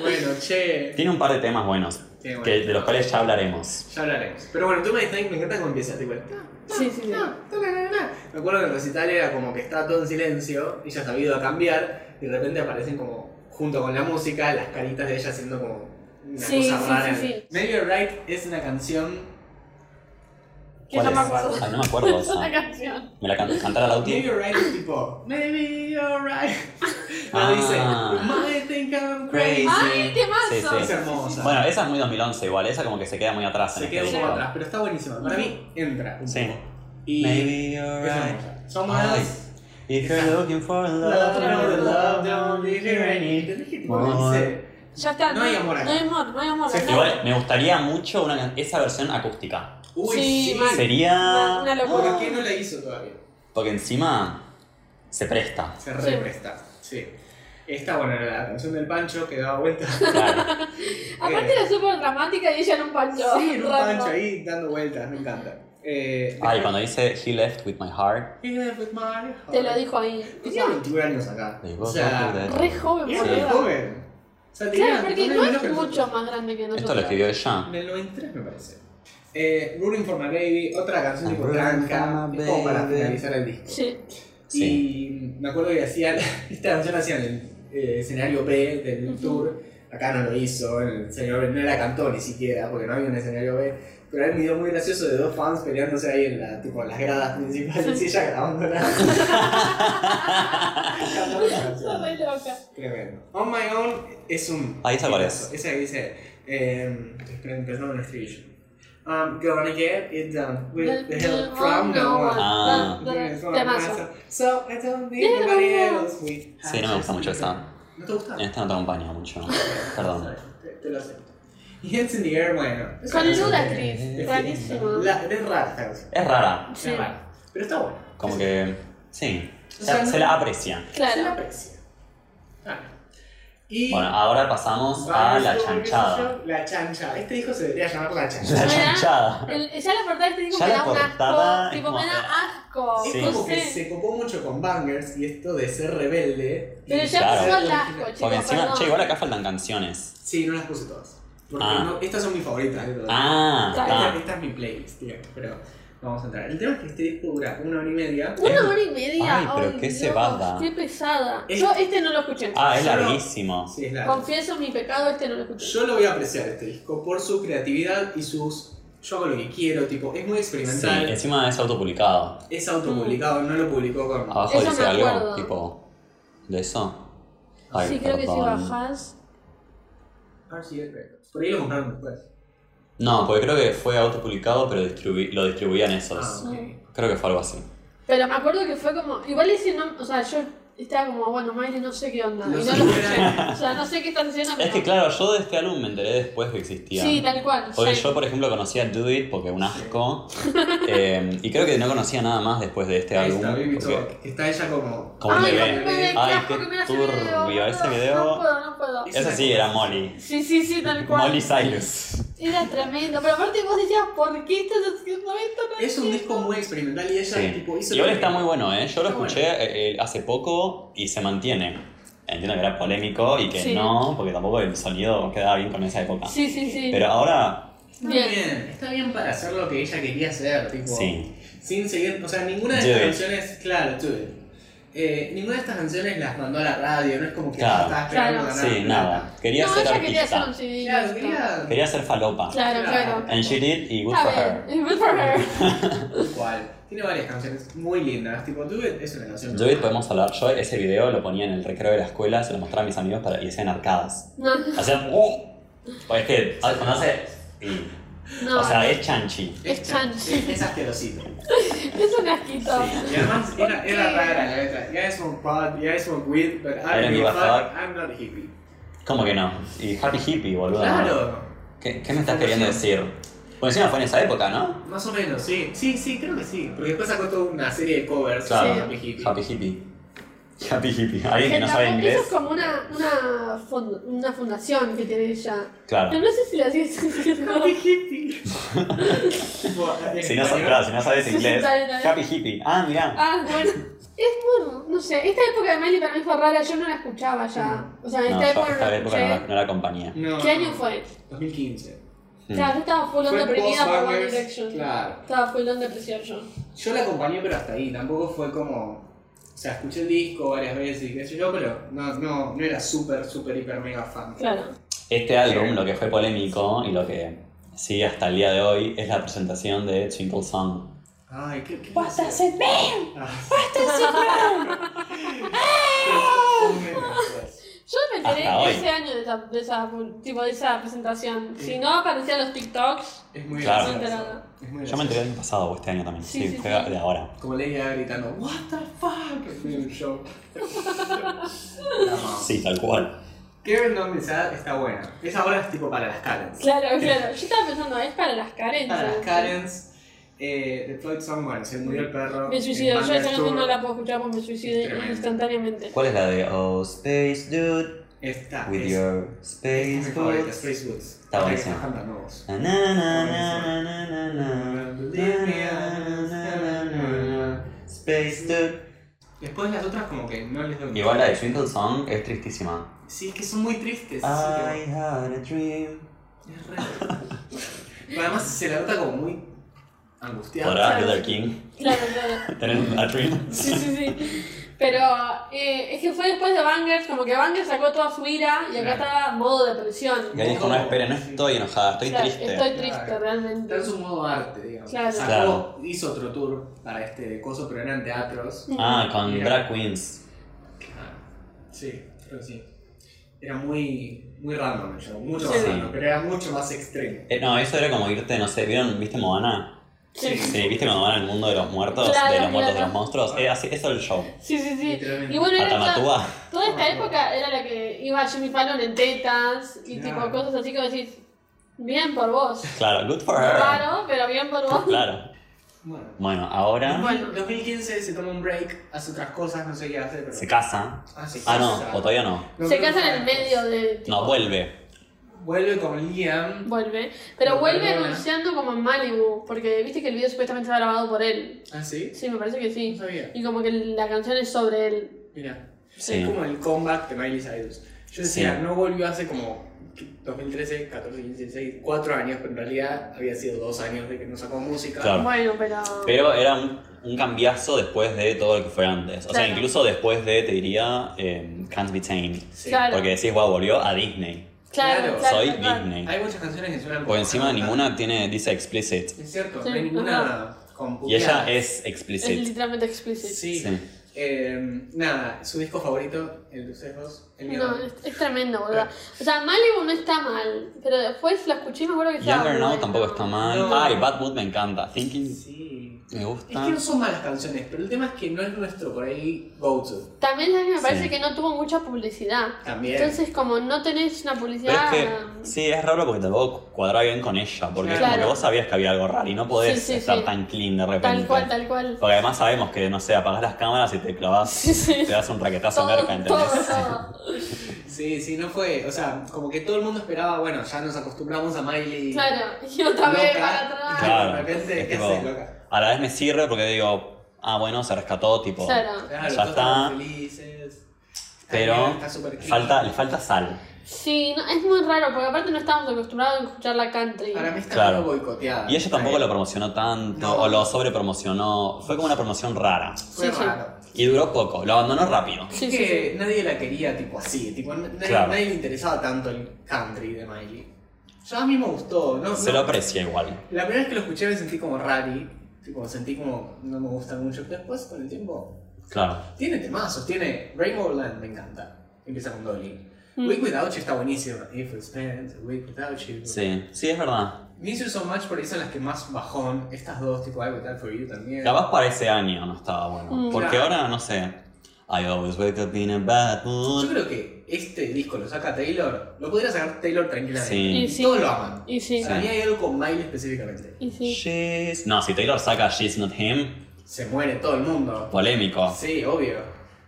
A: Bueno, che,
B: Tiene un par de temas buenos,
A: Qué bueno.
B: que, de los cuales ya hablaremos.
A: ya hablaremos. Pero bueno, tú me dices, me encanta cómo empieza, tipo, ta,
C: Sí, sí, sí.
A: ta, ta, la, la, la. Me acuerdo que el recital era como que estaba todo en silencio, ella se ha ido a cambiar, y de repente aparecen como, junto con la música, las caritas de ella haciendo como una
C: Sí,
A: cosa
C: sí,
A: rara.
C: sí, sí.
A: Maybe You're Right es una canción...
C: Que no
B: ¿Cuál
C: me
B: es?
C: acuerdo.
B: Ay, Ah, no me acuerdo
C: Es una <laughs>
B: esa.
C: canción.
B: Me la can- cantara
A: Maybe
B: Lauti.
A: You're Right es tipo, Maybe You're <laughs> Right. No,
B: Ah.
A: dice, I think I'm crazy.
C: Ay, qué
B: Sí,
C: mazo.
A: Es
B: sí.
A: hermosa.
B: Bueno, esa es muy 2011 igual, esa como que se queda muy atrás en
A: Se
B: este
A: queda un poco
B: disco.
A: atrás, pero está buenísima. Para mí, entra un
B: Sí.
A: poco. Y
B: Maybe you're
A: es
B: right.
A: hermosa. Someone else.
B: If you're looking for
A: Love,
B: love,
A: love,
B: love,
A: love, don't be here any. ¿Entendés que tipo
B: Amor.
A: dice?
C: Ya está,
A: No hay amor acá.
C: No hay amor, no hay amor.
A: Sí,
C: acá.
B: Igual me gustaría mucho una, can- esa versión acústica.
A: Uy,
C: Sí,
A: sí.
C: mal. Ah.
B: Sería.
C: Una- una locura.
A: ¿Por qué no la hizo todavía?
B: Porque encima se presta.
A: Se represta. Sí. Esta, bueno, era la canción del Pancho que daba
C: <laughs>
A: vuelta. Eh,
B: Claro.
C: Aparte era súper dramática y ella en un pancho.
A: Sí, en un
C: Random.
A: Pancho ahí dando vueltas, me encanta. Eh,
B: Ay, cuando dice He left with my heart.
A: He left with my
C: Te lo
A: heart.
C: dijo ahí. O
A: Tenía
C: sea,
A: 21 años acá.
B: Sí,
A: O
B: vos
A: sea,
B: sos de-
C: re joven,
A: era muy
C: boludo.
A: joven. O sea, tenía
C: Claro, porque
A: tenía
C: no
A: menos que
C: es
A: nosotros.
C: mucho más grande que
B: Esto
C: nosotros.
B: lo escribió
C: <laughs>
B: ella.
A: En el 93 me parece. Eh, Rooting for My Baby, otra canción
B: I'm
A: tipo
B: rooting
A: tranca,
B: Ah, for my
A: es como para
B: baby.
A: finalizar el disco.
C: Sí.
B: Sí.
A: Y me acuerdo que hacía, <laughs> esta canción la hacían en eh, escenario B del tour. Acá no lo hizo, en el escenario B no era cantó ni siquiera, porque no había un escenario B. Pero hay un video muy gracioso de dos fans peleándose ahí en, la, tipo, en las gradas principales y ella <laughs> grabándola. Cantando la
C: Soy
A: canción.
C: re loca.
A: Tremendo. On My Own es un.
B: Ahí está cuál es.
A: Esa que dice. Eh, esperen, empezando con el estribillo. I'm Um, gonna get it done with the help from no one.
B: Ah.
C: Temazo.
A: So este I don't need anybody else. We have
B: Sí, no me gusta
A: just
B: mucho
A: me.
B: esa.
A: ¿No te gusta?
B: En esta no te acompaña mucho. Perdón.
A: Te, te lo acepto. Y Hands in the Air, bueno. es una
C: Con
A: canción
C: Luda,
A: que-
C: Chris.
A: es
C: Rarísimo.
A: finita. La- Es rara esta canción.
B: Es rara.
C: Sí.
A: Es rara. Pero está buena.
B: Eh, Como
A: Es-
B: que. Sí.
A: O sea,
B: Se, se la aprecia.
A: Se la
C: Claro.
A: aprecia. Ah. Y
B: Bueno, ahora pasamos a
A: vamos
B: la
A: con, qué sé
B: chanchada.
A: yo, La chancha. Este hijo se debería llamar la chancha.
B: La
C: Mira,
B: chanchada.
C: El- ya la portada este disco
B: Ya
C: me
B: la
C: da un
B: portada
C: asco.
B: es
C: Tipo, me
B: como-
C: da asco.
B: Sí.
A: Es
C: No
A: como que
C: sé.
A: se copó mucho con Bangers y esto de ser rebelde.
C: Pero
A: Y-
C: ya
B: Claro.
C: pasó el asco, chicos.
B: eh, Porque encima,
C: perdón.
B: che, igual acá faltan canciones.
A: Sí, no las puse todas. Porque
B: Ah.
A: no- estas son mis favoritas. de todas.
B: Ah,
A: Esta,
B: está.
A: esta es mi playlist, tío. Pero vamos a entrar. El tema es que este disco dura una hora y media.
C: Una hora y media.
B: Ay, pero qué
C: Dios,
B: cebada.
C: Qué pesada.
A: Es-
C: Yo este no lo escuché.
B: Ah, es
A: Solo-
B: larguísimo.
A: Sí, es largo.
C: Confieso mi pecado, este no lo escuché.
A: Yo lo voy a apreciar este disco por su creatividad y sus. Yo hago lo que quiero, tipo, es muy
B: Sí,
A: experimental. es...
B: encima es autopublicado.
A: autopublicado, no lo publicó con.
B: Abajo
C: Eso
B: dice
C: me
B: algo
C: acuerdo.
B: tipo. ¿De eso? Ay,
C: sí, creo que si
B: perdón.
C: bajás.
A: RCA Records. Por ahí lo compraron después.
B: No, porque creo que fue autopublicado, pero distribu- lo distribuían
A: Ah,
B: esos.
A: ok.
B: Creo que fue algo así.
C: Pero me acuerdo que fue como. Igual ese no. O sea, yo estaba como, bueno, Miley no sé qué onda.
A: No
C: y
A: sé.
C: no lo escuché. o sea, no sé qué están diciendo.
B: Es
C: pero-
B: que claro, yo de este álbum me enteré después que existía.
C: Sí, tal cual.
B: Porque
C: sí.
B: yo, por ejemplo, conocía Do It porque un asco. Eh, y creo que no conocía nada más después de este
A: Ahí
B: álbum.
A: está, Baby
B: porque-
A: Talk. Está ella como.
B: Como un
C: Ay,
B: bebé.
C: con un bebé,
B: Ay,
C: qué asco
B: qué
C: que me hace
B: turbio, ese
C: no,
B: video.
C: No puedo, no puedo.
A: Es
B: Esa sí era Molly.
C: Sí, sí,
B: <laughs>
C: sí, tal cual.
B: Molly Cyrus.
C: Era tremendo. Pero aparte vos decías, ¿por qué estás haciendo esto? No
A: Es un
C: entiendo.
A: disco muy experimental y ella,
B: Sí.
A: tipo, hizo.
B: Y ahora
A: lo
B: está
A: que-
B: muy bueno, ¿eh? Yo
A: Está
B: lo escuché eh, eh, hace poco y se mantiene. Entiendo que era polémico y que
C: Sí.
B: no, porque tampoco el sonido quedaba bien con esa época.
C: Sí, sí, sí.
B: Pero ahora,
A: Está bien.
C: Bien.
A: está bien para hacer lo que ella quería hacer, tipo.
B: sí.
A: Sin seguir, o sea, ninguna de
B: Do
A: estas
B: it.
A: canciones, claro, do it. Eh, ninguna de estas canciones las mandó a la radio, no es como que
B: Claro.
A: ella estaba esperando
C: Claro.
A: ganar
B: Sí,
A: plata.
B: nada. Quería
C: no,
B: ser
C: ella quería
B: artista.
C: hacer un CD.
A: Claro,
C: listo.
A: quería.
B: Quería ser falopa.
C: Claro, claro.
B: And she did y good
C: A
B: for
C: ver,
B: her.
C: Good for her.
A: Tal cual. Tiene varias canciones muy lindas, tipo, do it es una canción.
B: Do It podemos hablar. Yo ese video lo ponía en el recreo de la escuela, se lo mostraba a mis amigos para, y hacían arcadas.
C: No,
B: Hacían... ¡Oh! Pues es que cuando hace... y-
C: no.
B: O sea, es chanchi.
C: es chanchi.
A: Es, es asquerosito.
C: <laughs> es un asquito.
A: Y además era,
C: ¿Por
A: era
C: qué?
A: rara la letra. Yeah, I smoke pot, yeah, I smoke weed, but I
B: Era
A: don't
B: mi
A: give a fuck,
B: bajada.
A: I'm not a hippie.
B: ¿Cómo que no? Y Happy Hippie, boludo.
A: Claro,
B: ¿Qué, qué me estás queriendo decir? Bueno, encima fue en esa época, ¿no?
A: más o menos, sí. Sí, sí, creo que sí. Porque después sacó toda una serie de covers
B: Claro.
A: de Happy Hippie. <laughs>
B: Happy Hippie. Happy Hippie. Alguien que
C: Que
B: no sabe
C: tampoco- Eso es
B: inglés.
C: como una, una, fund- una fundación que tiene ella.
B: Claro.
C: Pero no sé si la sigues
A: <laughs>
C: escuchando.
A: Happy Hippie. eh,
B: <laughs> Si no, sa- claro, si no sabes
C: Sí,
B: inglés.
C: dale, dale.
B: Happy Hippie. Ah, mirá.
C: Ah, bueno. Es bueno, no sé. Esta época de Miley para mí fue rara, yo no la escuchaba ya. O sea,
B: No,
C: esta
B: yo
C: época no
B: esta época no la,
C: la escuché.
B: no la acompañé.
A: No.
C: ¿Qué año fue?
A: 2015.
B: Mm.
C: Claro, yo estaba full on
A: Fue
C: deprimida por One
A: post-Bangers,
C: Direction.
A: Claro.
C: Estaba full on depresión yo.
A: Yo la acompañé, pero hasta ahí. Tampoco fue como. O sea, escuché el disco varias veces y qué sé yo, pero no, no, no era súper, súper, hiper, mega fan.
C: Claro.
B: Este álbum, lo que fue polémico y lo que sigue hasta el día de hoy, es la presentación de Twinkle Song.
A: Ay, qué. qué Ah, <laughs> un pues. mes después.
C: Yo me enteré
B: Hasta hoy.
C: ese año de esa, de esa, tipo, de esa presentación. Si no aparecían los TikToks,
A: Es muy
B: Claro.
A: gracioso. Es muy
B: Yo me enteré el año pasado o este año también.
C: Sí,
B: Sí,
C: sí,
B: fue
C: sí.
B: de ahora.
A: Como leía gritando, ¿What the fuck? En un show. <laughs> La amo.
B: Sí, tal cual.
A: Kevin Don't Be Sad está buena. Esa ahora es tipo para las Karens.
C: claro, claro. Yo estaba pensando, "Ah, es para las carencias.
A: Para las Karens. Eh, The Floyd Somewhere, se murió el perro.
C: Me
A: en
C: suicido, yo
A: Bangers
C: esa canción
A: Tour.
C: no la puedo escuchar porque me
A: Es
C: suicidé
A: tremendo.
C: instantáneamente.
B: ¿Cuál es la de Oh Space Dude
A: Está.
B: with
A: es-
B: your space
A: es mi favorita,
B: boots?
A: Space Woods.
B: Está
A: Ahora que
B: buenísima.
A: están cantando vos.
B: Na, na, na, na, na, na, na, na, na, na, na, Space Dude.
A: Después las otras como que no les doy mucho.
B: Igual la de Twinkle Song es tristísima.
A: Sí, es que son muy tristes. así
B: I had a dream.
A: que- Es raro. Pero además se la nota como muy angustiada.
B: Podrá Killer King
C: Claro, claro. <laughs>
B: tener a dream.
C: Sí, sí, sí. Pero eh, es que fue después de Bangers, como que Bangers sacó toda su ira y acá
A: Claro.
C: estaba modo depresión.
B: Y ahí dijo, no, esperen, no estoy enojada, estoy
C: O sea,
B: triste.
C: Estoy triste,
A: Claro.
C: realmente.
A: Está en su modo arte, digamos.
C: Claro.
A: Sacó-
B: Claro.
A: Hizo otro tour para este coso, pero eran teatros.
B: Ah, con
A: Mira.
B: drag queens.
A: Sí, creo que sí. Era muy, muy random el show, mucho
C: Sí.
A: más random, pero era mucho más extremo.
B: Eh, no, eso era como irte, no sé, ¿vieron? ¿Viste Moana?
C: Sí, sí,
B: Sí, ¿viste cuando van al mundo de los muertos?
C: Claro,
B: de los muertos, de
C: claro.
B: los monstruos. Era así, eso era el show.
C: sí, sí.
A: Literalmente.
C: Y bueno, era toda,
B: Atamatúa.
C: toda esta época era la que iba Jimmy Fallon en tetas y
A: Claro.
C: tipo cosas así como decís, bien por vos.
B: Claro, good for her.
C: Raro, pero bien por vos.
B: Claro.
A: Bueno.
B: Bueno, ahora
A: Bueno, 2015 se toma un break, hace otras cosas, no sé qué hace, pero.
B: se casa.
A: Ah, se casa.
B: Ah, no, o todavía no.
A: No,
C: Se
A: creo
C: casa
A: que-
C: en el medio de... tipo,
B: No, vuelve.
A: Vuelve con Liam.
C: Vuelve. Pero
A: No,
C: vuelve
A: perdona.
C: anunciando como en Malibu, porque viste que el video supuestamente está grabado por él.
A: ¿Ah, sí?
C: Sí, me parece que
A: No
C: sí.
A: sabía.
C: Y como que la canción es sobre él.
A: Mira.
B: Sí.
A: Es como el comeback de Miley Cyrus. Yo decía,
B: Sí.
A: no volvió hace como 2013, 14, 15, 16, 4 años, pero en realidad había sido 2 años de que no sacó música.
B: Claro.
C: Bueno, pero...
B: Pero era un, un cambiazo después de todo lo que fue antes. O sea,
C: Claro.
B: incluso después de, te diría, eh, Can't Be Tamed.
A: Sí.
C: Claro.
B: Porque decís, wow, volvió a Disney.
A: Claro.
C: Claro, claro,
B: Soy
C: tal cual.
B: Disney.
A: Hay muchas canciones que suenan
B: Por encima
A: como-
B: ninguna tiene, dice explicit.
A: Es cierto,
C: Sí,
A: no hay ninguna con
B: Y ella
A: puteadas.
B: es
C: Es
B: explicit.
C: literalmente explícito.
A: Sí.
B: Sí.
A: Eh, nada, su disco favorito, el de ustedes dos, el mío.
C: No, es, es tremendo, ¿verdad? O sea, Malibu no está mal, pero después la escuché y me acuerdo que estaba
B: Younger Now
C: bueno.
B: tampoco está mal.
A: No.
B: Ay, Bad Mood me encanta. Thinking
A: Sí.
B: me
A: Es
B: gusta.
A: que no son malas canciones, pero el tema es que no es nuestro por ahí go-to.
C: También a mí me parece
B: Sí.
C: que no tuvo mucha publicidad.
A: También.
C: Entonces, como no tenés una
B: Pero es
C: publicidad...
B: que sí, es raro porque tampoco cuadra bien con ella. Porque es como
C: Claro.
B: que vos sabías que había algo raro y no podés
C: Sí, sí,
B: estar
C: sí.
B: tan clean de repente.
C: Tal cual, tal cual.
B: Porque además sabemos que, no sé, apagás las cámaras y te clavas,
C: Sí, sí.
B: te das un raquetazo en
C: Todo,
B: merca,
C: todo,
B: ¿entendés?
C: todo.
A: Sí, sí, no fue. O sea, como que todo el mundo esperaba, bueno, ya nos acostumbramos a Miley.
C: Claro, y
A: loca,
C: otra vez para atrás.
A: y
B: Claro.
A: De repente,
B: es
A: ¿qué
B: tipo-
A: haces, loca?
B: A la vez me sirve porque digo, ah, bueno, se rescató, tipo.
C: Claro.
A: Claro,
B: Ya
A: todos estamos
B: está.
A: felices.
B: Pero
A: Está súper clean.
B: falta, le falta sal.
C: Sí, no, es muy raro, porque aparte no estamos acostumbrados a escuchar la country.
A: Para mí está
B: Claro.
A: claro. boicoteada.
B: Y ella tampoco
A: Ahí.
B: lo promocionó tanto,
A: No.
B: o lo sobrepromocionó. Fue como una promoción rara.
A: Fue
C: Sí, sí.
A: raro.
B: Y duró poco, lo abandonó rápido.
A: Es
C: Sí, sí,
A: que nadie la quería, tipo así. Tipo, n- nadie,
B: Claro.
A: nadie le interesaba tanto el country de Miley. Yo a mí me gustó. No,
B: Se
A: no-
B: lo aprecia igual.
A: La primera vez que lo escuché me sentí como rari. Tipo, sentí como no me gusta mucho. Pero después, con el tiempo,
B: Claro.
A: Tiene temazos, tiene Rainbow Land, me encanta. Empieza con Dolly.
C: Mm.
A: Week Without You está buenísimo. If it's meant, a Week Without You.
B: Sí, sí, es verdad.
A: Miss You So Much por ahí son las que más bajón. Estas dos, tipo I Would Die For You también.
B: Capaz para ese año no estaba bueno.
C: Mm.
B: Porque
A: Claro.
B: ahora, no sé. I always wake up in a bad
A: Yo
B: mood.
A: creo que este disco lo saca Taylor. Lo podría sacar Taylor tranquilamente.
B: Sí.
C: Y sí.
A: Todos lo aman.
C: Y sí,
A: Para mí hay algo con Miley específicamente.
C: y sí.
B: She's. No, si Taylor saca She's Not Him,
A: Se muere todo el mundo.
B: polémico.
A: Sí, obvio.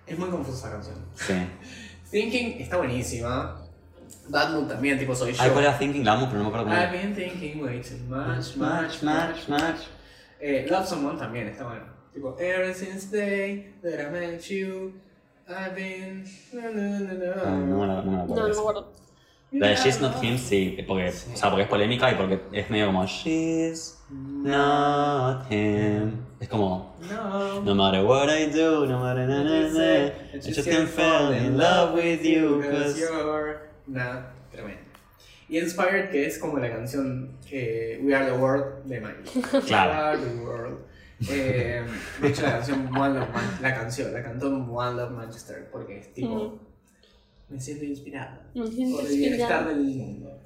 A: Es muy confusa esa canción.
B: Sí.
A: Thinking está buenísima. Bad Mood también, tipo soy yo.
B: Ay, ¿cuál era Thinking? La amo, pero no me acuerdo cómo
A: I've
B: era.
A: been thinking way too much,
B: Much, much, much.
A: Eh, Love Someone también está bueno. Tipo, ever since the day that I met you, I've been. No, no, no, no.
B: No, Ah, no, me la- no me
C: No,
B: acuerdo.
C: no
B: de
C: me
B: eso.
C: acuerdo.
B: La de She's Not Him sí, porque, o sea, porque es polémica y porque es medio como She's Not Him. Es como
A: No.
B: No matter what I do, no matter na, na, na, I just can't fall in love with you
A: because
B: 'cause-
A: you're. Nah, tremendo. Y Inspired, que es como la canción eh, We Are the World de Miley.
B: Claro.
A: We Are the World. Eh, de hecho, la canción One Love Man- la canción, la cantó en One Love Manchester, porque es tipo. Me siento inspirada.
C: Me
A: por
C: siento
A: el bienestar
C: inspirada.
A: del mundo.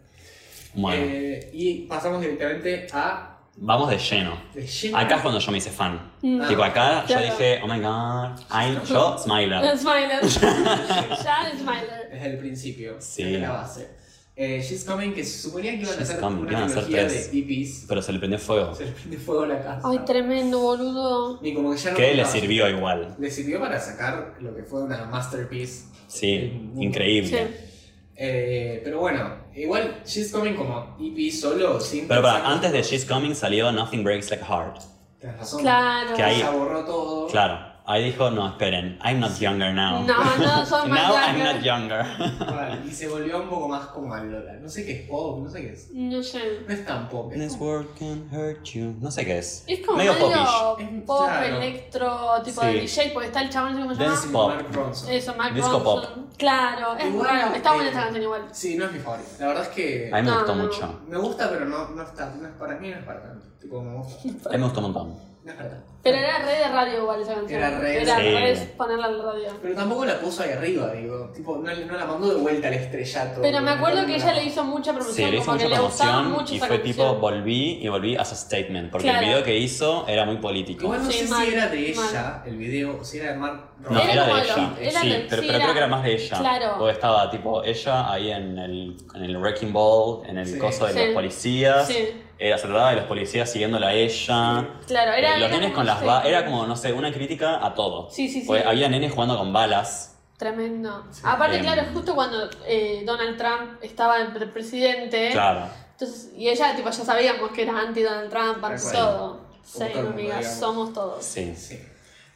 B: Bueno,
A: Eh, y pasamos directamente a
B: vamos de lleno.
A: de lleno.
B: Acá es cuando yo me hice fan.
C: Mm.
A: Ah.
C: <laughs>
B: Tipo acá yo
C: Claro.
B: dije, oh my god, I'm yo, Smiler.
C: Smiler. ya es Smiler.
A: desde el principio,
B: Sí.
A: desde la base. Eh, She's Coming, que se suponía que iban a
B: She's
A: hacer
B: Coming,
A: una
B: iban a hacer
A: trilogía de
B: tres.
A: EPs.
B: Pero se le prendió fuego.
A: <laughs> Se le prende fuego la casa.
C: Ay, tremendo, boludo.
A: Y como que ya no
B: Que le
A: contaba.
B: sirvió igual.
A: Le sirvió para sacar lo que fue una masterpiece.
B: Sí, increíble.
C: Sí.
A: Eh, pero bueno, igual She's Coming como EP solo, sin.
B: Pero para,
A: pensar-
B: antes de She's Coming salió Nothing Breaks Like a Heart.
A: Tenés razón.
C: Claro.
B: Que ahí-
A: Ya borró todo.
B: Claro, Ahí dijo, no, esperen, I'm not younger now.
C: No, no
B: <laughs>
C: soy más
B: Now I'm
C: larga.
B: not younger.
A: Bueno, y se volvió un poco más como a Lola. No sé qué es pop, no sé qué es.
C: No sé.
A: No es tan pop. es
B: This world can hurt you. No sé qué es.
C: Es como
B: medio
C: medio,
B: popish.
A: Es-
C: pop,
A: claro.
C: electro, tipo
B: Sí.
C: de DJ, porque está el chabón, no sé cómo se
B: Dance
C: llama.
B: pop.
A: Mark Ronson.
C: Eso, Mark
B: Disco
C: Ronson. Claro, es
A: Igual,
C: raro. Está buena
A: eh,
C: esta canción igual.
A: Sí, no es mi favorito. La verdad es que
B: A mí me
C: No,
B: gustó
C: no, no.
B: mucho.
A: me gusta, pero no, no está. No es para mí, no es para tanto. Tipo, me gusta.
B: A mí me gustó un montón.
A: No es para tanto.
C: Pero era re de radio igual esa canción.
A: Era re-
C: Era
B: Sí.
C: re ponerla en la radio.
A: Pero tampoco la puso ahí arriba, digo. Tipo, no, no la mandó de vuelta al estrellato.
C: Pero me acuerdo
A: No,
C: que
A: no,
C: ella
A: no.
C: le hizo mucha
B: Sí,
C: promoción,
B: le hizo
C: como
B: mucha
C: que le gustaba
B: promoción
C: mucho
B: y
C: esa
B: fue tipo,
C: canción.
B: volví y volví as a statement. Porque
C: Claro.
B: el video que hizo era muy político.
A: Igual no
C: Sí,
A: sé
C: mal,
A: si era de
C: mal.
A: ella el video o si era de Mark
B: No,
A: Ronson.
C: Era
B: era,
C: como
B: de
C: de
B: ella.
C: los- era
B: sí,
C: de-
B: pero,
C: sí,
B: pero creo
C: era-
B: que era más de ella.
C: claro.
B: Porque estaba tipo ella ahí en el, en el Wrecking Ball, en el
A: Sí.
B: coso de
C: Sí.
B: los policías.
C: Sí.
B: Era, se trataba de los policías siguiéndola a ella.
C: Claro,
B: Eh,
C: era.
B: los
C: era
B: nenes
C: como,
B: con las
C: sí.
B: balas. Era como, no sé, una crítica a todo.
C: Sí, sí, sí.
B: Porque había nenes jugando con balas.
C: Tremendo. Aparte,
B: Em.
C: claro, justo cuando eh, Donald Trump estaba de pre- presidente.
B: Claro.
C: Entonces, y ella, tipo, ya sabíamos que era anti-Donald Trump,
A: Tal cual.
C: todo. Sí,
A: todo el mundo,
C: amiga,
A: digamos.
C: somos todos.
B: Sí.
A: Sí.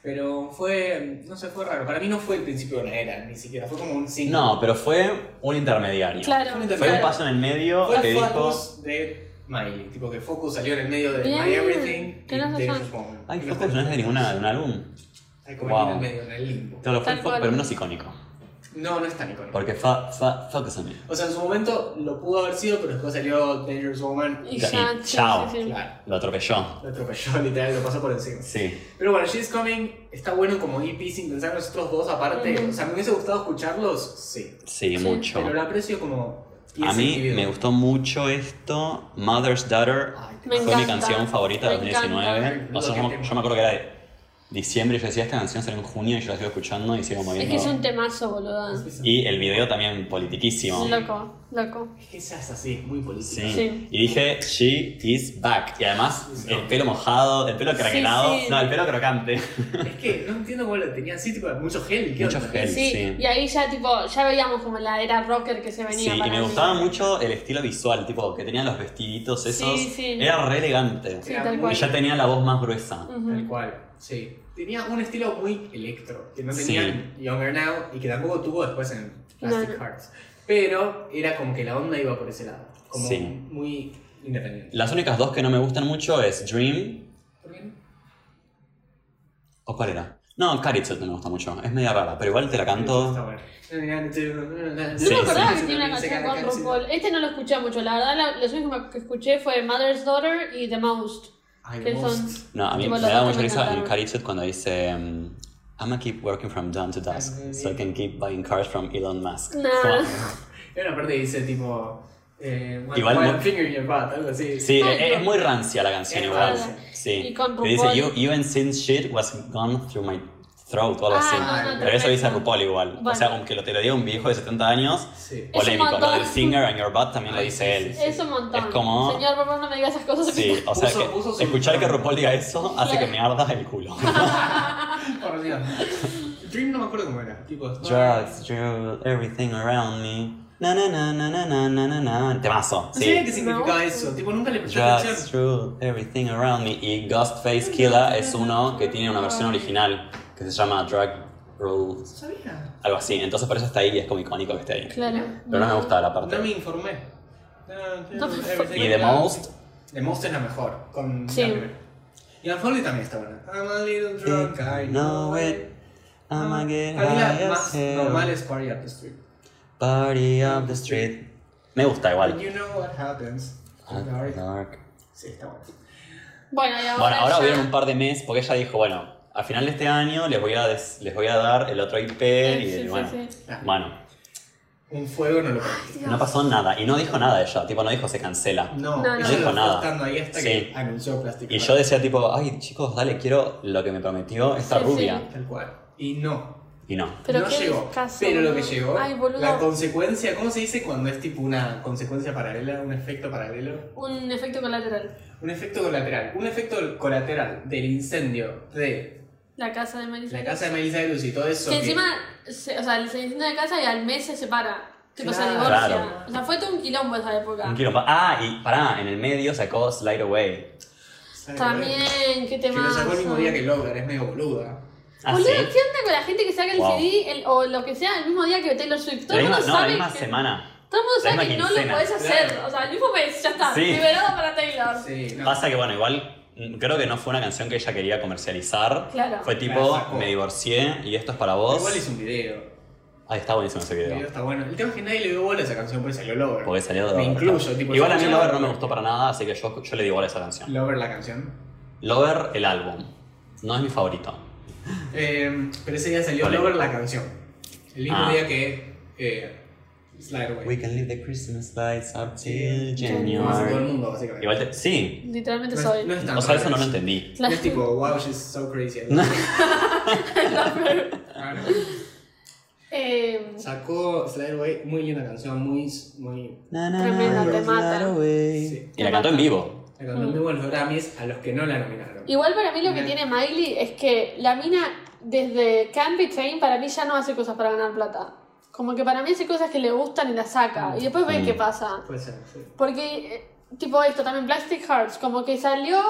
A: Pero fue, no sé, fue raro. Para mí no fue el principio de una era, ni siquiera. Fue como un signo.
B: No, pero fue un intermediario.
C: Claro.
A: Fue un
B: Fue un
A: Claro.
B: paso en el medio
A: Fue
B: que
A: el
B: dijo.
A: Focus de Miley. Tipo que Focus salió en el medio de
C: Bien,
A: My Everything y
C: tenés
A: Dangerous
C: razón.
A: Woman.
B: Ay,
A: Y los
B: Focus no es de ninguna de un álbum.
A: Hay como ahí en el
B: Wow.
A: medio, en el limbo.
B: Te lo fue
C: Tal
B: el Focus,
C: cual.
B: pero menos icónico.
A: No, no es tan icónico.
B: Porque fa, fa, Focus on me.
A: O sea, en su momento lo pudo haber sido, pero después salió Dangerous Woman.
C: Y
B: Ya,
C: ya,
B: y
C: sí,
B: chao.
C: sí, sí.
A: Claro,
B: Lo atropelló.
A: lo atropelló <laughs> literal, lo pasó por encima.
B: Sí.
A: Pero bueno, She's Coming está bueno como EP sin pensar nosotros dos aparte.
C: Ujú.
A: O sea, me hubiese gustado escucharlos, sí.
B: Sí,
C: Sí,
B: mucho.
A: Pero lo aprecio como.
B: A
A: pieza
B: mí
A: individual.
B: me gustó mucho esto. Mother's Daughter
A: Ay, te
C: Me
A: pasó.
B: fue mi
C: encanta.
B: canción favorita de
C: Me
B: 2019.
A: encanta.
B: O sea, yo, me- yo me acuerdo que era de diciembre. y Yo decía, esta canción salió en junio y yo la sigo escuchando y sigo
C: Es
B: moviendo.
C: que es un temazo, boludo.
B: Y el video también politiquísimo.
C: Loco, loco.
A: Es que esa es así, muy política.
B: Sí.
C: Sí.
B: Y dije, she is back. Y además, el pelo mojado, el pelo
C: Sí,
B: craquelado.
C: sí.
B: No, el pelo crocante.
A: Es que no entiendo cómo lo tenía así, tipo, mucho gel. ¿qué
B: Mucho
A: onda?
B: gel.
C: Sí,
B: Él, sí.
C: y ahí ya tipo, ya veíamos como la era rocker que se
B: Sí,
C: venía
B: y
C: para
B: me
C: mí.
B: gustaba mucho el estilo visual, tipo, que tenían los vestiditos esos.
C: Sí, sí.
B: Era re elegante.
C: Sí, Mm.
A: Era
C: tal
A: muy-
B: Y
C: cual.
B: ya tenía la voz más gruesa.
C: Ujú.
A: Tal cual, sí. Tenía un estilo muy electro, que no
B: Sí.
A: tenían Younger Now y que tampoco tuvo después en Plastic
C: No, no.
A: Hearts. Pero era como que la onda iba por ese lado, como
B: Sí.
A: muy independiente.
B: Las únicas dos que no me gustan mucho es Dream.
A: ¿Por qué no?
B: ¿O cuál era? No, Caritzel no me gusta mucho. Es media rara, pero igual te la
A: Está
B: canto.
A: bueno.
C: No
B: Sí,
C: me acordaba
A: sí.
C: que tiene una canción con RuPaul. Este no lo escuché mucho, la verdad, la- los únicos que escuché fue Mother's Daughter y The Most.
A: Ay,
C: Que
A: Ghost.
C: son-
B: No, a mí
C: Tipo,
B: me
C: los
B: da
C: dos
B: mucha
C: que me
B: risa en
C: encantaron.
B: Caritzel cuando dice. mm, I'ma keep working from dawn to dusk, so I can keep buying cars from Elon Musk.
C: Ah, Nah.
B: Como-
A: Y una parte dice tipo. Eh, one,
B: Igual
A: one
B: muy-
A: finger in your butt, algo así.
B: Sí,
C: Ay,
B: e- es,
C: no.
B: muy rancia la canción
A: Es
B: igual.
A: rancia.
B: Sí.
C: Y con
B: Que dice,
C: RuPaul.
B: you, you and since shit was gone through my throat o algo
C: Ah,
B: así.
A: no, no,
B: Pero eso dice
C: perfecto.
B: RuPaul igual. O sea,
C: Bueno.
B: aunque lo te lo diga un viejo de 70 años,
A: Sí.
C: Es un
B: polémico. Lo
C: montón.
B: del finger and your butt también lo
A: Ay, sí,
B: dice él.
A: sí,
C: Es un montón.
B: Es como-
C: Señor, por favor, no me digas esas cosas.
B: Sí, o sea,
A: Puso-
B: que
A: puso su-
B: escuchar que RuPaul diga eso hace que me arda el culo.
A: Por Dios. Dream no me acuerdo cómo era. Tipo,
B: Drugs drew everything around me. Na na na na na na na na na. Temazo,
A: No sabía
B: sí.
A: qué significaba
C: No.
A: eso. Tipo, nunca le presté
B: Drugs
A: atención.
B: drew everything around me. Y Ghostface Killer es uno que tiene una versión original que se llama Drug Rules.
A: No sabía.
B: Algo así, entonces por eso está ahí y es como icónico que esté ahí.
C: Claro.
B: Pero no me gustaba la
A: No me
B: parte.
A: informé. No,
C: No me informé.
B: Y The Most,
A: The Most es la mejor. Con
C: Sí.
A: la primera. Y Unfolded también está buena. I'm a little drunk, I
B: I
A: know it.
B: I'ma get
A: Para mí
B: high
A: la
B: as
A: Ah, más normal es Party Up the Street.
B: Party up the street. Me gusta
A: And
B: igual.
A: you know what happens.
B: Ah,
A: Dark.
B: Dark.
A: Sí, está buena.
C: Bueno, y ahora.
B: Bueno, ahora
C: ya-
B: hubieron un par de meses porque ella dijo, bueno, al final de este año les voy a, des- les voy a dar el otro IP y
C: Sí, sí,
B: bueno.
C: sí.
B: Bueno,
A: Un fuego no lo permite.
B: no pasó nada. Y no dijo nada ella, tipo no dijo se cancela.
A: No,
C: No, no.
A: ella
C: No
A: lo
B: dijo
A: fue
B: nada.
A: estando ahí hasta
B: Sí.
A: que anunció Plastic
B: Y
A: Hearts.
B: yo decía tipo, ay chicos, dale, quiero lo que me prometió esta
C: Sí, sí.
B: rubia.
A: Tal cual. Y no.
B: Y no.
C: Pero
A: no
C: qué
A: llegó.
C: caso,
A: pero lo que
C: boludo.
A: llegó,
C: Ay, boludo.
A: la consecuencia, ¿cómo se dice cuando es tipo una consecuencia paralela, un efecto paralelo?
C: Un efecto colateral.
A: Un efecto colateral. Un efecto colateral del incendio de
C: La casa de Melissa.
A: la casa de Melissa de Luz y todo eso.
C: Que
A: que-
C: encima, se- o sea, el incendio de casa y al mes se separa. Tipo, se
A: Claro.
C: divorcia.
B: Claro.
C: O sea, fue todo un quilombo esa época.
B: Un quilombo. Ah, y pará, en el medio sacó Slide Away.
A: ¿sabes?
C: También, qué
A: Que lo
C: temazo.
A: sacó el mismo día que Logan, es medio boluda.
B: ¿Ah,
C: Boludo,
B: sí?
C: ¿qué onda con la gente que saca el
B: Wow.
C: CD el- o lo que sea el mismo día que Taylor Swift? Todo
B: La
C: el
B: misma, no,
C: mundo
B: la
C: sabe
B: misma
C: que,
B: semana.
C: todo el mundo
B: la
C: sabe que
B: misma
C: no lo
B: quincena.
C: podés hacer.
A: Claro.
C: O sea, el mismo mes ya está,
B: Sí.
C: liberado para Taylor.
A: Sí, no.
B: Pasa que, bueno, igual mm, creo que no fue una canción que ella quería comercializar.
C: Claro.
B: Fue
A: La
B: tipo,
A: sacó.
B: me divorcié y esto es para vos.
A: Igual hizo un video.
B: Ay, está buenísimo ese
A: El video
B: video.
A: está bueno. El tema es que nadie le dio bola a esa canción, por eso salió Lover.
B: Porque salió de
A: Me
B: Lover,
A: incluyo,
B: claro.
A: tipo,
B: Igual
A: yo
B: a mí
A: escuchaba-
B: Lover no me gustó para nada, así que yo, yo le digo igual a esa canción.
A: Lover la canción.
B: Lover, el álbum. No es mi favorito.
A: Eh, pero ese día salió
B: Vale.
A: Lover la canción. El mismo
B: Ah.
A: día que eh, Slide Away.
B: can leave the Christmas lights up
A: till
C: January.
A: Más a todo el mundo, básicamente.
B: Igual te- Sí.
A: No
C: Literalmente
A: es-
C: soy.
A: no es tan
B: O sea, eso
A: raro.
B: no lo entendí.
A: No es tipo, wow, she's so
B: <laughs>
A: crazy.
C: <laughs>
A: Ah, no.
C: Eh,
A: Sacó Slide Away, muy linda canción, muy. muy
C: Tremenda, te mata.
A: sí.
B: Y la cantó en vivo.
A: La cantó muy buenos Grammys a los que no la nominaron.
C: Mm. igual para mí lo que
A: Bien.
C: tiene Miley es que la mina desde Can't Be Trained para mí ya no hace cosas para ganar plata. Como que para mí hace cosas que le gustan y las saca. Y después ve
B: Mm.
C: qué pasa.
A: Puede ser, sí.
C: Porque, eh, tipo esto, también Plastic Hearts, como que salió,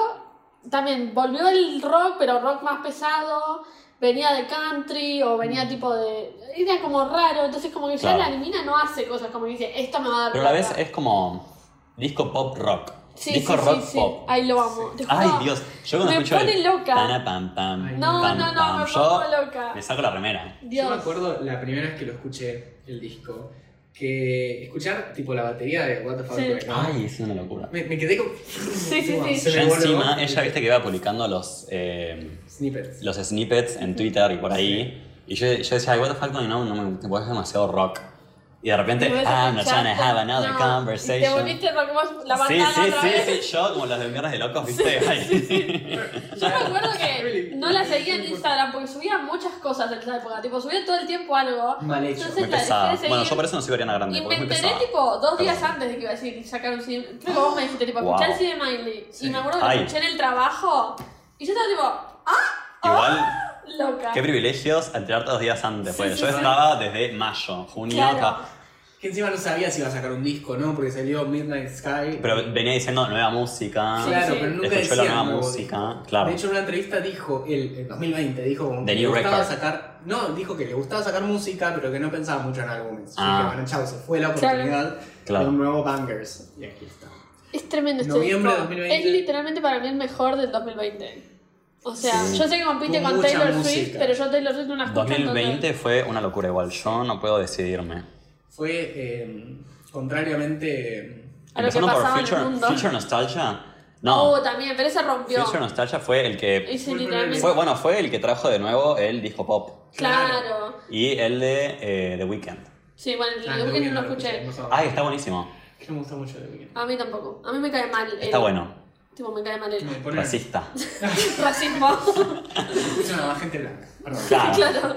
C: también volvió el rock, pero rock más pesado, venía de country o venía tipo de... Era como raro, entonces como que ya
B: Mm. Claro.
C: la mina no hace cosas, como que dice, esto me va a dar...
B: Pero a la vez
C: plata".
B: es como disco pop rock.
C: Sí,
B: disco
C: sí,
B: rock
C: sí, sí.
B: pop.
C: Ahí lo amo. Te
B: Ay,
C: juro.
B: Dios. Yo cuando
C: Me
B: escucho
C: pone
B: el
C: loca.
B: pana, pam, pam,
C: No,
B: pam,
C: no, no,
B: pam,
C: me
B: yo
C: pongo loca.
B: me saco la remera.
C: Dios.
A: Yo me acuerdo la primera vez que lo escuché, el disco, que escuchar tipo la batería de What the Fuck
C: Sí.
A: Right Now,
B: Ay, es una locura.
A: me, me quedé como...
C: sí, sí.
A: Se
B: Yo
A: me voló.
B: encima, ella viste que iba publicando los, eh,
A: Snippets.
B: los snippets en Twitter y por ahí. Y yo, yo decía, ay, what the fuck, no, no, no me tipo, es demasiado rock. Y de repente, "Ah,
C: Me ves
B: I'm not
C: escuchando.
B: trying to have another
C: No,
B: conversation.
C: y Te volviste rock más- la
B: sí,
C: bandana
B: sí,
C: otra
B: sí,
C: vez.
B: sí, yo como los de mierdas de locos, viste. Ay.
C: Yo me acuerdo que no la seguía en Instagram porque subía muchas cosas en esa época. Tipo, subía todo el tiempo algo.
A: Mal hecho.
C: Entonces
B: Muy
C: la dejé
B: pesada.
C: de seguir.
B: Bueno, yo por eso no soy Ariana Grande,
C: Y me
B: porque es muy
C: enteré
B: pesada.
C: tipo dos días
B: Perdón.
C: antes de que iba a decir y sacar un CD. Creo que vos me dijiste, tipo,
B: Wow.
C: escuchar el CD de Miley. Y me acuerdo que
B: Ay.
C: lo escuché en el trabajo. Y yo estaba tipo, ¡ah!
B: Igual,
C: ¡ah! Loca.
B: qué privilegios enterarte dos días antes.
C: Sí,
B: porque
C: sí,
B: yo
C: sí.
B: estaba desde mayo, junio,
C: Claro.
B: acá.
A: Que encima no sabía si iba a sacar un disco, ¿no? Porque salió Midnight Sky.
B: Pero venía diciendo nueva música.
C: Sí,
A: claro,
C: sí.
A: pero nunca
B: Escuchó
A: decía
B: la nueva
A: nuevo
B: música,
A: disco.
B: claro.
A: De hecho, en una entrevista dijo, él, en 2020, dijo como
B: The
A: que le
B: New
A: gustaba
B: Record.
A: sacar... No, dijo que le gustaba sacar música, pero que no pensaba mucho en álbumes.
B: Ah.
A: Así que, bueno, chao, se fue la oportunidad
B: Claro.
A: de un nuevo Bangers. Y aquí está.
C: Es tremendo este
A: Noviembre
C: disco.
A: de 2020.
C: Es literalmente para mí el mejor del 2020. O sea,
B: Sí.
C: yo sé que compite
A: Con
C: con
A: mucha
C: Taylor
A: música.
C: Swift, pero yo Taylor Swift no la escucho.
B: 2020 fue una locura igual, yo no puedo decidirme.
A: Fue, eh, contrariamente... eh,
C: A lo que
B: Empezando por
C: pasaba en el
B: Future,
C: mundo. Oh,
B: Future Nostalgia.
C: No.
B: No,
C: también, pero ese rompió.
B: Future Nostalgia fue el que...
C: Ese
A: Fue el
C: literalmente.
B: Fue, bueno, fue el que trajo de nuevo el disco pop.
C: Claro.
B: Y el de eh, The Weeknd.
C: Sí, bueno,
A: Ah,
C: yo
A: The
C: creo que
A: Weeknd
C: no
A: lo
C: lo escuché. Ah.
A: escuché.
B: Ay, está buenísimo.
A: Que me gusta mucho de Weeknd.
C: A mí tampoco. A mí me cae mal. el-
B: Está bueno.
C: Tipo, me cae mal el <laughs>
A: Me pone-
B: Racista.
A: <laughs>
C: racismo.
A: Escuchan a la gente blanca. Perdón.
B: Claro.
C: claro.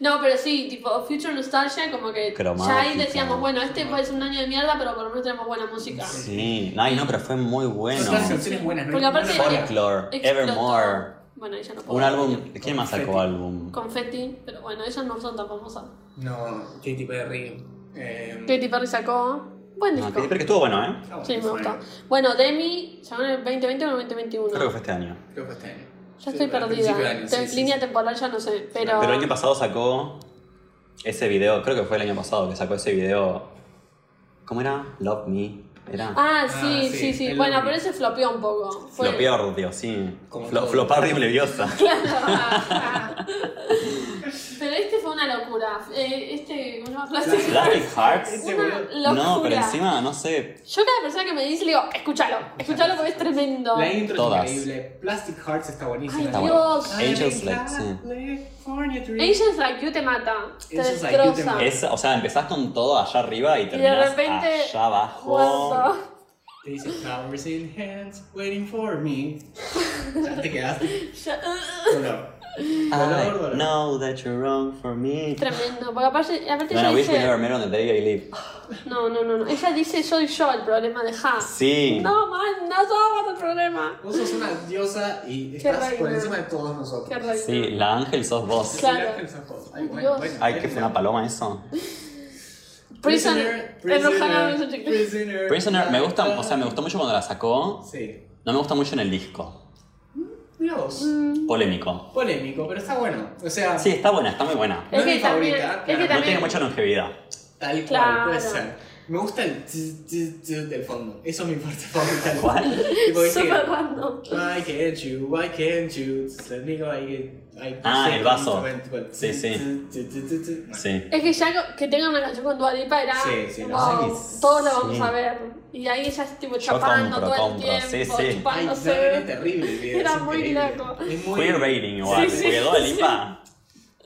C: No, pero sí, tipo, Future Nostalgia, como que ya ahí
B: Cromática.
C: decíamos, bueno, este puede ser un año de mierda, pero por lo menos tenemos buena música.
B: Sí, no, ay, no, pero fue muy bueno.
A: Todas las canciones buenas, ¿no?
C: Porque aparte-
A: Folklore.
B: Folklore,
C: Explotó.
B: Evermore.
C: Bueno, ella no puedo.
B: Un álbum. ¿Quién más
A: Confetti.
B: sacó álbum?
C: Confetti, pero bueno, ellas no son tan famosas.
A: No, Katy Perry. Eh,
C: Katy Perry sacó. Buen
B: No,
C: disco.
B: Katy Perry, que estuvo bueno, ¿eh?
A: ah, bueno,
C: Sí, me
A: fue-
C: gustó. Bueno, Demi, ¿sacó en el 2020 o en el 2021?
B: Creo que fue este año.
A: Creo que está bien.
C: Ya estoy perdida. Te- línea temporal ya no sé, pero.
B: Pero el año pasado sacó ese video, creo que fue el año pasado que sacó ese video. ¿Cómo era? Love Me. Era.
C: Ah,
A: Ah,
C: sí,
A: sí,
C: sí, sí.
A: el
C: Bueno,
A: Demi.
C: pero ese flopeó un poco. Fue-
B: Flopear, tío, sí.
A: Como
B: Flo,
A: todo.
B: flopar y leviosa.
C: <laughs> Pero este fue una locura. Eh, este, ¿cómo se llama? Plastic
B: Plastic Hearts.
A: Este,
C: Una
A: boludo.
C: locura.
B: No, pero encima, no sé.
C: Yo cada persona que me dice le digo, escúchalo, escúchalo porque es tremendo.
A: La intro
B: Todas.
A: es increíble. Plastic Hearts está buenísima.
C: Ay,
B: Está
C: Dios.
B: bueno.
A: I like
B: Angels Like, sí.
A: California Dream.
C: Asians Like You te mata, te
A: Asians Like You te
C: destroza.
A: mata.
B: Es, o sea, empezás con todo allá arriba y terminás
C: repente,
B: allá abajo.
C: Guarda.
A: Te dice flowers in hands waiting for me. ya te quedaste.
C: Ya, eh,
A: Dolor.
B: I
A: Dolor, dolor.
B: know that you're wrong for me.
C: Tremendo, porque aparte, aparte
B: Bueno,
C: ella
B: wish we never
C: dice.
B: met on the day I live.
C: Ah, No, no, no, no. Ella dice soy yo el problema de Ha.
B: Sí.
C: No, man, no somos el problema.
A: Vos sos una diosa y estás por
C: reina.
A: encima de todos nosotros.
C: Qué rabia.
B: Sí, la ángel sos vos.
C: Claro.
A: Ay, bueno,
C: Dios.
A: bueno,
B: Ay, que fue una paloma eso.
C: Prisoner, enojada me hizo chicle.
A: Prisoner.
B: Prisoner, me gusta, o sea, me gustó mucho cuando la sacó.
A: Sí.
B: No me gusta mucho en el disco.
A: Mira vos.
C: Mm.
B: Polémico.
A: Polémico, pero está bueno. O sea,
B: Sí, está buena, está muy buena.
A: no es
C: Es
A: mi
C: que también-
A: favorita.
C: es que
A: claro,
B: No
C: también-
B: tiene mucha longevidad.
A: Tal cual,
C: Claro.
A: puede ser. Me gusta el tz, tz, tz del fondo. Eso es mi <laughs> parte favorita.
B: ¿Cuál?
A: Tipo, dice,
C: Súper random.
A: Why can't you? Why can't you? Nico, I, I
B: Ah,
A: sé
B: el vaso.
A: cómo se llama,
B: Sí, sí.
A: tz, tz, tz, tz, tz.
B: Sí.
C: Es que ya que tenga una canción con Dualipa era.
A: Sí, sí, lo
C: wow,
B: sé.
C: todos la vamos
B: Sí.
C: a ver. Y ahí ella es tipo
B: Yo
C: chapando
B: compro,
C: todo el
B: compro,
C: tiempo,
B: sí, sí.
A: Ay, no, era
C: chupándose.
A: terrible el video,
C: Era
A: es
C: muy
A: increíble.
C: loco.
A: Es muy...
B: Queer rating igual.
C: Sí, sí,
B: Porque Dua Lipa,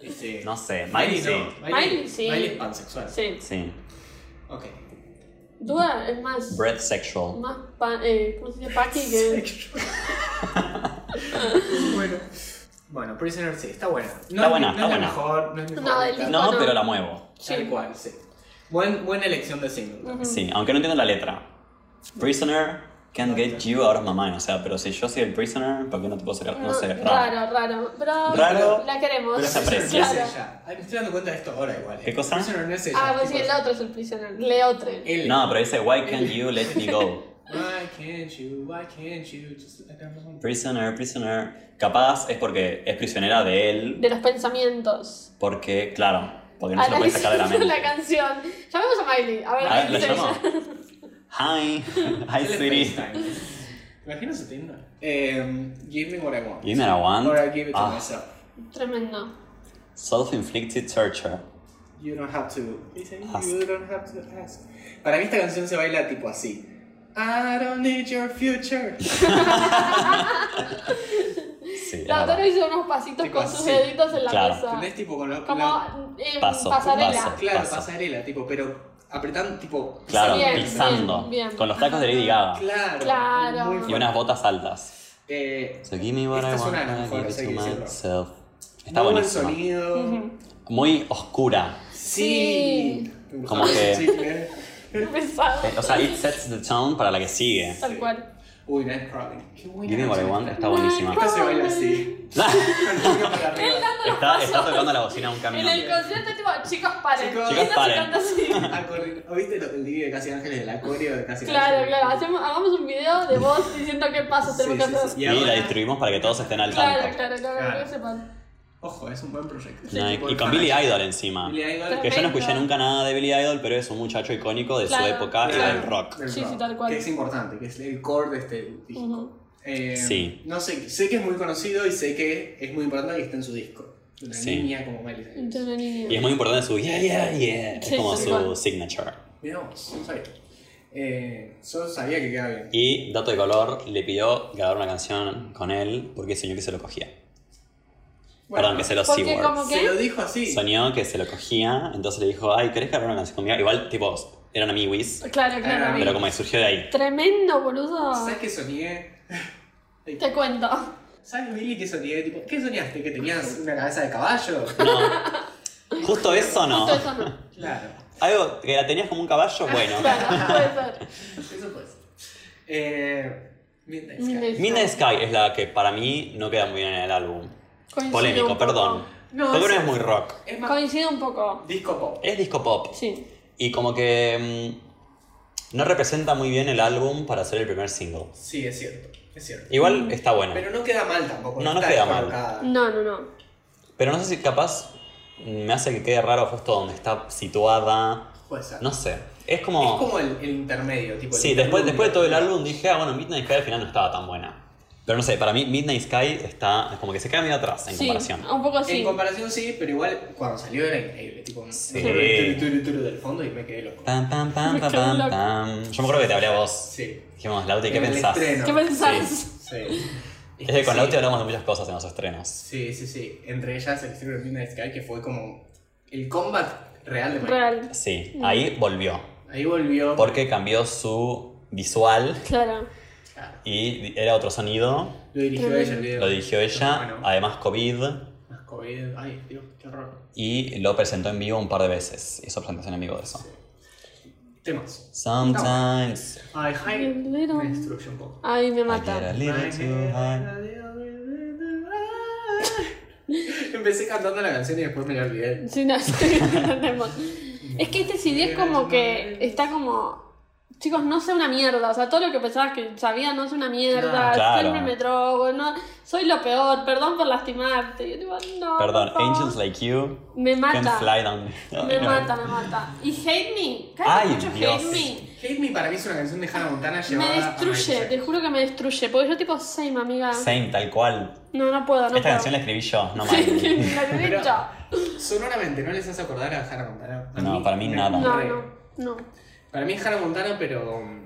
A: Este,
B: no sé. Miley sí.
A: no,
C: Miley sí.
A: Miley es pansexual.
C: Sí.
B: Sí.
A: Ok.
C: Duda es más.
A: <laughs>
B: Breath sexual.
C: Más pan. Eh, ¿Cómo se dice? Paqui que.
A: bueno. Bueno, Prisoner sí, está buena. No
B: Está
A: es-
B: buena,
A: no
B: está
A: es la
B: buena.
A: mejor, no es mi
C: No,
A: favorita.
C: del-
B: No,
C: no.
B: pero la muevo.
A: Tal
C: Sí.
A: cual, sí. Buen, buena elección de single.
C: Ujú.
B: Sí, aunque no entiendo la letra. Prisoner can't get you out of my mind. O sea, pero si yo soy el prisoner, ¿por qué no te puedo sacar? <laughs> No sé, raro.
C: raro, raro. Pero
B: Raro,
C: la queremos.
B: pero se
A: Prisoner
B: aprecia.
A: no es
C: <laughs> Claro.
A: ella. Ay, me estoy dando cuenta de esto ahora igual. eh.
B: ¿Qué cosa?
A: Prisoner no es ella.
C: Ah, pues sí,
A: chicos.
C: el otro es el prisionero. Le otro.
A: Él.
B: No, pero dice, why can't you let
A: <laughs>
B: me go?
A: Why can't you? Why can't you? Just let them alone.
B: Prisoner, prisoner. Capaz es porque es prisionera de él,
C: De los pensamientos.
B: porque, claro, porque no se lo
A: Ah,
B: puede sacar
A: <laughs>
B: de la
C: Analizando
B: mente.
C: <laughs> la canción. Llamemos a Miley. A ver,
B: A ver,
C: qué
B: lo
C: dice
B: llamó.
C: ella.
A: <laughs>
B: Hi, hi,
A: Él es
B: sweetie.
A: FaceTime. ¿Te imaginas su Tinder? Eh, give me what I want.
B: Give me what I want.
A: Or I give it to
B: Ah.
A: myself.
C: Tremendo.
B: Self-inflicted torture.
A: You don't have to. Dice,
B: Ask.
A: You don't have to ask. Para mí esta canción se baila tipo así. I don't need your future.
B: Sí,
C: La
B: la
C: autora
B: verdad.
C: hizo unos pasitos
A: Tipo
C: con sus
A: así.
C: deditos en la
B: Claro.
C: mesa.
A: ¿Entendés? Tipo con los. la-
C: Ah. Como eh,
B: Paso,
C: pasarela.
B: paso.
A: claro,
B: Pasa.
A: pasarela, tipo, pero apretando, tipo.
B: Claro,
C: Bien, bien,
B: pisando.
C: bien.
B: Con los tacos de Lady Gaga.
A: Claro.
C: Claro.
A: muy
B: Y
A: fuerte.
B: unas botas altas.
A: Eh,
B: So give me what
A: Esta
B: I
A: es
B: want,
A: una de las
B: I give
A: mejores,
B: it
A: hay
B: to
A: que decirlo.
B: myself. Está
A: muy buen
B: buenísima.
A: sonido.
C: Ujú. <laughs>
B: Muy oscura.
A: Sí.
B: Como que-
A: Sí, claro.
C: Pesado.
B: Eh, O sea, it sets the tone para la que sigue.
C: Tal cual.
A: Uy, Nightcrawling. Qué buena.
B: Give me what I
A: canción
B: want,
A: esta.
B: está buenísima.
A: Esta se baila así. <laughs> Continúa para arriba.
B: Está, está tocando la bocina de un
C: <laughs> En
B: camión.
C: el concierto, tipo, chicos, paren.
A: Chicos,
B: Chicos,
C: Ella se
B: paren. <laughs>
C: canta así.
A: Acorde- ¿O ¿Viste lo- el video de Casi Ángeles, el acorio de Casi
C: Claro,
A: Ángeles?
C: claro. Hacemos, hagamos un video de vos diciendo qué pasos
A: Sí,
C: tenemos que
A: sí,
C: hacer.
A: sí.
B: Y,
A: ahora-
B: la distribuimos para que todos estén al
C: Claro,
B: tanto.
C: claro, claro.
A: Claro.
C: Que sepan.
A: Ojo, es un buen proyecto.
B: No, y-
A: Tipo,
B: y
A: el
B: con
A: fan-
B: Billy Idol encima.
A: Billy Idol.
B: Que yo no escuché
C: Tremendo.
B: nunca nada de Billy Idol, pero es un muchacho icónico de
C: Claro.
B: su época y
A: Claro.
B: del rock.
A: del
C: Sí,
A: rock,
C: sí, tal cual.
A: Que es importante, que es el core de este disco.
C: Ujú.
A: Eh,
B: Sí.
A: No sé, sé que es muy conocido y sé que es muy importante que esté en su disco. Una
B: Sí.
A: niña como Miley Cyrus.
C: Entonces, niña.
B: Y es muy importante su yeah, yeah, yeah. Es
C: Sí,
B: como
C: sí,
B: su
C: igual.
B: signature.
A: Mirá vos, no sabía. Eh, yo sabía que quedaba bien.
B: Y dato de color, le pidió grabar una canción con él porque soñó que se lo cogía. Perdón, que se lo
C: Porque
B: C-word.
C: como-
A: Se lo dijo así.
B: Soñó que se lo cogía, entonces le dijo, ay, ¿querés grabar una canción conmigo? Igual, tipo, eran amiguis,
C: Claro, claro.
A: Ah,
B: Eh, pero como que surgió de ahí.
C: Tremendo, boludo.
A: ¿Sabes qué soñé?
C: Te cuento.
A: ¿Sabes, Billy, que soñé? Tipo, ¿Qué soñaste? ¿Que tenías una cabeza de caballo?
B: No.
C: <laughs>
B: Justo eso no.
C: Justo eso no.
A: Claro.
B: Algo que la tenías como un caballo, bueno.
C: <laughs> Claro, puede ser.
A: Eso pues. Eh, Midnight Sky.
C: Midnight.
B: Midnight Sky es la que para mí no queda muy bien en el álbum.
C: Coincido un
B: Polémico,
C: poco.
B: perdón.
A: No,
B: Porque
A: es-
B: no es muy rock.
A: Es más,
C: Coincido un poco.
A: disco pop.
B: Es disco pop.
C: Sí.
B: Y como que mm, no representa muy bien el álbum para ser el primer single.
A: Sí, es cierto. Es cierto.
C: Mm,
B: Igual está bueno.
A: Pero no queda mal tampoco.
B: No, no
A: está
B: queda mal.
A: descolocada.
C: No, no, no.
B: Pero no sé si capaz me hace que quede raro justo donde está situada.
A: Puede ser.
B: No sé. Es
A: Es
B: como...
A: como el, el intermedio. Tipo, el
B: sí, después,
A: interludio.
B: después de todo el álbum dije, ah, bueno, Midnight Sky al final no estaba tan buena. Pero no sé, para mí Midnight Sky está... Es como que se queda medio atrás en
C: sí, Ah.
B: comparación.
C: Un poco
A: En
C: sí.
A: comparación sí, pero igual cuando salió era increíble. Tipo,
B: Sí.
A: turu, turu, turu, turu del fondo y me quedé loco.
B: Pam, pam, pam,
C: Me
B: pam,
C: quedé
B: pam,
C: loca.
B: pam. Yo me acuerdo que te hablé a vos.
A: Sí.
B: Dijimos, Lauti, ¿qué
A: En el
B: pensás?
A: estreno.
C: ¿Qué pensás?
A: Sí.
B: Es que con
A: sí.
B: Lauti hablamos de muchas cosas en los estrenos.
A: Sí, sí, sí. Entre ellas el estreno de Midnight Sky que fue como el combat real de Minecraft.
C: Real.
B: Sí, ahí volvió.
A: Ahí volvió.
B: Porque cambió su visual
C: Claro.
A: Claro,
B: y era otro sonido.
A: Ah, Lo dirigió ella el video.
B: Lo dirigió ella,
A: Bueno.
B: además COVID,
A: Más COVID. Ay, Dios, qué horror.
B: y lo presentó en vivo un par de veces. Hizo presentación en vivo de eso.
A: Temas.
B: Sometimes
A: Ay, Jaime.
C: Little-
A: Me destruyó un poco.
C: Ay, me
B: I get a
C: mata.
B: little too high.
A: <laughs> Empecé cantando la canción y después me la olvidé.
C: <laughs> Sí, no, sí, entendemos. Es que este CD es como que está como Chicos, no sé una mierda. O sea, todo lo que pensabas que sabía no sé una mierda.
B: No, claro.
C: Siempre me drogo. No, soy lo peor. Perdón por lastimarte. Y yo digo, no.
B: Perdón,
C: por favor.
B: Angels Like You
C: Me
B: can
C: mata.
B: fly down me.
C: Me
B: <laughs> No.
C: mata, me mata. Y Hate Me.
B: Ay,
C: Ay, mucho
B: Dios.
C: Hate Me.
A: Hate Me para mí es una canción de Hannah Montana llevada
C: Me
A: a
C: destruye,
A: Miley
C: te
A: Cyrus.
C: juro que me destruye. Porque yo, tipo, same, amiga.
B: Same, tal cual.
C: No, no puedo, no
B: Esta
C: puedo.
B: canción
C: <laughs>
B: la escribí yo, no
C: Sí,
B: Miley.
C: la escribí
A: Pero-
C: yo.
A: Sonoramente, ¿no les hace acordar a Hannah Montana?
B: No, para mí nada.
C: No,
A: re.
C: no, no.
A: Para mí es Hannah Montana, pero um,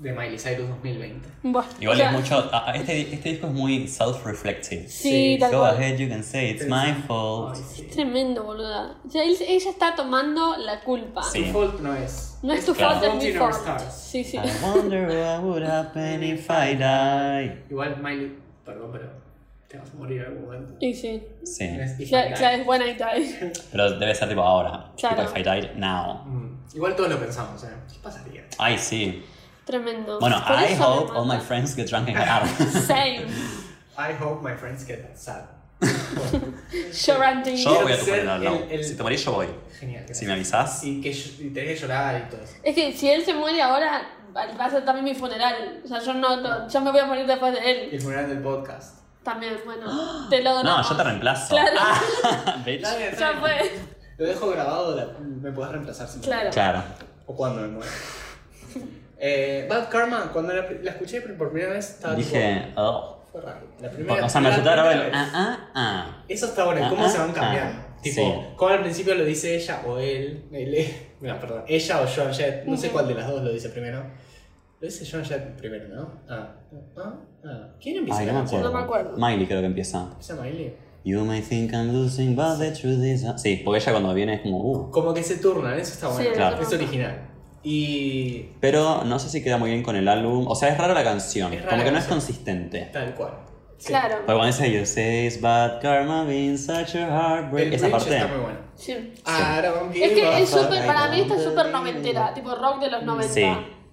A: de Miley Cyrus 2020.
C: Bueno,
B: Igual
C: o sea,
B: es mucho. ah, ah, este, este disco es muy self-reflective.
C: Sí,
A: Sí,
C: tal
B: Go
C: cual.
B: ahead, you can say it's my fault.
A: Ay, sí.
C: Tremendo, boluda. O sea, él- ella está tomando la culpa.
B: Sí.
A: Tu fault no es.
C: No es tu
B: Claro.
C: fault, es mi
A: Fault in our
C: fault.
A: stars.
C: Sí, sí.
B: I wonder what would happen if I die.
A: Igual Miley, perdón, pero te vas a morir en algún momento.
C: Y sí.
B: Sí.
A: No es-
C: Ya, ya es buena y tal.
B: Pero debe ser tipo ahora.
C: Claro.
B: Tipo, if I died now.
A: Mm, Igual todos lo pensamos, ¿eh? ¿Qué pasaría?
B: Ay, sí.
C: Tremendo.
B: Bueno,
C: Por
B: I
C: eso me
B: hope all my
C: mata.
B: friends get <laughs> drunk and hang out. <laughs>
C: Same.
A: I hope my friends get sad.
C: Yo ranting.
B: yo voy a
A: Quiero
B: tu
A: ser
B: funeral,
A: el- el-
B: no. Si te morís, yo voy.
A: Genial. gracias.
B: Si me avisás.
A: Y que ll- y tenés que llorar y todo eso.
C: Es que si él se muere ahora, va a ser también mi funeral. O sea, yo no, no- yo me voy a morir después de
A: Y
C: él.
A: el funeral del podcast.
C: También, bueno, te lo
B: No,
C: donamos.
B: yo te reemplazo.
C: Claro.
B: <laughs> Ah, bitch.
A: Está bien, está
C: Ya
A: bien.
C: fue.
A: Lo dejo grabado, la- me podés reemplazar si
C: Claro.
B: Claro.
A: O cuando me
C: <laughs>
A: muera. Eh, Bad Karma, cuando la, la escuché por primera vez, estaba
B: Dije, oh.
A: tipo, Fue raro. La primera,
B: O sea, me
A: la
B: asustó ahora
A: primera
B: el.
A: vez.
B: Ah, ah, ah.
A: Eso está bueno, cómo
B: Ah,
A: se van
B: ah,
A: cambiando.
B: ah.
A: tipo,
B: Sí.
A: cómo al principio lo dice ella o él. él- no, perdón, ella o Joan Jett. No sé
C: Ujú.
A: cuál de las dos lo dice primero. Lo dice Joan Jett primero, ¿no? Ah, ah, ah. ¿Quién empieza?
B: Ay, no
A: la
B: me
A: canción?
B: acuerdo.
C: No me acuerdo.
B: Miley creo que empieza.
A: ¿Empieza Miley?
B: You may think I'm losing, but the truth is. ah. Sí, porque ella cuando viene es como, uh.
A: Como que se turnan, eso está bueno.
C: Sí,
B: Claro.
A: Es original. Y
B: Pero no sé si queda muy bien con el álbum. O sea, es rara la canción.
A: Es rara
B: como
A: la
B: que no es
A: canción.
B: consistente.
A: tal cual. Sí.
C: Claro.
B: Pero cuando dice You say it's bad karma being such a heartbreak.
A: El
B: Esa
A: bridge
B: parte.
A: está muy bueno. Ah,
C: Sí.
A: Ahora vamos
C: Es que es
B: Bajo
C: súper,
B: la
C: para mí está
B: onda
C: súper
B: de-
C: noventera, tipo rock de los 90.
B: Sí.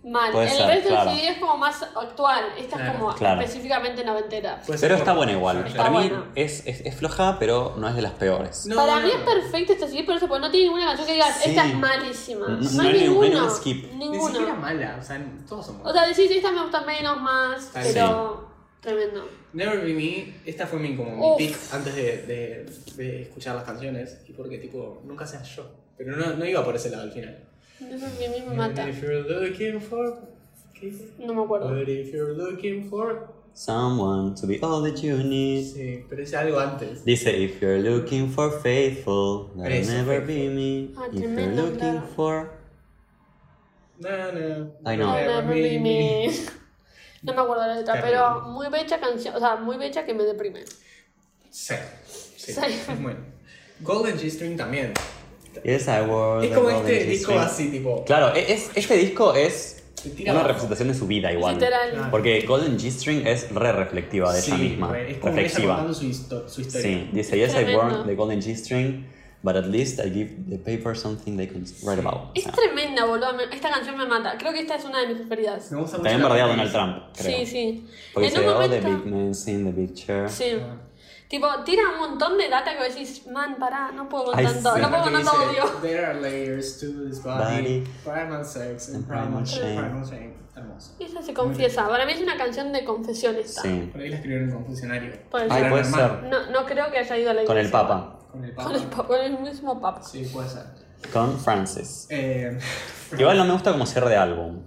C: Mal.
B: Puede
C: el
B: ser,
C: resto
B: claro.
C: del CD es como más actual. Esta es
A: Claro.
C: como
B: Claro.
C: específicamente noventera.
B: Pero está buena igual.
C: Está
B: Para mí
C: buena.
B: es, es, es floja, pero no es de las peores.
A: No,
C: para
A: no,
C: mí
A: no.
C: es perfecto este CD, por eso, porque no tiene ninguna canción que digas,
B: Sí.
C: esta es malísima.
B: No-
C: No,
B: no
C: hay
B: hay ningún- no hay
C: ninguno.
B: ningún skip.
A: Ni siquiera
C: Ninguno.
A: mala, o sea, todos somos.
C: O sea, decís, esta me gusta menos, más,
A: Tal vez.
C: pero tremendo.
A: Never Be Me, esta fue mi, como
C: Uf.
A: mi pick antes de, de- de escuchar las canciones. Y porque, tipo, nunca seas yo. Pero no, no iba por ese lado al final.
C: Eso a mí me mata.
A: And if you're looking for. ¿qué dice?
C: No me acuerdo.
A: But if you're looking for.
B: Someone to be all that you need.
A: Sí, pero es algo antes.
B: Dice, if you're looking for faithful, that'll
A: Eso,
B: never
A: faithful.
B: be me.
C: Ah,
B: if you're
C: tremendo,
B: looking
C: claro.
B: for.
A: No, no.
B: Ay,
C: No,
B: no.
C: no, no, ni me- <laughs> no me acuerdo la letra, pero muy bella canción, o sea, muy bella que me deprime.
A: Sí. Sí.
C: Sí.
A: Es bueno. Golden G-String también.
B: Yes, I wore
A: Es
B: the
A: como
B: golden
A: este disco
B: G-string.
A: así, tipo.
B: Claro, e- es, este disco es
A: Te tira
B: una
A: abajo.
B: representación de su vida igual.
C: Literal.
A: Claro.
B: Porque Golden G-String es re reflectiva de
A: sí,
B: ella misma,
A: re- es como ella
B: reflexiva.
A: contando su, histo- su historia.
B: Sí, dice, yes, I
C: Tremendo.
B: wore the Golden G-String, but at least I give the paper something they could write about. O
C: Es
B: sea,
C: tremenda, boludo. me- Esta canción me mata. Creo que esta es una de mis preferidas.
A: Me gusta mucho.
B: también
A: la
B: bardea a
A: parte
B: Donald Trump, creo.
C: Sí, sí.
B: Porque
C: en
B: dice,
C: un
B: oh,
C: momento.
B: the big man in the big chair.
C: Sí.
A: Ah.
C: Tipo, tira un montón de data que decís, man, pará, no puedo con
B: Ay,
C: tanto,
B: sí.
C: no puedo
A: que
C: con tanto
A: dice,
C: odio.
A: There are layers to this body,
B: Body.
A: primal sex and
B: And
A: primal
B: primal
A: shame.
B: shame.
A: Primal shame. Hermoso.
C: Y Esa se confiesa. Para mí es una canción de confesión esta.
B: Sí.
A: Por ahí la escribieron en Confusionario.
C: Puede
B: Ay,
C: ser.
B: puede
A: hermano.
B: ser.
C: No, no creo que haya ido a la
B: Con
C: iglesia.
B: el Papa.
A: Con el
C: Con el
A: papa.
C: papa, con el mismo papa.
A: Sí, puede ser.
B: Con Francis.
A: Eh, <laughs>
B: Igual no me gusta como cierre de álbum.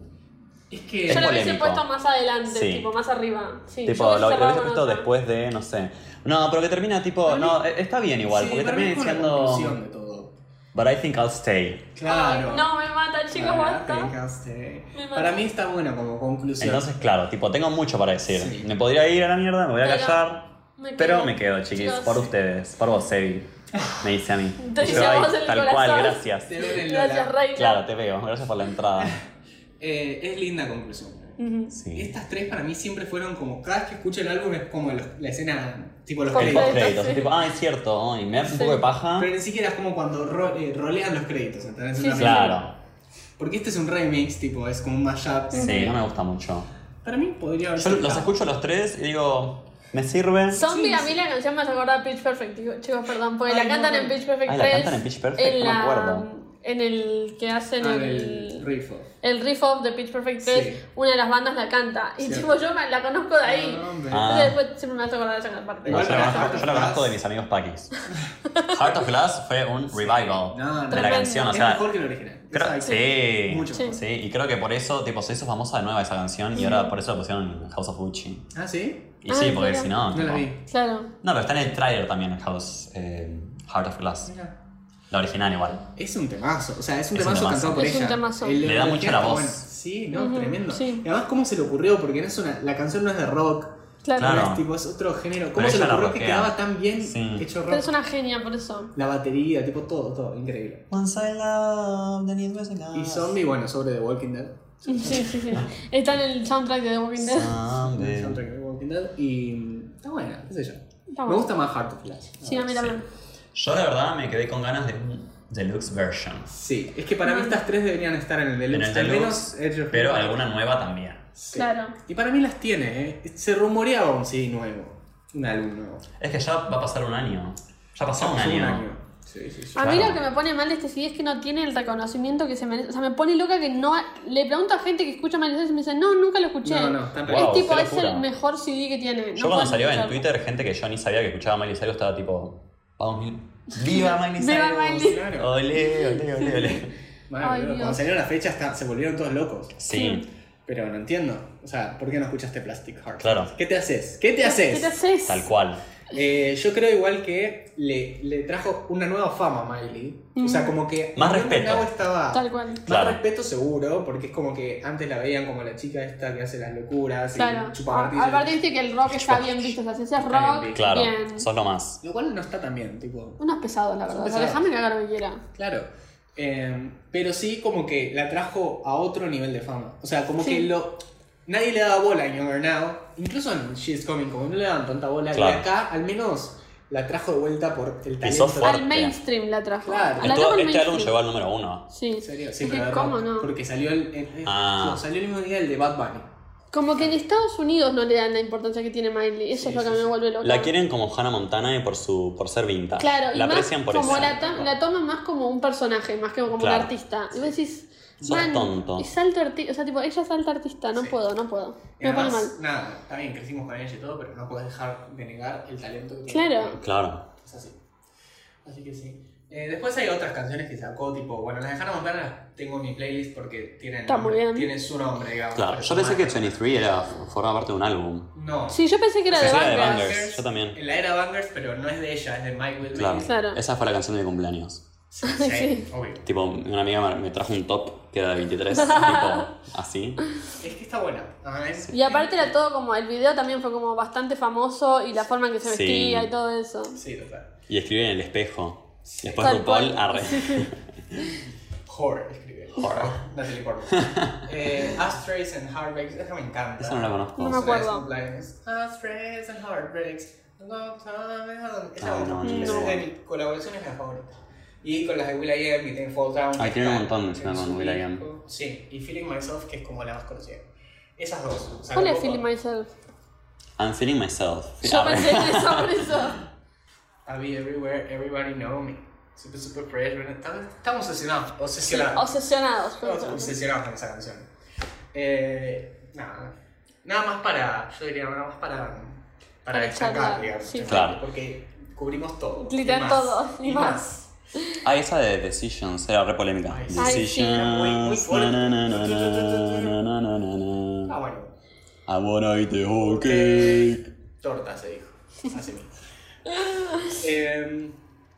A: es que.
C: Yo lo hubiese
B: polémico.
C: puesto más adelante,
B: Sí.
C: tipo, más arriba. Sí,
B: Tipo,
C: yo
B: lo,
C: hubiese
B: lo
C: cerrado
B: hubiese
C: con
B: puesto
C: otra.
B: después de, no sé. No, pero que termina tipo. No, eh, está bien igual,
A: sí,
B: porque
A: para mí
B: termina
A: es como la conclusión
B: diciendo.
A: de todo.
B: But I think I'll stay.
A: Claro.
C: Ay, no, me mata, chicos,
A: Para,
C: basta.
A: dejaste.
C: Me
A: Para mí está buena como conclusión.
B: Entonces, claro, tipo, tengo mucho para decir.
A: Sí.
B: Me podría ir a la mierda, me voy a
C: Pero-
B: callar.
C: Me
B: Pero
C: quedo.
B: me quedo, chiquis,
C: Chicos.
B: por ustedes, por vos, Sebi. Me dice a mí.
C: Te
B: Y yo,
C: dice a
B: "Ay,
C: vos el
B: tal
C: corazón".
B: cual, gracias.
A: Te veo en el
C: Gracias,
A: Lola.
C: Rey.
B: Claro, te veo, gracias por la entrada.
A: Eh, es linda conclusión.
C: Ujú.
A: Este
B: Sí.
A: Estas tres para mí siempre fueron como. Cada vez que escucho el álbum es como los- la escena. Tipo los
C: Con
B: El
A: créditos.
B: post
C: Perfecto,
B: créditos,
C: sí.
B: tipo, ah, es cierto, ay, me hace un
C: Sí.
B: poco de paja.
A: Pero ni siquiera es como cuando ro- eh, rolean los créditos, ¿entendés?
C: Sí,
A: Una
C: sí.
B: Claro,
A: Porque este es un remix, tipo, es como un mashup.
B: sí, no me gusta mucho.
A: Para mí podría haber
B: Yo
A: sido
B: los
A: acá.
B: escucho a los tres y digo, ¿me sirve?
C: Zombie,
A: Sí,
C: a
A: sí.
C: mí la canción me hace acordar a Pitch Perfect, digo, chicos, perdón, porque
A: Ay,
C: la
A: no,
C: cantan
A: no.
C: en Pitch Perfect
B: Ay,
C: 3.
B: la cantan en Pitch Perfect, no me acuerdo.
C: en el que hacen
A: Ah, el
C: el,
A: riff off.
C: el riff off de Pitch Perfect 3,
A: Sí.
C: una de las bandas la canta. Y
A: Cierto.
C: tipo, yo me- la conozco de ahí.
A: No, hombre.
B: Ah.
C: Entonces después siempre me hace acordar de esa parte.
B: No, yo, la conozco, yo la
A: Heart of
B: conozco de
A: Glass.
B: mis amigos paquis. Heart of Glass fue un revival
A: No,
B: de la
C: tremendo.
B: canción. O
A: es
B: sea,
A: mejor que el original.
B: creo-
A: Exacto.
B: sí.
A: Mucho
C: Sí.
A: mejor.
B: Sí, y creo que por eso, tipo, se hizo famosa de nuevo esa canción y ahora por eso la pusieron en House of Gucci.
A: Ah, sí.
B: Y sí,
C: Ay,
B: porque
C: mira.
B: si Ah, no.
A: No
B: tipo-
A: la vi.
C: Claro.
B: No, pero está en el trailer también en House eh, Heart of Glass.
A: Mira.
B: La original igual.
A: Es un temazo, o sea, es un
B: Es un
A: temazo
B: temazo.
A: cantado por
C: Es un
A: ella.
C: temazo.
A: El-
B: Le da mucho la
A: está
B: voz.
A: Sí, no,
C: Ujú,
A: tremendo.
C: sí.
A: Y además, ¿cómo se le ocurrió? Porque no es una, la canción no es de rock,
C: Claro.
B: Claro.
A: no es, tipo, es otro género. ¿Cómo
B: Pero
A: se le
B: ella la
A: ocurrió que
B: rockea.
A: quedaba tan bien
B: Sí.
A: hecho rock?
C: Pero es una genia por eso.
A: La batería, tipo todo, todo, increíble.
B: Once I love, then it was enough.
A: Y Zombie, bueno, sobre The Walking Dead.
C: Sí, sí, sí. Está en el soundtrack de The Walking Dead.
A: el
B: Zombie.
A: soundtrack de The Walking Dead. Y mm, está buena, qué sé yo.
C: Está
A: Me
C: bueno.
A: gusta más Heart of Glass.
C: Sí, a mí también.
B: Yo la verdad me quedé con ganas de un deluxe version.
A: Sí, es que
C: Ah.
A: para mí estas tres deberían estar en el
B: En
A: deluxe.
B: el
A: al
B: deluxe,
A: menos Edge of
B: pero
A: Empires.
B: alguna nueva también.
A: Sí.
C: Claro.
A: Y para mí las tiene, ¿eh? Se rumoreaba un CD nuevo, un álbum nuevo.
B: Es que ya va a pasar un año. Ya pasó un año.
A: Sí, sí, sí.
C: A mí
B: Claro.
C: lo que me pone mal de este CD es que no tiene el reconocimiento que se merece. O sea, me pone loca que no. Le pregunto a gente que escucha Miley Cyrus y me dice, no, nunca lo escuché.
A: No, no, está en
B: Wow,
C: es
A: realidad.
C: tipo,
B: qué
C: es
B: locura.
C: el mejor CD que tiene. No
B: Yo cuando
C: puedo
B: salió en
C: escucharlo.
B: Twitter gente que yo ni sabía que escuchaba Miley Cyrus estaba tipo... "Vamos, Mil-
C: <laughs>
B: ¡Viva Miley Cyrus!
C: Viva Miley.
A: Claro.
B: ¡Ole, ole, ole, ole!
A: Bueno,
C: Ay,
A: boludo,
C: Dios.
A: cuando salieron las fechas está- se volvieron todos locos.
B: Sí,
A: Pero no entiendo. O sea, ¿por qué no escuchaste Plastic Heart?
B: Claro.
A: ¿Qué te haces? ¿Qué te
C: ¿Qué te
A: haces?
C: haces?
B: tal cual.
A: Eh, yo creo igual que le, le trajo una nueva fama a Miley. O sea, como que.
B: Más
A: Amanda
B: respeto.
A: Lau estaba.
C: Mm. Tal cual.
A: Más
B: Claro.
A: respeto seguro, porque es como que antes la veían como la chica esta que hace las locuras
C: Claro.
A: y chupa martillos.
C: Aparte, viste que el rock está bien visto. O sea, si haces
A: Está bien
C: rock,
A: visto.
B: Claro,
C: bien.
B: sos lo más.
A: Lo cual no está tan bien, tipo.
C: Unos pesados, la verdad. O sea,
A: pesados.
C: déjame que haga lo que quiera.
A: Claro. Eh, pero sí como que la trajo a otro nivel de fama. O sea, como
C: Sí.
A: que lo. Nadie le daba bola en Younger Now. Incluso en She's Coming, como no le daban tanta bola. Y
B: Claro.
A: acá al menos la trajo de vuelta por el
B: Pisó
A: talento.
B: fuerte.
C: Al mainstream la trajo.
A: Claro.
C: La trajo
B: Estuvo-
C: al
B: este álbum
C: mainstream.
B: llegó al número uno.
A: ¿En
C: Sí.
A: serio? Sí,
C: Es que,
A: pero de
C: ¿Cómo
A: rock,
C: no?
A: Porque salió el, el- el-
B: Ah.
A: no, salió el mismo día el de Bad Bunny.
C: Como que en Estados Unidos no le dan la importancia que tiene Miley. Eso
A: Sí,
C: es lo que
A: sí,
C: me
A: sí.
C: vuelve loca.
B: La quieren como Hannah Montana y por, su, por ser vintage.
C: Claro,
B: la
C: y más
B: aprecian por
C: como
B: eso.
C: La, to- la toman más como un personaje, más que como un
B: Claro.
C: artista. Y vos decís,
B: Sos
C: man,
B: tonto.
C: es alto artista, o sea, tipo, ella es alta artista, no
A: Sí.
C: puedo, no puedo.
A: Y
C: Me pone
A: además,
C: mal.
A: nada, está bien, crecimos con ella y todo, pero no puedes dejar de negar el talento que tiene.
C: Claro.
B: Claro.
A: Es así. Así que sí. Eh, después hay otras canciones que sacó, tipo, bueno, las de Hannah Montana las tengo en mi playlist porque tienen,
C: Está muy
A: nombre-
C: bien.
A: tienen su nombre, digamos.
B: Claro,
A: pero
B: yo
A: son
B: pensé que
A: más-
B: 23 era, formaba parte de un álbum.
A: No.
C: Sí, yo pensé que era
B: Sí,
C: de
B: sí, era de
C: bandas.
B: Bangers. yo también.
A: En la era Bangers, pero no es de ella, es de Mike Will
B: Claro.
C: Claro.
B: Esa fue la canción de mi cumpleaños.
A: Sí,
C: <laughs> Sí.
A: obvio.
B: Tipo, una amiga me- me trajo un top que era de
C: <laughs>
B: 23, tipo, así.
A: Es que está buena. Ah, es-
C: Y aparte era todo como, el video también fue como bastante famoso y la forma en que se
B: Sí.
C: vestía y todo eso.
A: Sí, total.
B: Y escribí en el espejo. Después
C: Tal
B: RuPaul
C: cual.
B: arre.
A: Horror, escribe.
B: Horror.
A: <laughs> Natalie Portman.
B: <laughs>
A: eh, Ashtrays and Heartbreaks, esa me encanta.
B: Esa no la
C: No
B: conozco.
C: me acuerdo.
A: Ashtrays and Heartbreaks. Love time and- Esa
B: Ah,
A: me gusta
B: no,
A: mucho.
C: no.
A: Esa es de mis colaboraciones es la favorita. Y con las de Will I Am y Ten Falls Down.
B: Ah,
A: que
B: tiene un
A: está
B: montón
A: en
B: encima
A: su
B: con Will I Am.
A: disco. Sí, y Feeling Myself, que es como la más conocida. Esas dos. o sea,
C: ¿Cuál es
A: tampoco-
C: Feeling Myself?
B: I'm feeling myself.
C: Yo
B: Arre. <laughs>
C: pensé en eso, por eso.
A: I'll be everywhere, everybody know me. Super, super pressure. Estamos, estamos obsesionados.
C: Sí,
A: Obsesionados.
C: obsesionados. por
A: Estamos
C: eso.
A: obsesionados con esa canción. Eh, nada. Nada más para. Yo diría nada más para. Para
C: Para
A: destacar,
C: charlar,
A: digamos.
C: sí.
B: Claro.
A: Porque cubrimos todo. y
C: Literal
A: más,
C: todo, y más.
B: Ah, esa de Decisions era re polémica.
A: Ay, sí.
C: Ay, sí.
B: Decisions.
A: Muy- muy
B: na, na, na, na, na, na, na, na,
A: Ah,
B: na.
A: bueno. Eh,
B: I wanna eat the whole cake.
A: Torta se dijo. Así
C: <laughs>
A: mismo. Eh,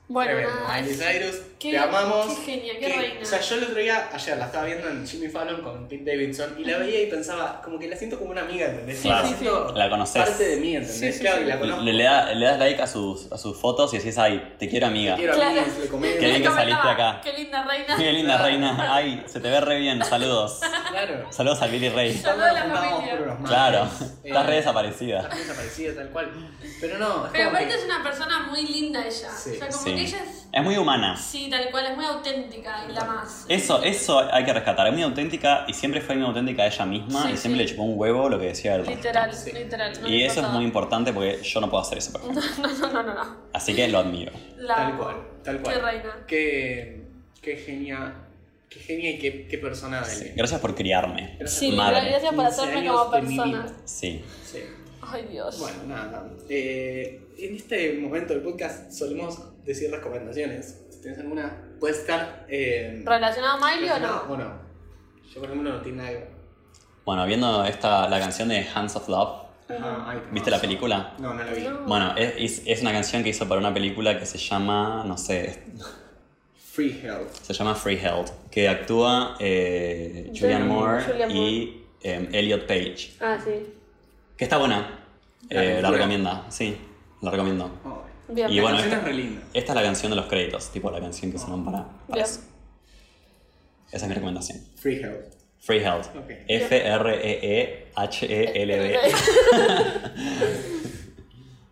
C: Bueno,
A: tremendo.
C: nada.
A: Miley Cyrus,
C: Qué-
A: te amamos.
C: qué genia, qué reina.
A: O sea, yo el otro día, ayer la estaba viendo en Jimmy Fallon con Pete Davidson y la veía y pensaba, como que la siento como una amiga, ¿entendés?
C: Sí,
A: La
B: sí,
A: siento
B: sí. La conoces.
A: Parte de mí, ¿entendés?
C: Sí, sí,
A: claro,
C: sí.
A: y la conozco.
B: Le, le da- le das like a sus, a sus fotos y decís, ay, te quiero amiga.
A: Quiero
C: Claro.
A: amigas, le comento.
B: Qué bien que saliste acá.
C: Qué linda
B: <laughs>
C: reina.
B: Qué linda reina. Ay, se te ve re bien. Saludos.
A: Claro.
B: Saludos a Billy Ray.
C: Saludos a la
A: Nos juntamos
C: familia.
A: por unos mates.
B: Claro,
A: Eh,
B: estás re desaparecida.
A: estás desaparecida, tal cual. Pero no, es
C: Pero
A: como
C: aparte
A: que-
C: es una persona muy linda ella.
A: Sí.
C: o sea, como que
B: Sí.
C: ella es.
B: Es muy humana.
C: Sí, tal cual, es muy auténtica y la más.
B: Eso, eso hay que rescatar. Es muy auténtica y siempre fue muy auténtica ella misma
C: Sí,
B: y siempre le
C: sí.
B: chupó un huevo lo que decía el resto.
C: Literal,
A: Sí.
C: literal. no
B: Y
C: le
B: eso es
C: importaba.
B: muy importante porque yo no puedo hacer eso, por ejemplo.
C: <laughs> No, no, no, no. no.
B: Así que lo admiro.
C: La...
A: Tal cual, tal cual.
C: Qué reina.
A: Qué, Qué genia. Qué genia y qué, qué persona de alguien.
B: Gracias por criarme.
A: Gracias
C: Sí,
A: por-
B: Madre.
C: gracias por
A: 15
C: hacerme
A: años
C: como
A: de mi
C: persona. Pues
A: vida.
B: Sí.
A: Sí.
C: Ay, Dios.
A: Bueno, nada. eh, en este momento del podcast solemos decir recomendaciones. Si tienes alguna, puede estar. Eh,
C: ¿Relacionado a Miley o
A: relacionada
C: no?
A: o no. Yo, por ejemplo, no tengo nada. que-
B: Bueno, viendo esta, la canción de Hands of Love,
A: Ajá, ahí te
B: ¿viste
A: paso.
B: la película?
A: No, no la vi.
C: No.
B: Bueno, es, es- es una canción que hizo para una película que se llama, no sé,
A: Free Health.
B: se llama Free Held, que actúa eh, Julian
C: Julian
B: Moore
C: Julian
B: y em, Elliot Page,
C: Ah, sí.
B: que está buena,
A: La
B: Eh, la
A: película.
B: recomienda, sí, la recomiendo.
A: Oh,
C: Bien.
B: Y bueno,
A: la canción
B: esta,
A: es re linda.
B: esta es la canción de los créditos, tipo la canción que sonan para, para
C: Bien.
B: eso. Esa es mi recomendación.
A: Free Health.
B: Free Held.
A: Ok.
B: E
C: <laughs>
B: F-R-E-E-H-E-L-D.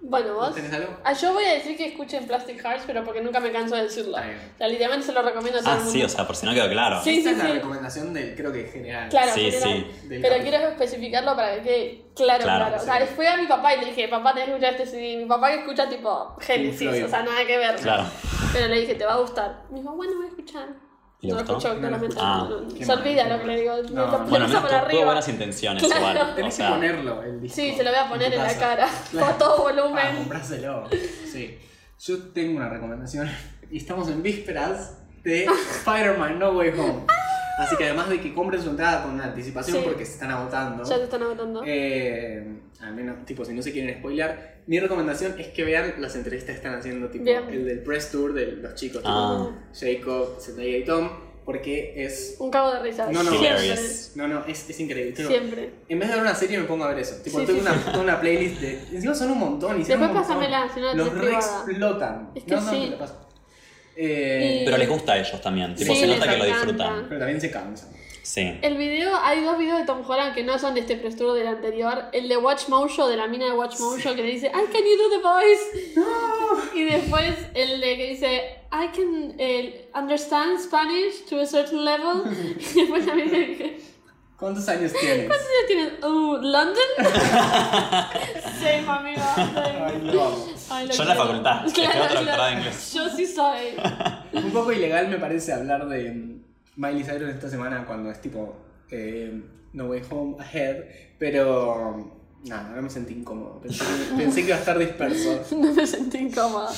C: bueno, vos.
A: ¿Tenés algo?
C: Ah, yo voy a decir que escuchen Plastic Hearts, pero porque nunca me canso de decirlo.
A: Está bien.
C: O sea, literalmente se lo recomiendo a todo
B: Ah,
C: el mundo.
B: sí, o sea, por si no quedó claro.
C: Sí,
A: Esa
C: sí,
A: es la
C: sí.
A: recomendación del, creo que general.
C: Claro,
B: Sí,
C: general.
B: sí.
A: Del
C: Pero
A: capítulo.
C: quiero especificarlo para que quede claro, claro.
B: Claro,
C: O sea,
A: sí.
C: fui a mi papá y le dije, papá, tenés que escuchar este CD. Mi papá que escucha tipo Genesis,
A: Floyd.
C: o sea, nada que ver.
B: Claro.
C: Pero le dije, te va a gustar. Me dijo, bueno, voy a escuchar.
B: ¿Y le
C: no lo
B: gustó?
C: escuchó,
A: No lo
C: claramente.
A: escuchó.
B: Ah.
C: No, no.
A: Qué
C: se
A: mal, qué
C: olvida lo
A: mal.
C: que le digo.
A: No,
C: lo,
A: no.
C: lo
B: Bueno,
C: pasa
B: menos
C: para
B: tuvo tuvo
C: arriba.
B: buenas intenciones
C: Claro. <laughs>
B: igual. O
A: Tenés que
B: sea,
A: ponerlo el disco.
C: Sí, se lo voy a poner en la
A: casa. <laughs>
C: cara.
A: Claro. Ah,
C: A todo
A: Para
C: volumen.
A: comprárselo. Sí. Yo tengo una recomendación <laughs> y estamos en vísperas
C: <laughs>
A: de Spider-Man No Way Home. Así que además de que compren su entrada con anticipación
C: Ah. Sí.
A: porque se están agotando.
C: Ya te están agotando.
A: eh, al menos, tipo, si no se quieren spoilear, mi recomendación es que vean las entrevistas que están haciendo, tipo,
C: Bien.
A: el del press tour de los chicos, tipo,
B: Ah.
A: Jacob, Zendaya y Tom, porque es.
C: Un cabo de risa.
A: No, no.
C: Siempre.
B: Hilarious.
A: No, no, es, es increíble. Tipo,
C: Siempre.
A: En vez de ver una serie me pongo a ver eso. Tipo,
C: Sí,
A: tengo
C: sí,
A: una, toda una playlist de. Encima son un montón y son
C: Después
A: un montón.
C: pásamela, si no la
A: Los
C: tenés
A: re
C: privada.
A: explotan.
C: Es que
A: no, no,
C: sí.
A: te la paso. Eh,
C: Y-
B: Pero les gusta a ellos también. Tipo,
C: Sí,
B: se
C: les
B: nota que lo
C: encanta.
B: disfrutan.
A: Pero también se cansan.
B: Sí.
C: El video, hay dos videos de Tom Holland que no son de este press tour del anterior. El de Watch Mojo, de la mina de Watch Mojo, que le dice, I can you do the voice. Y después el de que dice, I can eh, understand Spanish to a certain level.
A: <laughs>
C: y después también el que
A: ¿Cuántos años tienes?
C: tienes, oh,
A: <laughs>
C: London. Same, amigo.
A: Ay,
C: same.
A: lo amo.
C: Ay, lo
B: Yo en la
C: quiero.
B: facultad, estoy
C: <laughs> Claro,
B: otra
C: yo-
B: doctorada de inglés.
C: Yo sí soy. <laughs>
A: Un poco ilegal me parece hablar de mm, Miley Cyrus esta semana cuando es tipo eh, No Way Home Ahead, pero mm, nada, ahora me sentí incómodo. Pensé, que- pensé que iba a estar disperso.
C: No me sentí incómoda.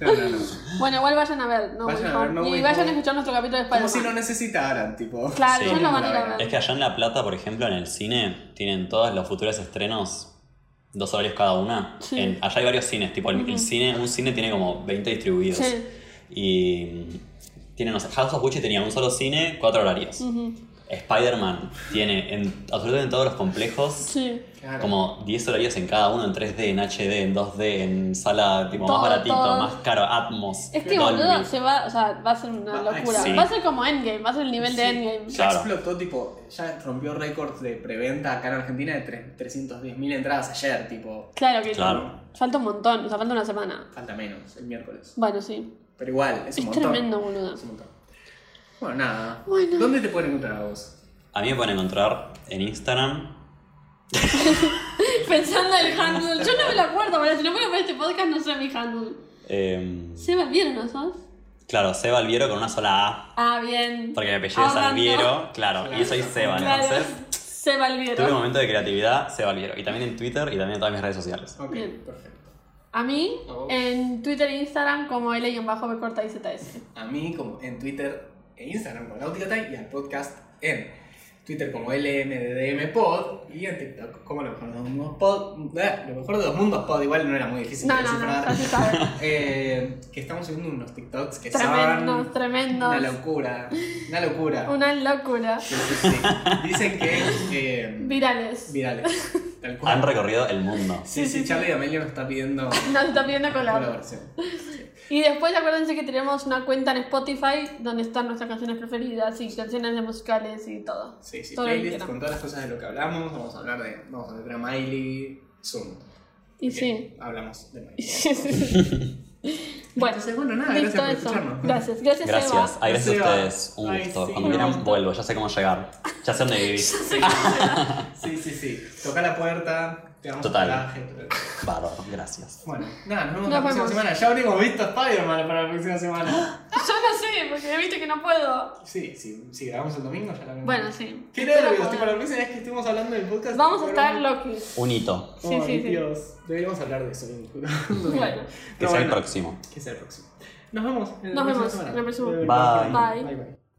A: No, no, no.
C: Bueno, igual vayan a ver, no
A: Vayan
C: Way
A: a ver
C: Home.
A: No Way
C: y vayan
A: Home.
C: a escuchar nuestro capítulo de
A: Como si lo
C: Spider-Man.
A: necesitaran, tipo.
C: Claro,
B: Sí.
C: yo lo van a ir a ver.
B: Es que allá en La Plata, por ejemplo, en el cine, tienen todos los futuros estrenos, dos horarios cada una.
C: Sí.
B: En- allá hay varios cines, tipo el, el cine, un cine tiene como 20 distribuidos.
C: Sí.
B: Y mm, tienen, no sé, House of Gucci tenía un solo cine, cuatro horarios. Spider-Man tiene en, absolutamente en todos los complejos.
C: Sí.
A: Claro.
B: Como 10 horarios en cada uno, en 3D, en HD, en 2D, en sala tipo
C: Todo,
B: más baratito,
C: todo.
B: más caro, Atmos.
C: Es que
B: Dolby.
C: boludo se va, o sea, va a ser una
A: Va-
C: locura.
B: Ah, sí.
C: Va a ser como Endgame, va a ser el nivel de
A: Sí.
C: Endgame.
A: Ya
B: Claro.
A: explotó, tipo, ya rompió récords de preventa acá en Argentina de tre- 310.000 entradas ayer, tipo,
C: Claro que
B: Claro.
C: falta un montón, o sea, falta una semana.
A: falta menos, el miércoles.
C: Bueno, sí.
A: Pero igual, es un
C: Es
A: montón.
C: tremendo, boludo. <laughs>
A: Es un montón. Bueno, nada.
C: Bueno.
A: ¿Dónde te pueden encontrar a vos?
B: A mí me pueden encontrar en Instagram.
C: Pensando el handle, yo no me lo acuerdo, pero si no fuera por este podcast no sé mi handle.
B: em,
C: ¿Seba vieron ¿no sos?
B: Claro, Seba Alviero con una sola A.
C: Ah, bien.
B: Porque mi apellido es
C: Ahora
B: Alviero.
C: no.
B: Claro, y yo soy Seba,
C: Claro.
B: entonces.
C: Seba
B: Tuve un
C: Alviero.
B: momento de creatividad, Seba Alviero. Y también en Twitter y también en todas mis redes sociales.
A: Ok,
C: Bien.
A: perfecto.
C: A mí,
A: A vos.
C: en Twitter e Instagram, como L-B corta y ZS.
A: A mí, como en Twitter e Instagram con Nauticatay y al podcast en Twitter como LMDDM Pod y en TikTok como lo mejor de dos mundos pod. eh, lo mejor de dos mundos pod, igual no era muy difícil
C: No,
A: de
C: no, no,
A: descifrar.
C: ya se sabe.
A: Eh, que estamos subiendo unos TikToks <laughs> que
C: Tremendos,
A: son
C: tremendos.
A: una locura, una locura.
C: Una locura.
A: Sí, sí, sí. Dicen que eh,
C: Virales.
A: virales, tal cual.
B: Han recorrido el mundo.
A: Sí, sí, Charlie D'Amelio nos está pidiendo
C: Nos está pidiendo color.
A: colaboración.
C: Y después acuérdense que tenemos una cuenta en Spotify donde están nuestras canciones preferidas y canciones de musicales y
A: <laughs>
C: todo.
A: Sí, sí,
C: Todo lo que
A: playlist
C: quieran.
A: con todas las cosas de lo que hablamos. Vamos a hablar de, vamos a ver a Miley soon.
C: Y
A: Ok,
C: sí.
A: Hablamos de Miley.
C: <laughs> bueno,
A: Entonces, bueno, nada,
C: listo
A: Ah, gracias por
C: eso.
A: escucharnos.
C: Gracias, gracias,
B: Gracias.
C: <laughs> Eva.
B: Ay, gracias
A: Seba.
B: a ustedes. Un
A: Ay,
B: gusto.
A: sí,
B: Cuando
A: un
B: quieran,
A: gusto.
B: vuelvo. Ya sé cómo llegar. Ya sé dónde vivís.
A: Sí, sí, sí. Toca la puerta, te damos
B: Total.
A: coraje.
B: Bárbaro. Gracias.
A: Bueno, nada, nos vemos
C: Nos
A: la próxima
C: vemos.
A: semana. Ya habremos visto Spider-Man para la próxima semana.
C: yo no sé, porque viste que no puedo.
A: Sí, sí, si grabamos el domingo ya la vemos.
C: Bueno, sí.
A: Qué
C: Espero
A: nervios,
C: poder.
A: tipo, la próxima vez que estuvimos hablando del podcast.
C: Vamos a
A: fueron-
C: estar locos.
B: Un hito.
C: Sí,
A: Ay,
C: sí, sí.
A: Dios, deberíamos hablar de eso en el futuro.
C: <laughs> Bueno.
B: Que
A: No,
B: sea el
A: bueno.
B: próximo.
A: Que sea el próximo. Nos vemos. en la próxima
C: Nos vemos en
A: semana.
C: la próxima.
B: Bye.
A: bye. bye.